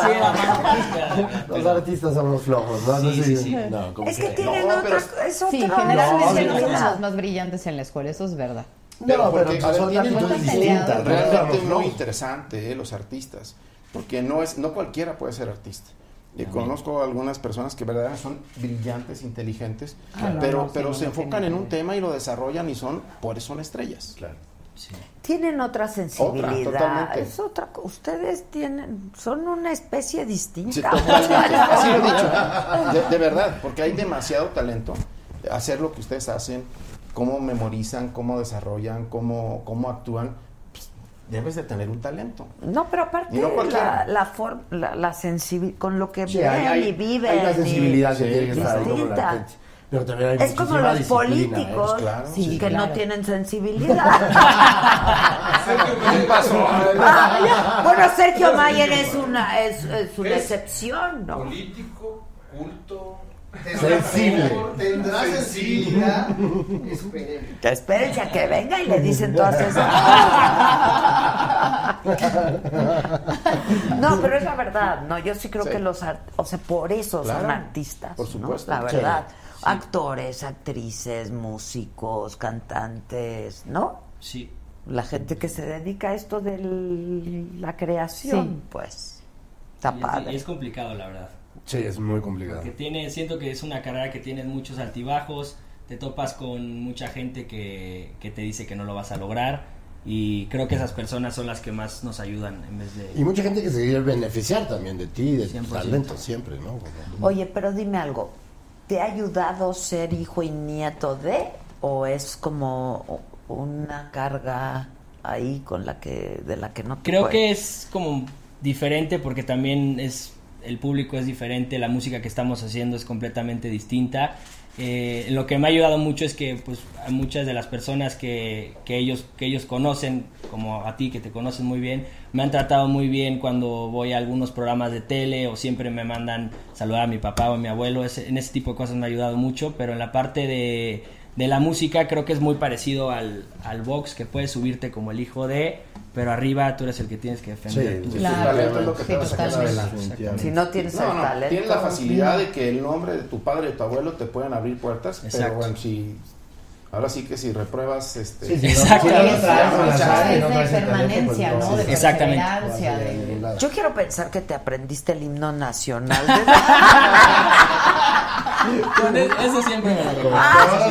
sí era malo para la escuela, la verdad,
Los
pero-
artistas somos flojos, ¿no? No
Sí,
sé-
sí, sí.
No, como
Es que
Tienen
No,
otra,
pero-
es
Sí,
otro-
generalmente son
No, no,
los
no.
cosas más brillantes en la escuela, eso es verdad.
No, pero
porque-
a ver,
pues, son
tienen
actitudes
una actitud
distintas,
distinta,
¿no?
Realmente
Claro,
muy
¿no?
interesante, eh, los artistas. Porque no es, no cualquiera puede ser artista. Eh, conozco algunas personas que verdaderamente son brillantes, inteligentes,
Ah, no,
pero,
no, sí,
pero
no,
se
no
enfocan
tiene
en
que
un tema y lo desarrollan y son, por eso son estrellas. Claro.
Tienen otra sensibilidad.
totalmente.
es otra. co- Ustedes tienen, son una especie
Sí,
distinta.
totalmente. Así lo he dicho. De, de verdad, porque hay demasiado talento. Hacer lo que ustedes hacen, cómo memorizan, cómo desarrollan, cómo, cómo actúan, pues, debes de tener un talento.
No, pero aparte
Y no
la,
cualquiera.
la, forma, la, sensibilidad con lo que
Sí,
ven
hay- hay-
y viven.
hay una
y-
sensibilidad que
Sí,
tiene que estar ahí como la
distinta.
gente. Pero también hay
Es como
muchísima
los
disciplina, ¿eh?
políticos
Claro,
sí,
sí.
que
Claro.
no tienen sensibilidad. Ah, ya. bueno, Sergio Mayer es una es, es una
Es
excepción, ¿no?
Político, culto,
Sensible.
Tendrá sensibilidad. Esperemos.
Que espérense a que venga y le dicen todas esas. No, pero es la verdad. No, yo sí creo
Sí.
que los art- o sea, por eso son
Claro,
artistas,
por
¿no?
supuesto.
La
Sí,
verdad. Actores, actrices, músicos, cantantes, ¿no?
Sí.
La gente que se dedica a esto de la creación, pues. Está
Y es-
padre.
y es complicado, la verdad.
Sí, es muy complicado.
Porque tiene, siento que es una carrera que tiene muchos altibajos, te topas con mucha gente que, que te dice que no lo vas a lograr y creo que esas personas son las que más nos ayudan en vez de...
Y mucha gente que se quiere beneficiar también de ti, de tu talento siempre, ¿no?
Oye, pero dime algo. ¿Te ha ayudado ser hijo y nieto de? ¿O es como una carga ahí con la que de la que no te
Creo
puedes?
que es como diferente porque también es el público es diferente, la música que estamos haciendo es completamente distinta. Eh, lo que me ha ayudado mucho es que pues a muchas de las personas que, que ellos que ellos conocen, como a ti que te conocen muy bien, me han tratado muy bien cuando voy a algunos programas de tele o siempre me mandan saludar a mi papá o a mi abuelo. Ese- en ese tipo de cosas me ha ayudado mucho, pero en la parte de, de la música creo que es muy parecido al, al box, que puedes subirte como el hijo de, pero arriba tú eres el que tienes que defender.
Sí,
tu-
sí, Claro, sí, talento es lo que sí, te va a sacar totalmente. adelante.
Exactamente.
Si no tienes el talento.
Tienes la facilidad de que el nombre de tu padre o tu abuelo te pueden abrir puertas,
Exacto.
pero bueno, si ahora sí que si repruebas este
Sí, sí, no, Exacto. si no lo traes, no lo
Sí,
traes,
sí,
no
sí,
traes el
permanencia,
talento,
¿no?
pues,
De
Exactamente.
perseverancia, de-
Yo quiero pensar que te aprendiste el himno nacional.
Eso siempre me lo
Ah, sí, sí,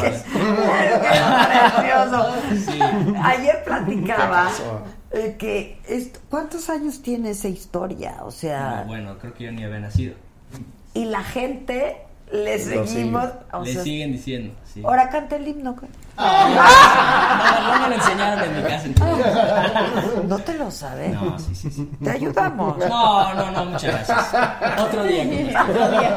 que- qué precioso. Ayer platicaba eh, que esto- ¿cuántos años tiene esa historia? O sea,
No, Ah, bueno, creo que yo ni había nacido.
y la gente le seguimos, o
Le
sea,
siguen diciendo. sí. Ah,
ahora canta el himno. güey.
No, no me lo enseñaron en mi casa. entonces.
No te lo sabes.
No, sí, sí, sí.
Te ayudamos.
No, no, no, muchas gracias. Otro día.
Otro día.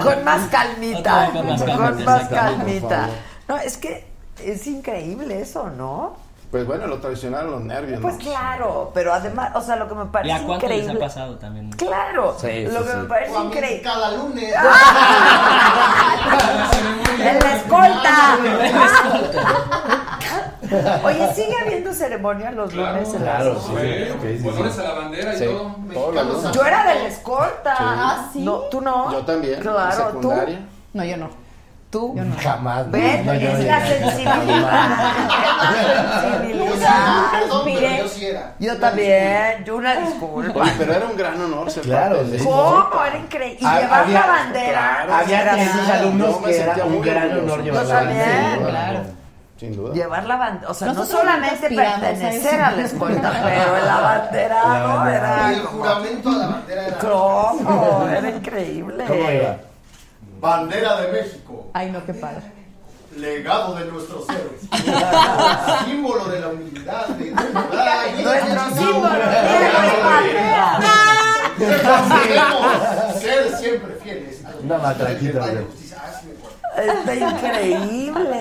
Con más calmita.
Otro día con
Con
más calma,
más
exactamente, por
calmita.
favor.
No, es que es increíble eso, ¿no?
Pues bueno, lo traicionaron los nervios,
Pues
¿no?
claro, pero además, o sea, lo que me
¿Y
parece
a cuánto les ha
increíble.
pasado también?
Claro,
Sí,
lo
sí,
que
sí.
me parece
O a mí
increíble.
cada lunes.
¡En la escolta!
escolta.
Oye, sigue habiendo ceremonia los lunes en la
Claro, sí.
escolta?
Honores pues a la bandera y
Sí,
todo.
todos los lunes.
Yo era de la escolta.
Sí.
Ah, ¿sí?
No, ¿Tú no?
Yo también, en
Claro, tú.
secundaria.
No, yo no.
¿Tú?
Jamás.
¿Ves?
No, yo
es
no
la
llegué.
sensibilidad. Es la
Perdón, pero
sensibilidad.
yo sí era.
Yo también. Yo una
Oye,
disculpa.
pero era un gran honor ser
Claro,
parte de
sí.
¿Cómo? Era increíble. Y
Ha-
llevar la
había-
bandera.
Había
Era-
esos alumnos
Yo me
que era
sentía
un
muy
gran
orgulloso.
honor
Yo
llevar la
también,
bandera.
claro.
Sin duda.
Llevar la bandera, o sea, no
Nosotros
solamente
nunca aspiramos a
pertenecer
eso.
a la escolta, pero el
La
abanderado
bandera.
Y
era.
el juramento a la bandera era.
¿Cómo? Era increíble.
¿Cómo iba?
Bandera de México,
Ay, no, qué padre.
legado de nuestros héroes. Símbolo de la humildad, de
Nuestro símbolo era la bandera.
Debemos ser siempre fieles. a los
Una matraquita,
principios de
güey.
justicia. Ah, sí me acuerdo.
Está increíble.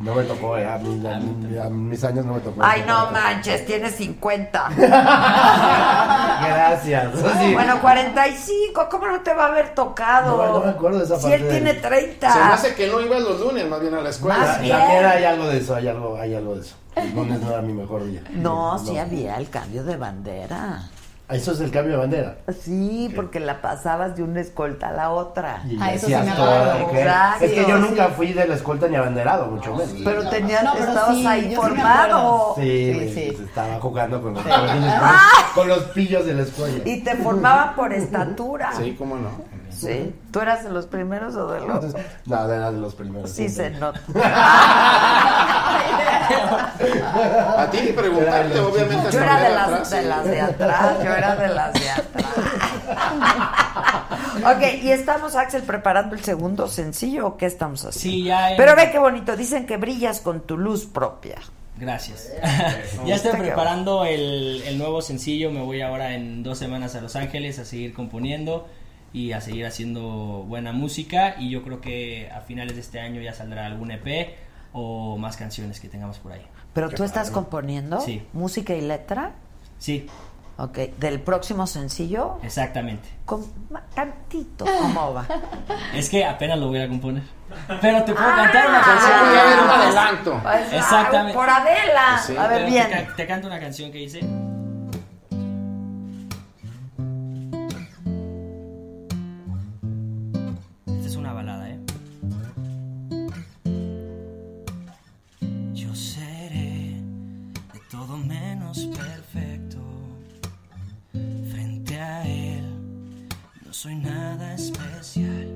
No me tocó, eh, a, mí- a mí- a mis años no me tocó.
Ay, no manches, tienes 50.
Gracias. Sí.
Bueno, 45, ¿cómo no te va a haber tocado?
No, no me acuerdo de esa
Si
parte
él
de-
tiene
Se me
30.
hace que no ibas los lunes, más bien a la escuela.
Más bien.
También hay algo de eso, hay algo, hay algo de eso. El lunes no era mi mejor día.
No, sí había el cambio de bandera.
Ah, Eso es el cambio de bandera.
Sí, porque la pasabas de una escolta a la otra.
Y
Ah, eso sí
decías
me
todo
acuerdo.
de que-
Exacto.
Es que yo nunca fui de la escolta ni abanderado, mucho menos.
Pero tenías,
No, pero
estabas
sí,
ahí
yo sí me
formado.
Sí,
Sí,
güey,
sí.
pues, estaba jugando con los, con los-
Ah.
con los pillos de la escuela.
Y te formaban por estatura.
Sí, cómo no.
Sí. ¿Tú eras de los primeros o de los...?
No, era de los primeros.
Sí, se
siempre.
nota.
A ti ni preguntarte, obviamente.
Yo
hasta
era
ver
de las
atrás,
de,
sí.
las de atrás, yo era de las de atrás. ok, y estamos, Axel, preparando el segundo sencillo, ¿o qué estamos haciendo?
Sí, ya en-
Pero ve qué bonito, dicen que brillas con tu luz propia.
Gracias.
Me
ya
gusta
estoy
que-
preparando el, el nuevo sencillo. Me voy ahora en dos semanas a Los Ángeles a seguir componiendo.
y a seguir haciendo buena música y yo creo que a finales de este año ya saldrá algún EP o más canciones que tengamos por ahí.
Pero tú estás componiendo
Sí.
música y letra.
Sí.
Ok, del próximo sencillo.
Exactamente.
Con ma- tantito, ¿cómo va?
Es que apenas lo voy a componer. Pero te puedo cantar
Ah,
una canción.
ah,
que-
ya ven un adelanto. Pues, ah,
Exactamente.
por Adela. Sí. A ver,
Pero
bien.
Te, ca- te canto una canción que hice. Esta es una balada, ¿eh?
Yo seré de todo menos perfecto. Frente a él no soy nada especial.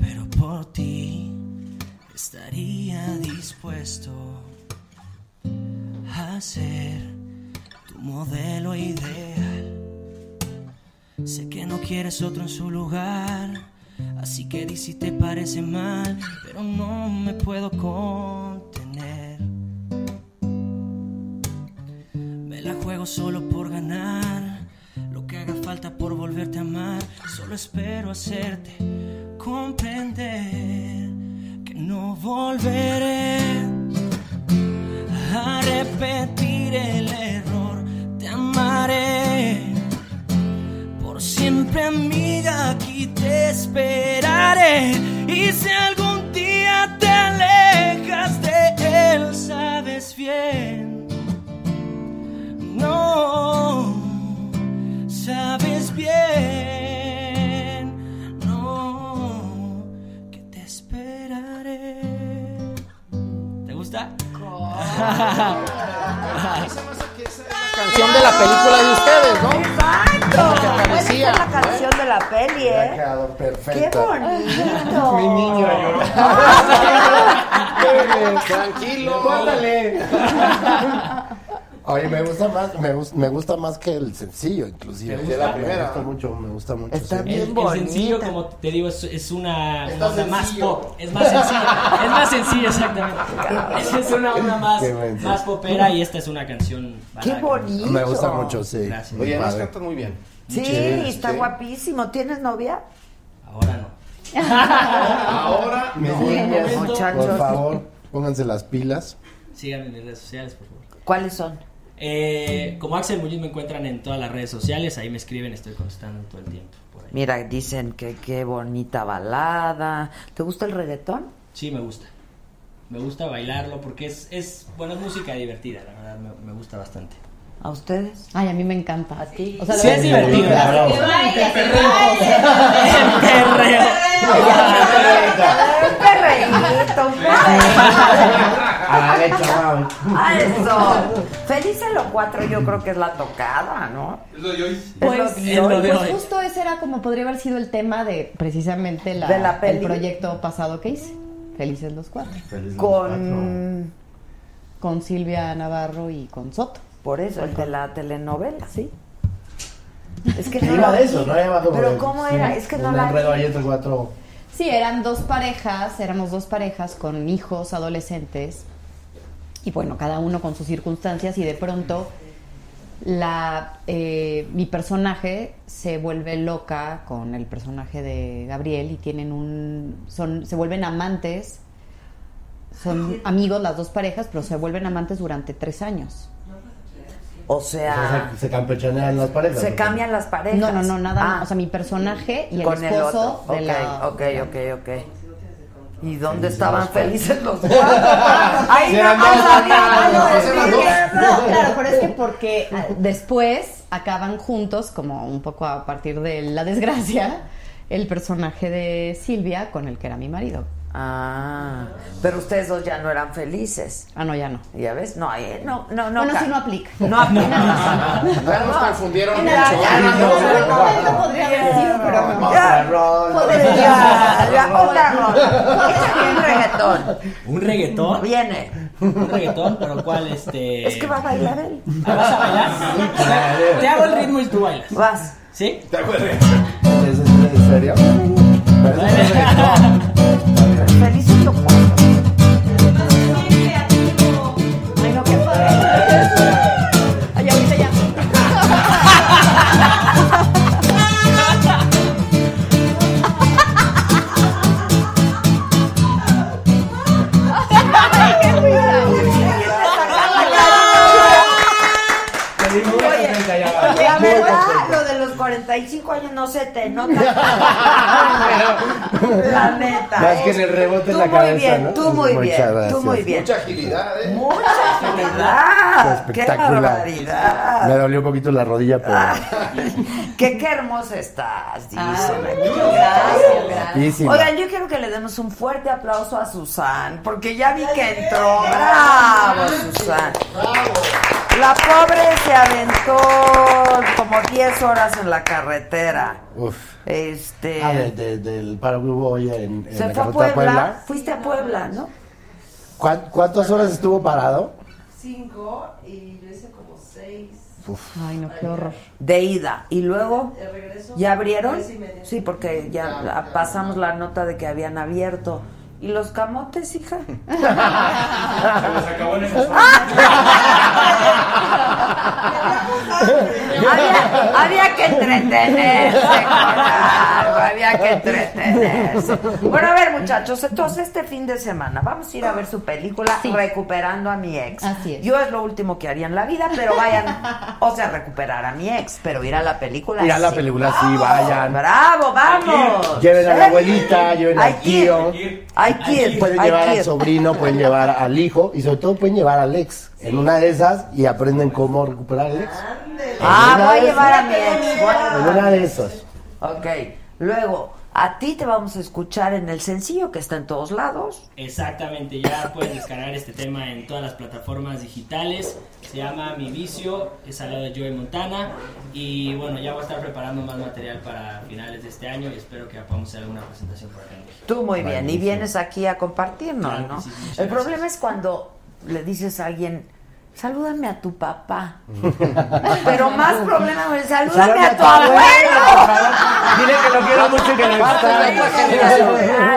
Pero por ti estaría dispuesto a ser tu modelo ideal. Sé que no quieres otro en su lugar. Así que di si te parece mal, pero no me puedo contener. Me la juego solo por ganar, lo que haga falta por volverte a amar. Solo espero hacerte comprender que no volveré a repetir el error. Te amaré. Por siempre, amiga, aquí te esperaré. Y si algún día te alejas de él, sabes bien. No, sabes bien. No, que te esperaré.
¿Te gusta?
Canción de la película de ustedes, ¿no?
Exacto. Puede ser la canción de la peli,
Ha
¿eh?
quedado
¡Qué
perfecta.
bonito!
Mi niño.
Tranquilo.
Córtale. Oye, me gusta más, me, gus- me gusta más que el sencillo, inclusive.
¿Te gusta?
Me gusta mucho, me gusta mucho. sí.
El- el, sencillo, como te digo, es, es una
Está
onda más
sencillo.
pop. Es más sencilla. es más sencilla, exactamente. Es una onda más,
Qué buen
más
sencillo.
popera y esta es una canción.
¡Qué
balada.
bonito!
Me gusta mucho, sí.
Gracias.
Muy
Oye, además
padre.
cantas muy bien.
Sí,
Sí,
está
sí.
guapísimo. ¿Tienes novia?
Ahora no.
Ahora
Mis
no.
niños,
Muchachos.
por favor, pónganse las pilas.
Síganme en mis redes sociales, por favor.
¿Cuáles son?
Eh, como Axel Muñiz me encuentran en todas las redes sociales, ahí me escriben, estoy contestando todo el tiempo. por ahí.
Mira, dicen que qué bonita balada. ¿Te gusta el reggaetón?
Sí, me gusta. Me gusta bailarlo porque es, es bueno, es música divertida, la verdad, me, me gusta bastante.
¿A ustedes?
Ay, a mí me encanta. ¿A ti? O sea, la
Sí, es
verdad que-
divertido.
Claro.
Que baile,
El
que
perreo.
baile.
El perreo.
Un perreíto, un perreíto.
A ver, chaval.
¡A eso! Feliz en los cuatro, yo creo que es la tocada, ¿no?
Es lo de hoy.
Pues,
Es lo de hoy.
pues
eh,
justo ese era como podría haber sido el tema de precisamente la,
De la peli.
el proyecto pasado que hice. Felices los cuatro.
Con.
Con Silvia Navarro y con Soto.
Por eso, el de la telenovela, sí. Es que
Que
no
iba
la
de
vi.
eso, ¿no? Iba como
Pero
de-
¿cómo
sí,
era? Es que no
un
la vi.
enredo ahí entre cuatro.
Sí, eran dos parejas, éramos dos parejas con hijos adolescentes y bueno, cada uno con sus circunstancias y de pronto la, eh, mi personaje se vuelve loca con el personaje de Gabriel y tienen un, son, se vuelven amantes, son amigos las dos parejas, pero se vuelven amantes durante tres años.
O
O sea,
sea,
se, se campechanean las parejas.
se
¿no?
cambian las parejas.
No, no, no, nada,
Ah,
más. o sea, mi personaje y el
con el
esposo
otro.
de
Ok,
la...
ok, ok, ok. ¿Y dónde estaban
los cuatro.
felices los cuatro? Ahí
Sí,
nada
eran
más
dos,
había
no,
algo de
sí, eran
Miguel.
dos. No, claro, pero es que porque ah, después acaban juntos, como un poco a partir de la desgracia, el personaje de Silvia con el que era mi marido.
Ah, pero ustedes dos ya no eran felices.
Ah, no, ya no.
¿Ya ves? No, ahí no, no, no.
bueno,
ca-
sí no aplica.
No aplica.
Ya nos confundieron
En
mucho.
algún momento
No,
podría haber sido, pero no.
Ya,
Podría-
ya, ya, otra rola. Échame un reggaetón.
¿Un reggaetón?
Viene.
¿Un reggaetón? ¿Pero cuál? Este...
Es que va a bailar él.
¿Ah, ¿Vas a bailar? Te hago el ritmo y tú bailas.
Vas.
¿Sí?
¿Es, es- es- en serio? Pero eso es reggaetón.
Felices los cuatro. Ay, no, qué padre.
Ay, ahorita ya.
La
Muy
verdad,
contento.
lo de los 45 años no se te nota. la neta.
Más
¿eh?
que en el rebote
tú
en la
muy
cabeza,
Bien,
¿no?
Tú muy bien,
Muchas
tú
gracias.
muy bien.
Mucha
agilidad,
¿eh? Mucha agilidad. Qué
Espectacular.
barbaridad.
Me dolió un poquito la rodilla, pero.
Ah. Que qué hermosa estás, dice.
gracias,
guapísima.
Oigan, yo quiero que le demos un fuerte aplauso a Susan, porque ya vi que entró. ¡Bravo, Susan! La pobre se aventó como 10 horas en la carretera.
Uf.
Este.
Ah, de- de- del paragrupo hoy en, en
se
la
fue a
carretera
Puebla.
Puebla.
Fuiste a Puebla, ¿no?
¿Cuán- ¿Cuántas horas estuvo parado?
Cinco y yo hice como seis.
Ay, no,
qué horror.
De ida. Y luego,
De regreso,
¿ya abrieron?
tres y media.
Sí, porque ya la- pasamos la nota de que habían abierto. ¿Y los camotes, hija?
acabó en el
había, había que entretenerse con algo, había que entretenerse. Bueno, a ver, muchachos, entonces este fin de semana vamos a ir a ver su película Recuperando a mi ex.
Así es.
Yo es lo último que haría en la vida, pero vayan, o sea, recuperar a mi ex, pero ir a la película.
Ir a la película, sí, vayan.
Bravo, vamos.
Lleven a la
Sí.
abuelita, lleven
Hay
al
que ir,
tío.
Hay que ir,
Pueden
hay
llevar
que
al
ir.
sobrino, pueden llevar al hijo y sobre todo pueden llevar al ex. En una de esas y aprenden cómo recuperar al ex.
Ah,
En una
voy a
de
llevar a
esas.
mi ex. voy a llevar
En
a
una
mi
de
ex.
esas.
Ok, luego, a ti te vamos a escuchar en el sencillo que está en todos lados.
Exactamente, ya pueden descargar este tema en todas las plataformas digitales. Se llama Mi Vicio, es al lado de Joey Montana. Y bueno, ya voy a estar preparando más material para finales de este año y espero que ya podamos hacer alguna presentación por acá en México.
Tú muy bien, y vienes aquí a compartirnos,
Claro que
¿no?
sí, muchas
El problema es cuando le dices a alguien, salúdame a tu papá. Pero más problema es, salúdame a tu abuelo.
Dile que lo quiero mucho y que le gusta.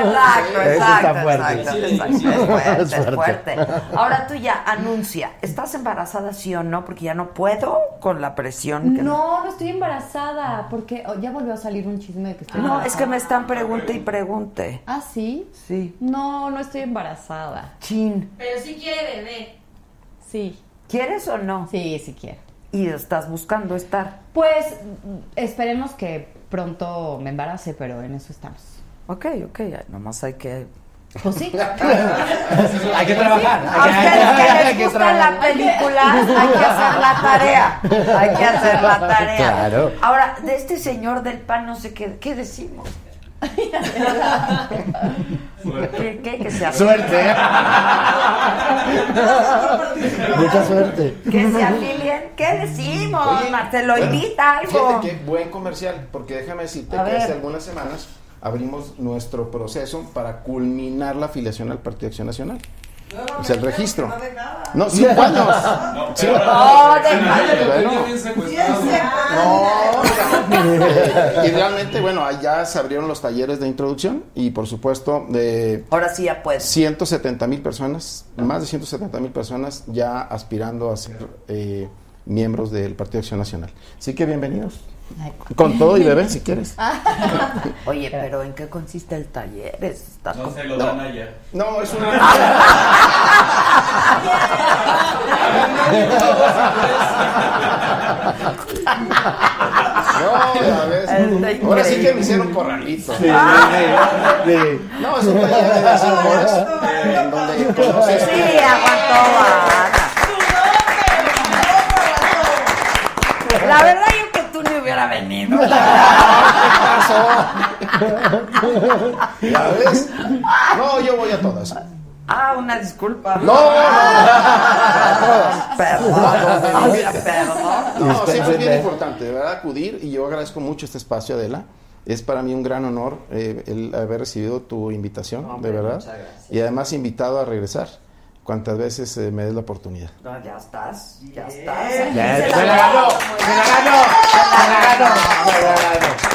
Exacto,
Eso
exacto,
está fuerte.
exacto, exacto. Es fuerte, es
Es
fuerte.
fuerte.
Ahora tú ya anuncia, ¿estás embarazada sí o no? Porque ya no puedo con la presión. que-
No, no estoy embarazada, porque oh, ya volvió a salir un chisme de que estoy
No,
embarazada.
es que me están pregunte y pregunte.
¿Ah, sí?
Sí.
No, no estoy embarazada.
Chin,
Pero sí quiere bebé.
Sí.
¿quieres o no?
Sí, sí quiero.
Y estás buscando estar.
Pues esperemos que pronto me embarace, pero en eso estamos.
Ok, ok, ya, nomás hay que...
Pues sí.
Hay que trabajar.
A ustedes que les gusta la película, hay que hacer la tarea. Hay que hacer la tarea.
Claro.
Ahora, de este señor del pan, no sé qué, ¿qué decimos? ¿Qué, qué? Que se
Suerte.
¿eh?
¿eh?
Mucha suerte.
Que se afilien. ¿Qué decimos, Marcelo?
bueno,
Invita algo.
Fíjate qué buen comercial, porque déjame decirte
A
que
ver.
hace algunas semanas abrimos nuestro proceso para culminar la afiliación al Partido Acción Nacional. O sea, el registro. No, cinco años.
No,
Sí.
pero-
No,
Bueno.
bueno. y realmente, bueno, allá se abrieron los talleres de introducción y por supuesto de...
Ahora sí ya puedes.
170 mil personas, más de 170 mil personas ya aspirando a ser eh, miembros del Partido Acción Nacional. Así que bienvenidos. Con todo y bebé, si quieres.
Oye, pero ¿en qué consiste el taller? Está
No se lo
No.
dan allá.
No, es una... No, ya ves. Ahora sí que me hicieron corralito.
Ah.
Sí, sí, sí.
No, es un taller de 12 horas. eh, donde conoces-
Sí, aguantó, Ana. La verdad yo que tú no hubiera venido.
¿Ya ves? No, yo voy a todas.
Ah, una disculpa.
No, no,
Perdón. Perdón.
No, siempre es bien
Dispénseme.
importante, de verdad, acudir. Y yo agradezco mucho este espacio, Adela. Es para mí un gran honor eh, el haber recibido tu invitación, de verdad. Y además invitado a regresar cuantas veces eh, me des la oportunidad.
No, ya estás, ya estás. Aquí
Ya,
se
se
la
la
ganó,
ganó,
se la ganó, se la ganó.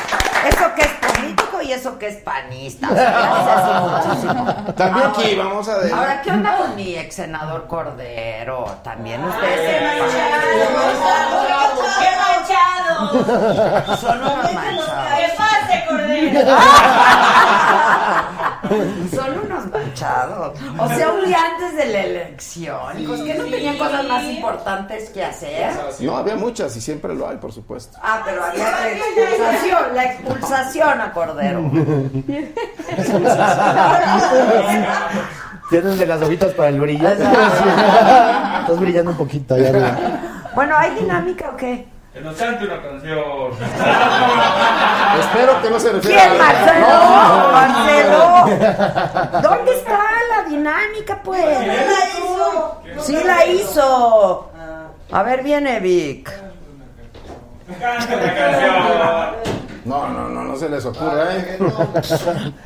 Eso que es político y eso que es panista. o sea, gracias muchísimo.
También
Ahora-
aquí vamos a...
Ah, Ahora, ¿qué onda con mi ex senador Cordero? También ustedes.
¡Qué manchado!
Son unos manchados.
¡Que pase,
recordé.
Son unos manchados.
O sea, un día antes de la elección. ¿Por qué no tenían cosas más importantes que hacer?
No, había muchas y siempre lo hay, por supuesto.
Ah, pero había la expulsación, la expulsación a Cordero.
¿Tienes de las hojitas para el brillo? Estás brillando un poquito allá arriba.
Bueno, ¿hay dinámica o qué?
Que nos cante una canción.
Ah.
Espero que no se refiera
¿Quién, Marcelo?
No.
Marcelo. ¿Dónde está la dinámica, pues?
Sí la hizo.
Ah.
A ver, viene Vic.
No, no, no, no se les ocurra,
Ah,
¿eh?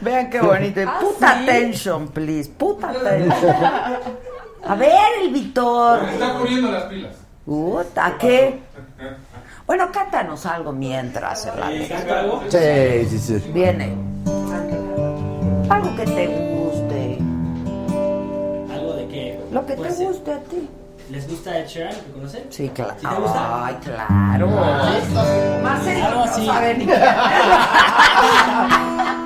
Vean qué bonito.
Ah,
Puta
¿sí?
tension, please. Puta tension. A ver, el Vitor.
Me está poniendo las pilas.
Puta, ¿qué? Bueno, cántanos algo mientras, Hernández.
Sí, sí, sí.
Viene. Algo que te guste.
¿Algo de qué?
Lo que te
Pues,
guste a ti.
¿Les gusta Ed Sheeran? ¿Lo conocen?
Sí, claro.
¿Sí te gusta? Ah,
Ay, claro. Marcelo
Algo
no
así.
sabe ni qué. A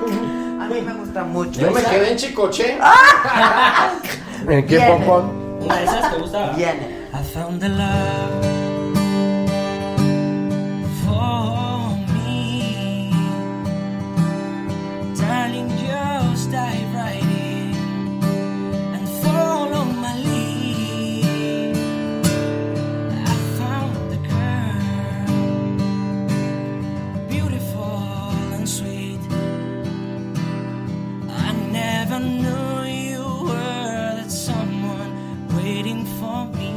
mí me gusta mucho.
Yo me quedé en Chicoche.
¿En qué
Viene.
popón?
¿Una de esas te gustaba?
Viene.
I found the love for me. Darling, just dive right in and follow my lead. I found the girl, beautiful and sweet. I never knew you were that someone waiting for me.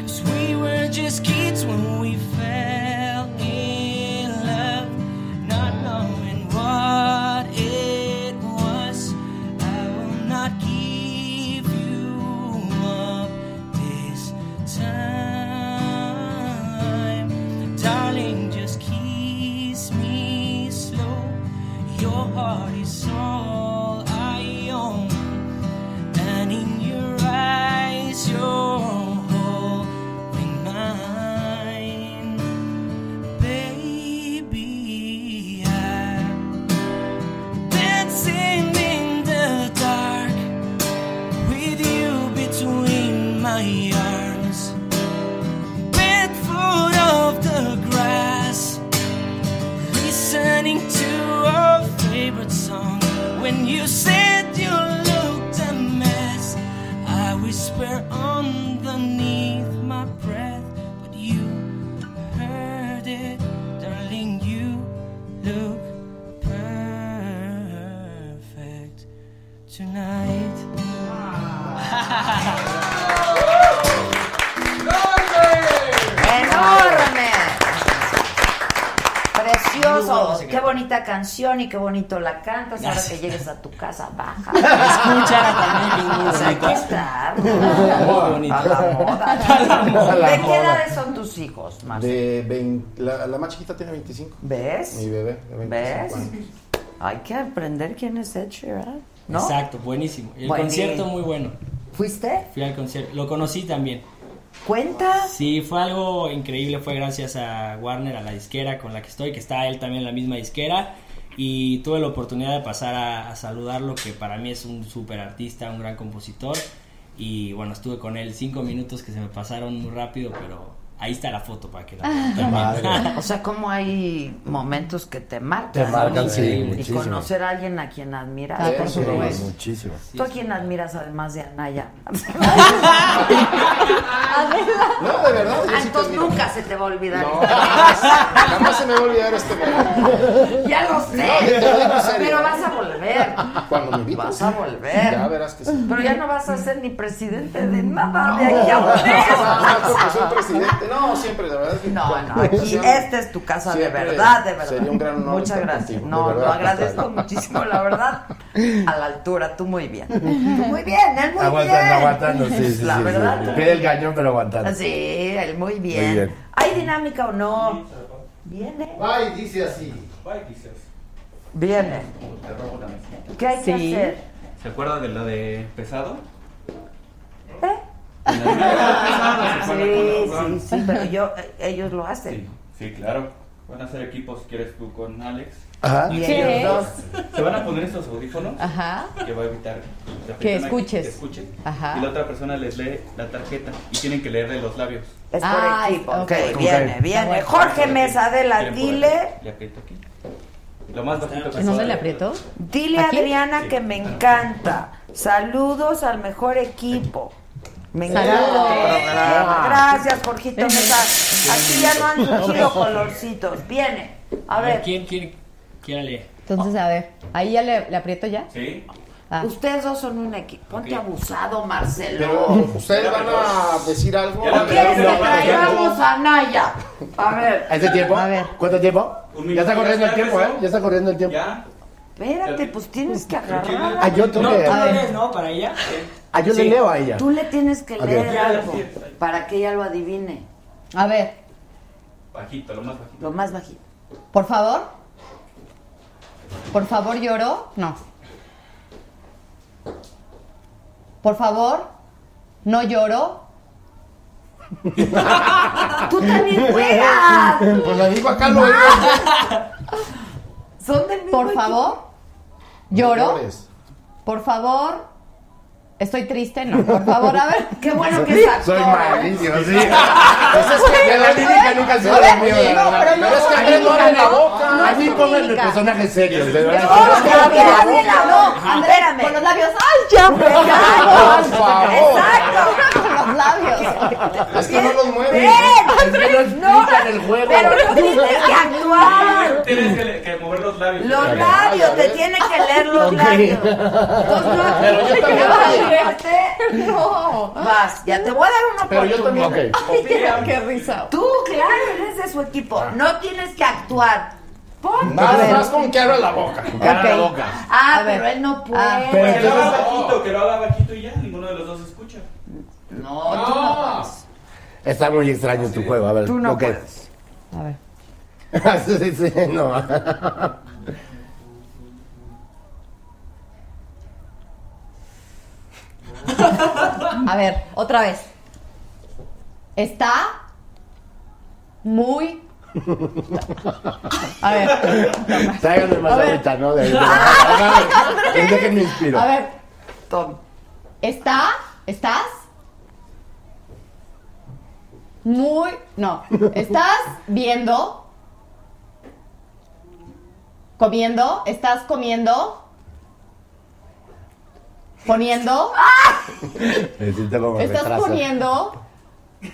Cause we were just kids when we fell in love, not knowing what it was. I will not give you up this time. Darling, just kiss me slow. Your heart is all I own, and in your eyes, you're holding mine, baby. I'm dancing in the dark with you between my arms, barefoot of the grass listening to our favorite song. When you said you looked a mess, I whisper underneath my breath, but you heard it, darling. You look perfect tonight.
¡Enorme! Precioso. Qué bonita canción y qué bonito la cantas. Ahora que llegues a tu casa, baja. Escucha. Aquí está.
Muy bonito.
A la moda.
A la moda.
¿De qué edades son tus hijos, Marcelo?
De vein- la, la más chiquita tiene 25.
¿Ves?
Mi bebé, de 25
¿Ves?
años.
Hay que aprender quién es Ed Sheeran, ¿no?
Exacto, buenísimo. Y El
Buenísimo.
concierto muy bueno.
¿Fuiste?
Fui al concierto. Lo conocí también.
¿Cuenta?
Sí, fue algo increíble. Fue gracias a Warner, a la disquera con la que estoy, que está él también en la misma disquera. Y tuve la oportunidad de pasar a, a saludarlo, que para mí es un súper artista, un gran compositor. Y bueno, estuve con él cinco minutos que se me pasaron muy rápido, pero ahí está la foto para que la
Ah,
O sea, como hay momentos que te marcan.
Te marcan, sí,
Y
muchísimo.
conocer a alguien a quien admiras.
Ah, por
Sí,
Pues.
supuesto.
Muchísimo.
¿Tú a quién admiras además de Anaya?
No, de verdad, yo
Ah,
sí te
entonces
admiro.
nunca se te va a olvidar.
No, jamás, jamás se me va a olvidar este momento.
Ya lo sé.
No, te lo digo en serio.
pero vas a volver.
Cuando me invitas.
Vas a volver.
Ya verás que sí.
Pero ya no vas a ser ni presidente de nada de aquí a un mes.
No, porque soy presidente. No, siempre, la verdad es que.
No, no, aquí esta es tu casa de
Siempre
verdad, de verdad.
sería un gran honor
Muchas
estar
gracias.
contigo,
no,
de
lo
verdad.
agradezco muchísimo, la verdad. A la altura, tú muy bien. Tú muy bien, él muy bien.
Aguantando, aguantando, sí, sí, sí.
La
sí,
verdad.
sí. Pide el cañón, pero aguantando.
Sí, él muy bien.
Muy bien.
¿Hay dinámica o no? Viene.
Va y dice así.
Viene. ¿Qué hay que
Sí.
hacer?
¿Se acuerdan de la de pesado?
Ah.
Sí, sí, sí, pero yo, eh, ellos lo hacen.
Sí, claro. Van a hacer equipos, quieres tú, con Alex.
Ajá.
Y
¿Qué
ellos dos
es?
Se van a poner esos audífonos
Ah, Ajá.
que va a evitar la
Que
persona
escuches.
que escuche.
Ajá.
Y la otra persona les lee la tarjeta y tienen que leerle los labios.
Es por
Ah,
equipo.
ok.
Ok, viene, viene. Jorge Mesa de la
Quieren por
Dile.
aquí, Le aprieto aquí. Lo más bajito
Pues
que
¿En dónde
pueda.
le aprietó?
Dile a Adriana que me encanta. Saludos al mejor equipo. Me encanta el
Saludos.
programa. Gracias, Jorgito Mesa. Aquí ya no han surgido
Hombre.
colorcitos. Viene. A ver,
¿Quién, quién, quién lee?
Entonces, a ver, ahí ya le, le aprieto ya.
Sí.
Ah.
ustedes dos son un equipo. Ponte abusado, Marcelo.
Pero ustedes van a decir algo.
¿O quieres que traigamos a Naya? A ver.
¿A este tiempo? ¿Cuánto tiempo? Ya está corriendo el tiempo, ¿eh? Ya está corriendo el tiempo.
Espérate, pues tienes que agarrar.
Ah, yo tengo
No,
que-
tú no lees, ¿no? Para ella.
Ah, yo le
Sí.
leo a ella.
Tú le tienes que
Ok.
leer
Ya,
algo
sí,
para que ella lo adivine.
A ver,
Bajito, lo más bajito.
Lo más bajito.
por favor. Por favor, lloro. No. Por favor, no lloro.
¡Tú también
juegas!
Pues la dijo acá lo
Son del
Por favor, lloro.
llores.
Por favor, estoy triste. No, por favor, a ver.
Qué bueno
Soy- Soy malísimo, sí. Pues es que de la lírica nunca se
A ver,
lo mío, la
no,
verdad.
pero no
Pero es que
es
Andrés no abre la
lírica, ¿no?
boca.
No
A
es
mí pónganme
lírica.
personajes serios, de verdad.
No,
Es que abre la boca.
Espérame. Con los labios. ¡Ay, ya! me
Por
callo!
favor.
Exacto. Con los labios.
Es que no
Este
los
¡Eh!
mueve.
¡Ven!
Es que no explican el juego.
Pero tú tienes que actuar.
Tienes que, le- que mover los labios.
Los labios, te tiene que leer los
Ok.
labios. Entonces, no,
Pero yo también-
No.
Vas, ya te voy a dar una
Pero yo
oportunidad.
también-
Ay, qué risa.
Tú, claro, eres de su equipo. No tienes que actuar. Mm. Ponte.
Nada más con que abra la boca. Abre la
Ok.
boca.
Ah,
A ver.
pero él no puede.
Ah.
Pero
Que lo haga
entonces-
bajito, que lo haga bajito y ya. Ninguno de los dos escucha.
No, tú no puedes.
Está muy extraño tu juego, a ver.
Tú no
lo que-
puedes.
A ver.
sí, sí, no.
A ver, otra vez. Está muy. A ver,
Tráiganme más
A ver.
ahorita, ¿no? De, de,
Andrés.
de que me inspiro.
a ver. Está, estás. Muy. No. Estás viendo. Comiendo. Estás comiendo. Poniendo.
Me siento como
Estás
retraso.
poniendo.
eh.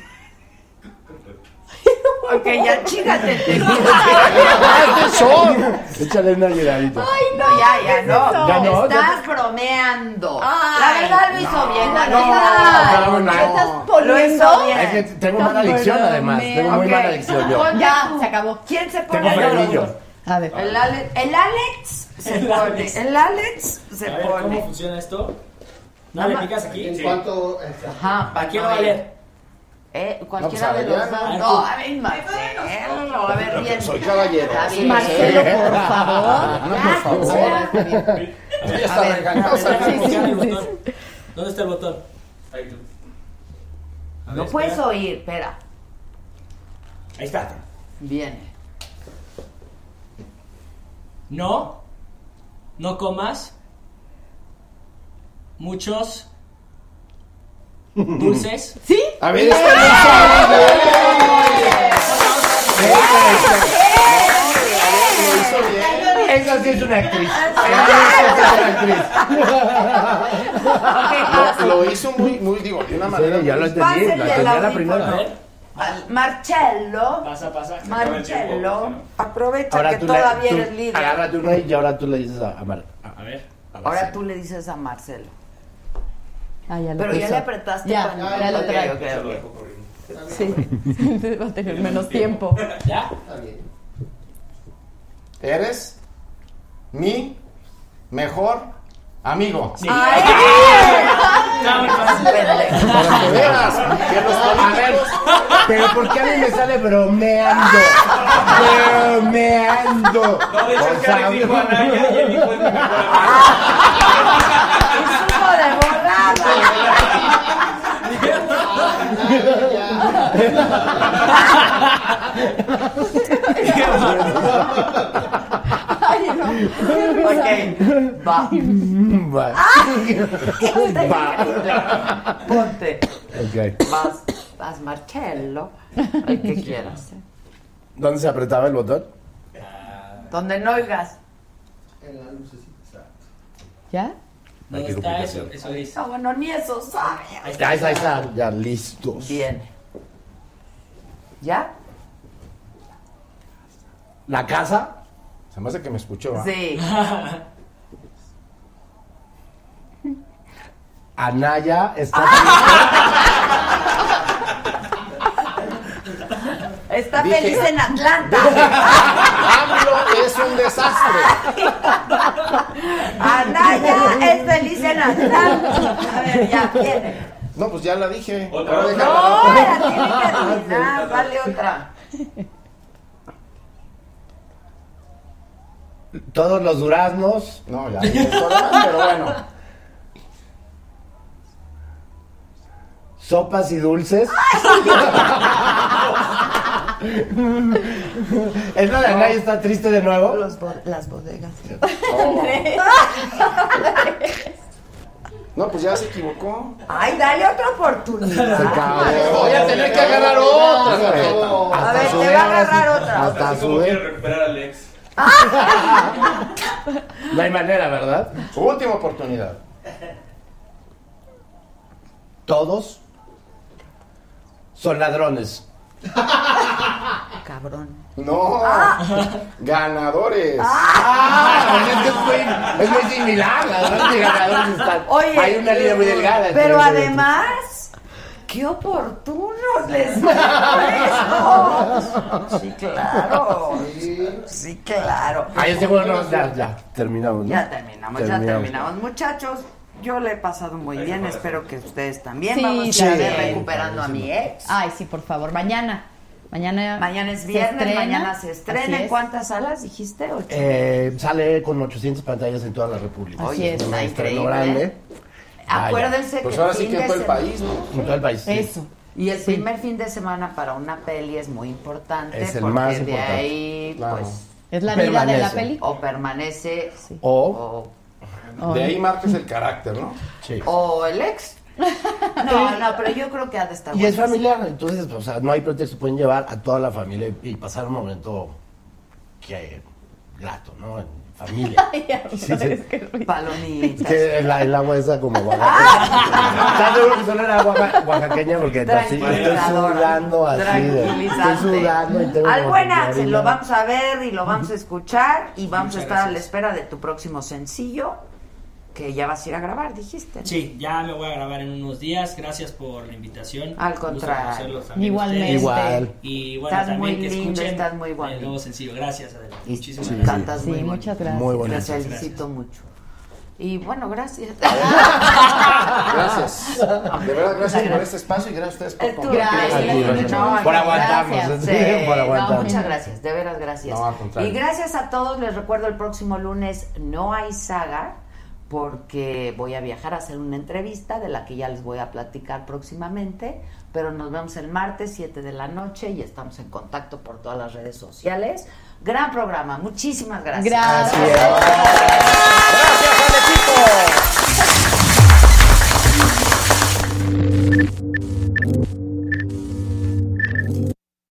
Ok, ya chígate. te-
¡Ah, este son! Échale una lloradita.
Ay, no.
Ya, ya,
¿qué es
no.
eso?
Ya no,
Estás bromeando.
Ay,
la verdad lo hizo bien. La
no,
verdad.
no, no.
Estás
Lo hizo
poniendo.
bien.
Es que tengo mala adicción, además. Tengo muy
Ok.
mala adicción yo.
Ponte
Ya,
tú.
se acabó.
¿Quién se
Tengo
pone el
frenillo.
oro?
A ver.
El Alex, el Alex se pone. El Alex se
A ver, ¿cómo
pone.
funciona esto?
Nada
¿No le
más.
picas aquí?
En cuanto. exacto.
Ajá,
¿A quién lo va a leer?
Ah, Eh, cualquiera
No, pues,
de los
Adriana.
dos. No, a ver, Marcelo. A ver, bien.
Soy caballero.
Está bien.
Marcelo, por favor.
No, por favor.
Ya, está bien.
Ya está regañado.
Sí, sí,
Póngale el
sí,
botón. ¿Dónde está el botón? Ahí, A ver,
No
espera.
puedes oír, espera.
Ahí está.
Viene.
No, no comas muchos dulces.
¿Sí?
A
este
ver, esta no
¿eh?
¡Eh!
sabe.
Esa sí es una actriz.
Ah,
Esa sí es una actriz.
Lo lo hizo muy, muy, digo, de una manera.
Sí, ya lo
muy-
entendí. Lo
Pásenle
entendí
el
a la
audífono.
primera.
Al- Marcelo,
Pasa, pasa.
Marcelo, aprovecha que
tú le-
todavía
tú-
eres líder.
Agárrate una y ahora tú le dices a, a Mar.
A ver.
Ahora tú le dices a Marcelo.
Ah, ya lo
Pero ya
hizo.
le apretaste
Ya,
con-
ya lo
Ok,
traigo.
ok, ok.
Sí. Va a tener menos tiempo.
¿Ya?
Eres mi mejor amigo.
No, no,
Para que veas que los
A ver,
políticos
pero ¿por qué a mí me sale bromeando? Bromeando.
No, de hecho,
O
el
sea,
Cali dijo a Naya y él dijo es mi
¡Hijo
mejor amigo.
de borrada!
Ya, ya.
no.
Ok, va.
Mm, Va.
Ah, Va. Ponte.
Ok.
Vas, vas Marcello, el que quieras.
¿Dónde se apretaba el botón?
Donde no oigas.
En la lucecita.
¿Ya?
No está eso.
Eso es.
No, bueno, ni eso sabe.
Ahí está, ahí está, ahí está. Ya, listos.
Bien. ¿Ya?
¿La casa?
Se me hace que me escuchó. ¿ah?
Sí.
Anaya está.
Está
Dije-
feliz en Atlanta.
AMLO es un desastre.
Anaya es feliz en Atlanta. A ver, ya viene.
No, pues ya la dije.
No,
Ahora
la
déjala.
tiene que adivinar. Vale otra.
Todos los duraznos.
No, ya. dije el Doraemon, Pero bueno.
Sopas y dulces. ¿Es la de Anaya está triste de nuevo?
las bodegas.
No, pues ya se equivocó.
Ay, dale otra oportunidad.
Voy a tener que agarrar otra.
A ver,
Hasta
te
su-
va a agarrar otra.
Hasta
su vez.
recuperar al ex. No hay manera, ¿verdad?
Última oportunidad.
Todos son ladrones.
Cabrón.
No.
Ah.
Ganadores.
Ah. es, que es muy- es muy similar. Ladrones y ganadores están.
Oye,
hay una línea muy delgada. entre
Pero
ellos.
además, qué oportunos les digo. Sí, claro. Sí, claro.
Ahí este juego no. Ya, ya, terminamos. ¿no?
Ya terminamos, ya terminamos. Muchachos, yo le he pasado muy bien, espero que ustedes también.
Sí,
Vamos
sí.
a ver recuperando a mi ex.
Ay, sí, por favor, mañana. Mañana,
Mañana es
se
viernes,
estrena.
mañana se
Así
estrena. ¿En
es.
cuántas salas dijiste? Ocho.
Eh, sale con 800 pantallas en toda la República.
Así es,
un
está
estreno
increíble. ¿eh?
grande. Vaya.
Acuérdense que.
Pues ahora sí
fin
que en
de
todo el
semana-
país, ¿no?
En todo el país. sí.
Y el primer fin de semana para una peli es muy importante.
Es el
porque
más
de
importante.
ahí,
Claro.
pues.
Es la vida
Permanece.
de la peli.
O permanece.
O.
De ahí marcas el carácter, ¿no?
Sí.
O el ex. No, no, pero yo creo que ha de estar
Y es
buena.
familiar, entonces, o sea, no hay pretexto. Pueden llevar a toda la familia y- y pasar un momento que grato, ¿no? En familia. Sí, sí.
Palomitas.
Que el, el agua esa como oaxaqueña. ¿Estás seguro que solo era oaxaca- oaxaqueña? Porque así, estoy
Tranquilizadora.
sudando así. de- estoy
Tranquilizante.
sudando y tengo
Al
como
buen
que
Axel, lo
orinar.
vamos a ver y lo vamos a escuchar y vamos a estar a la espera de tu próximo sencillo que ya vas a ir a grabar, dijiste. ¿no?
Sí, ya me voy a grabar en unos días. Gracias por la invitación.
Al
Un gusto
contrario.
conocerlos también
Igualmente.
ustedes.
Igual.
Y bueno,
Estás
también
muy
que
lindo,
escuchen
estás muy bonito.
El nuevo sencillo. Gracias, Adela.
Y
Muchísimas
sí,
gracias.
cantas muy bonito.
Muy bonito.
Te felicito mucho. Y bueno, gracias.
Gracias. De verdad, gracias por este espacio y gracias a ustedes por
Tú,
compartir
gracias.
este momento.
No,
Por
no,
aguantarnos,
gracias.
sí, por
No,
aguantarnos.
muchas gracias, de veras gracias.
No, al contrario.
y gracias a todos, les recuerdo el próximo lunes no hay saga porque voy a viajar a hacer una entrevista de la que ya les voy a platicar próximamente, pero nos vemos el martes 7 de la noche y estamos en contacto por todas las redes sociales. Gran programa, muchísimas gracias.
Gracias.
gracias.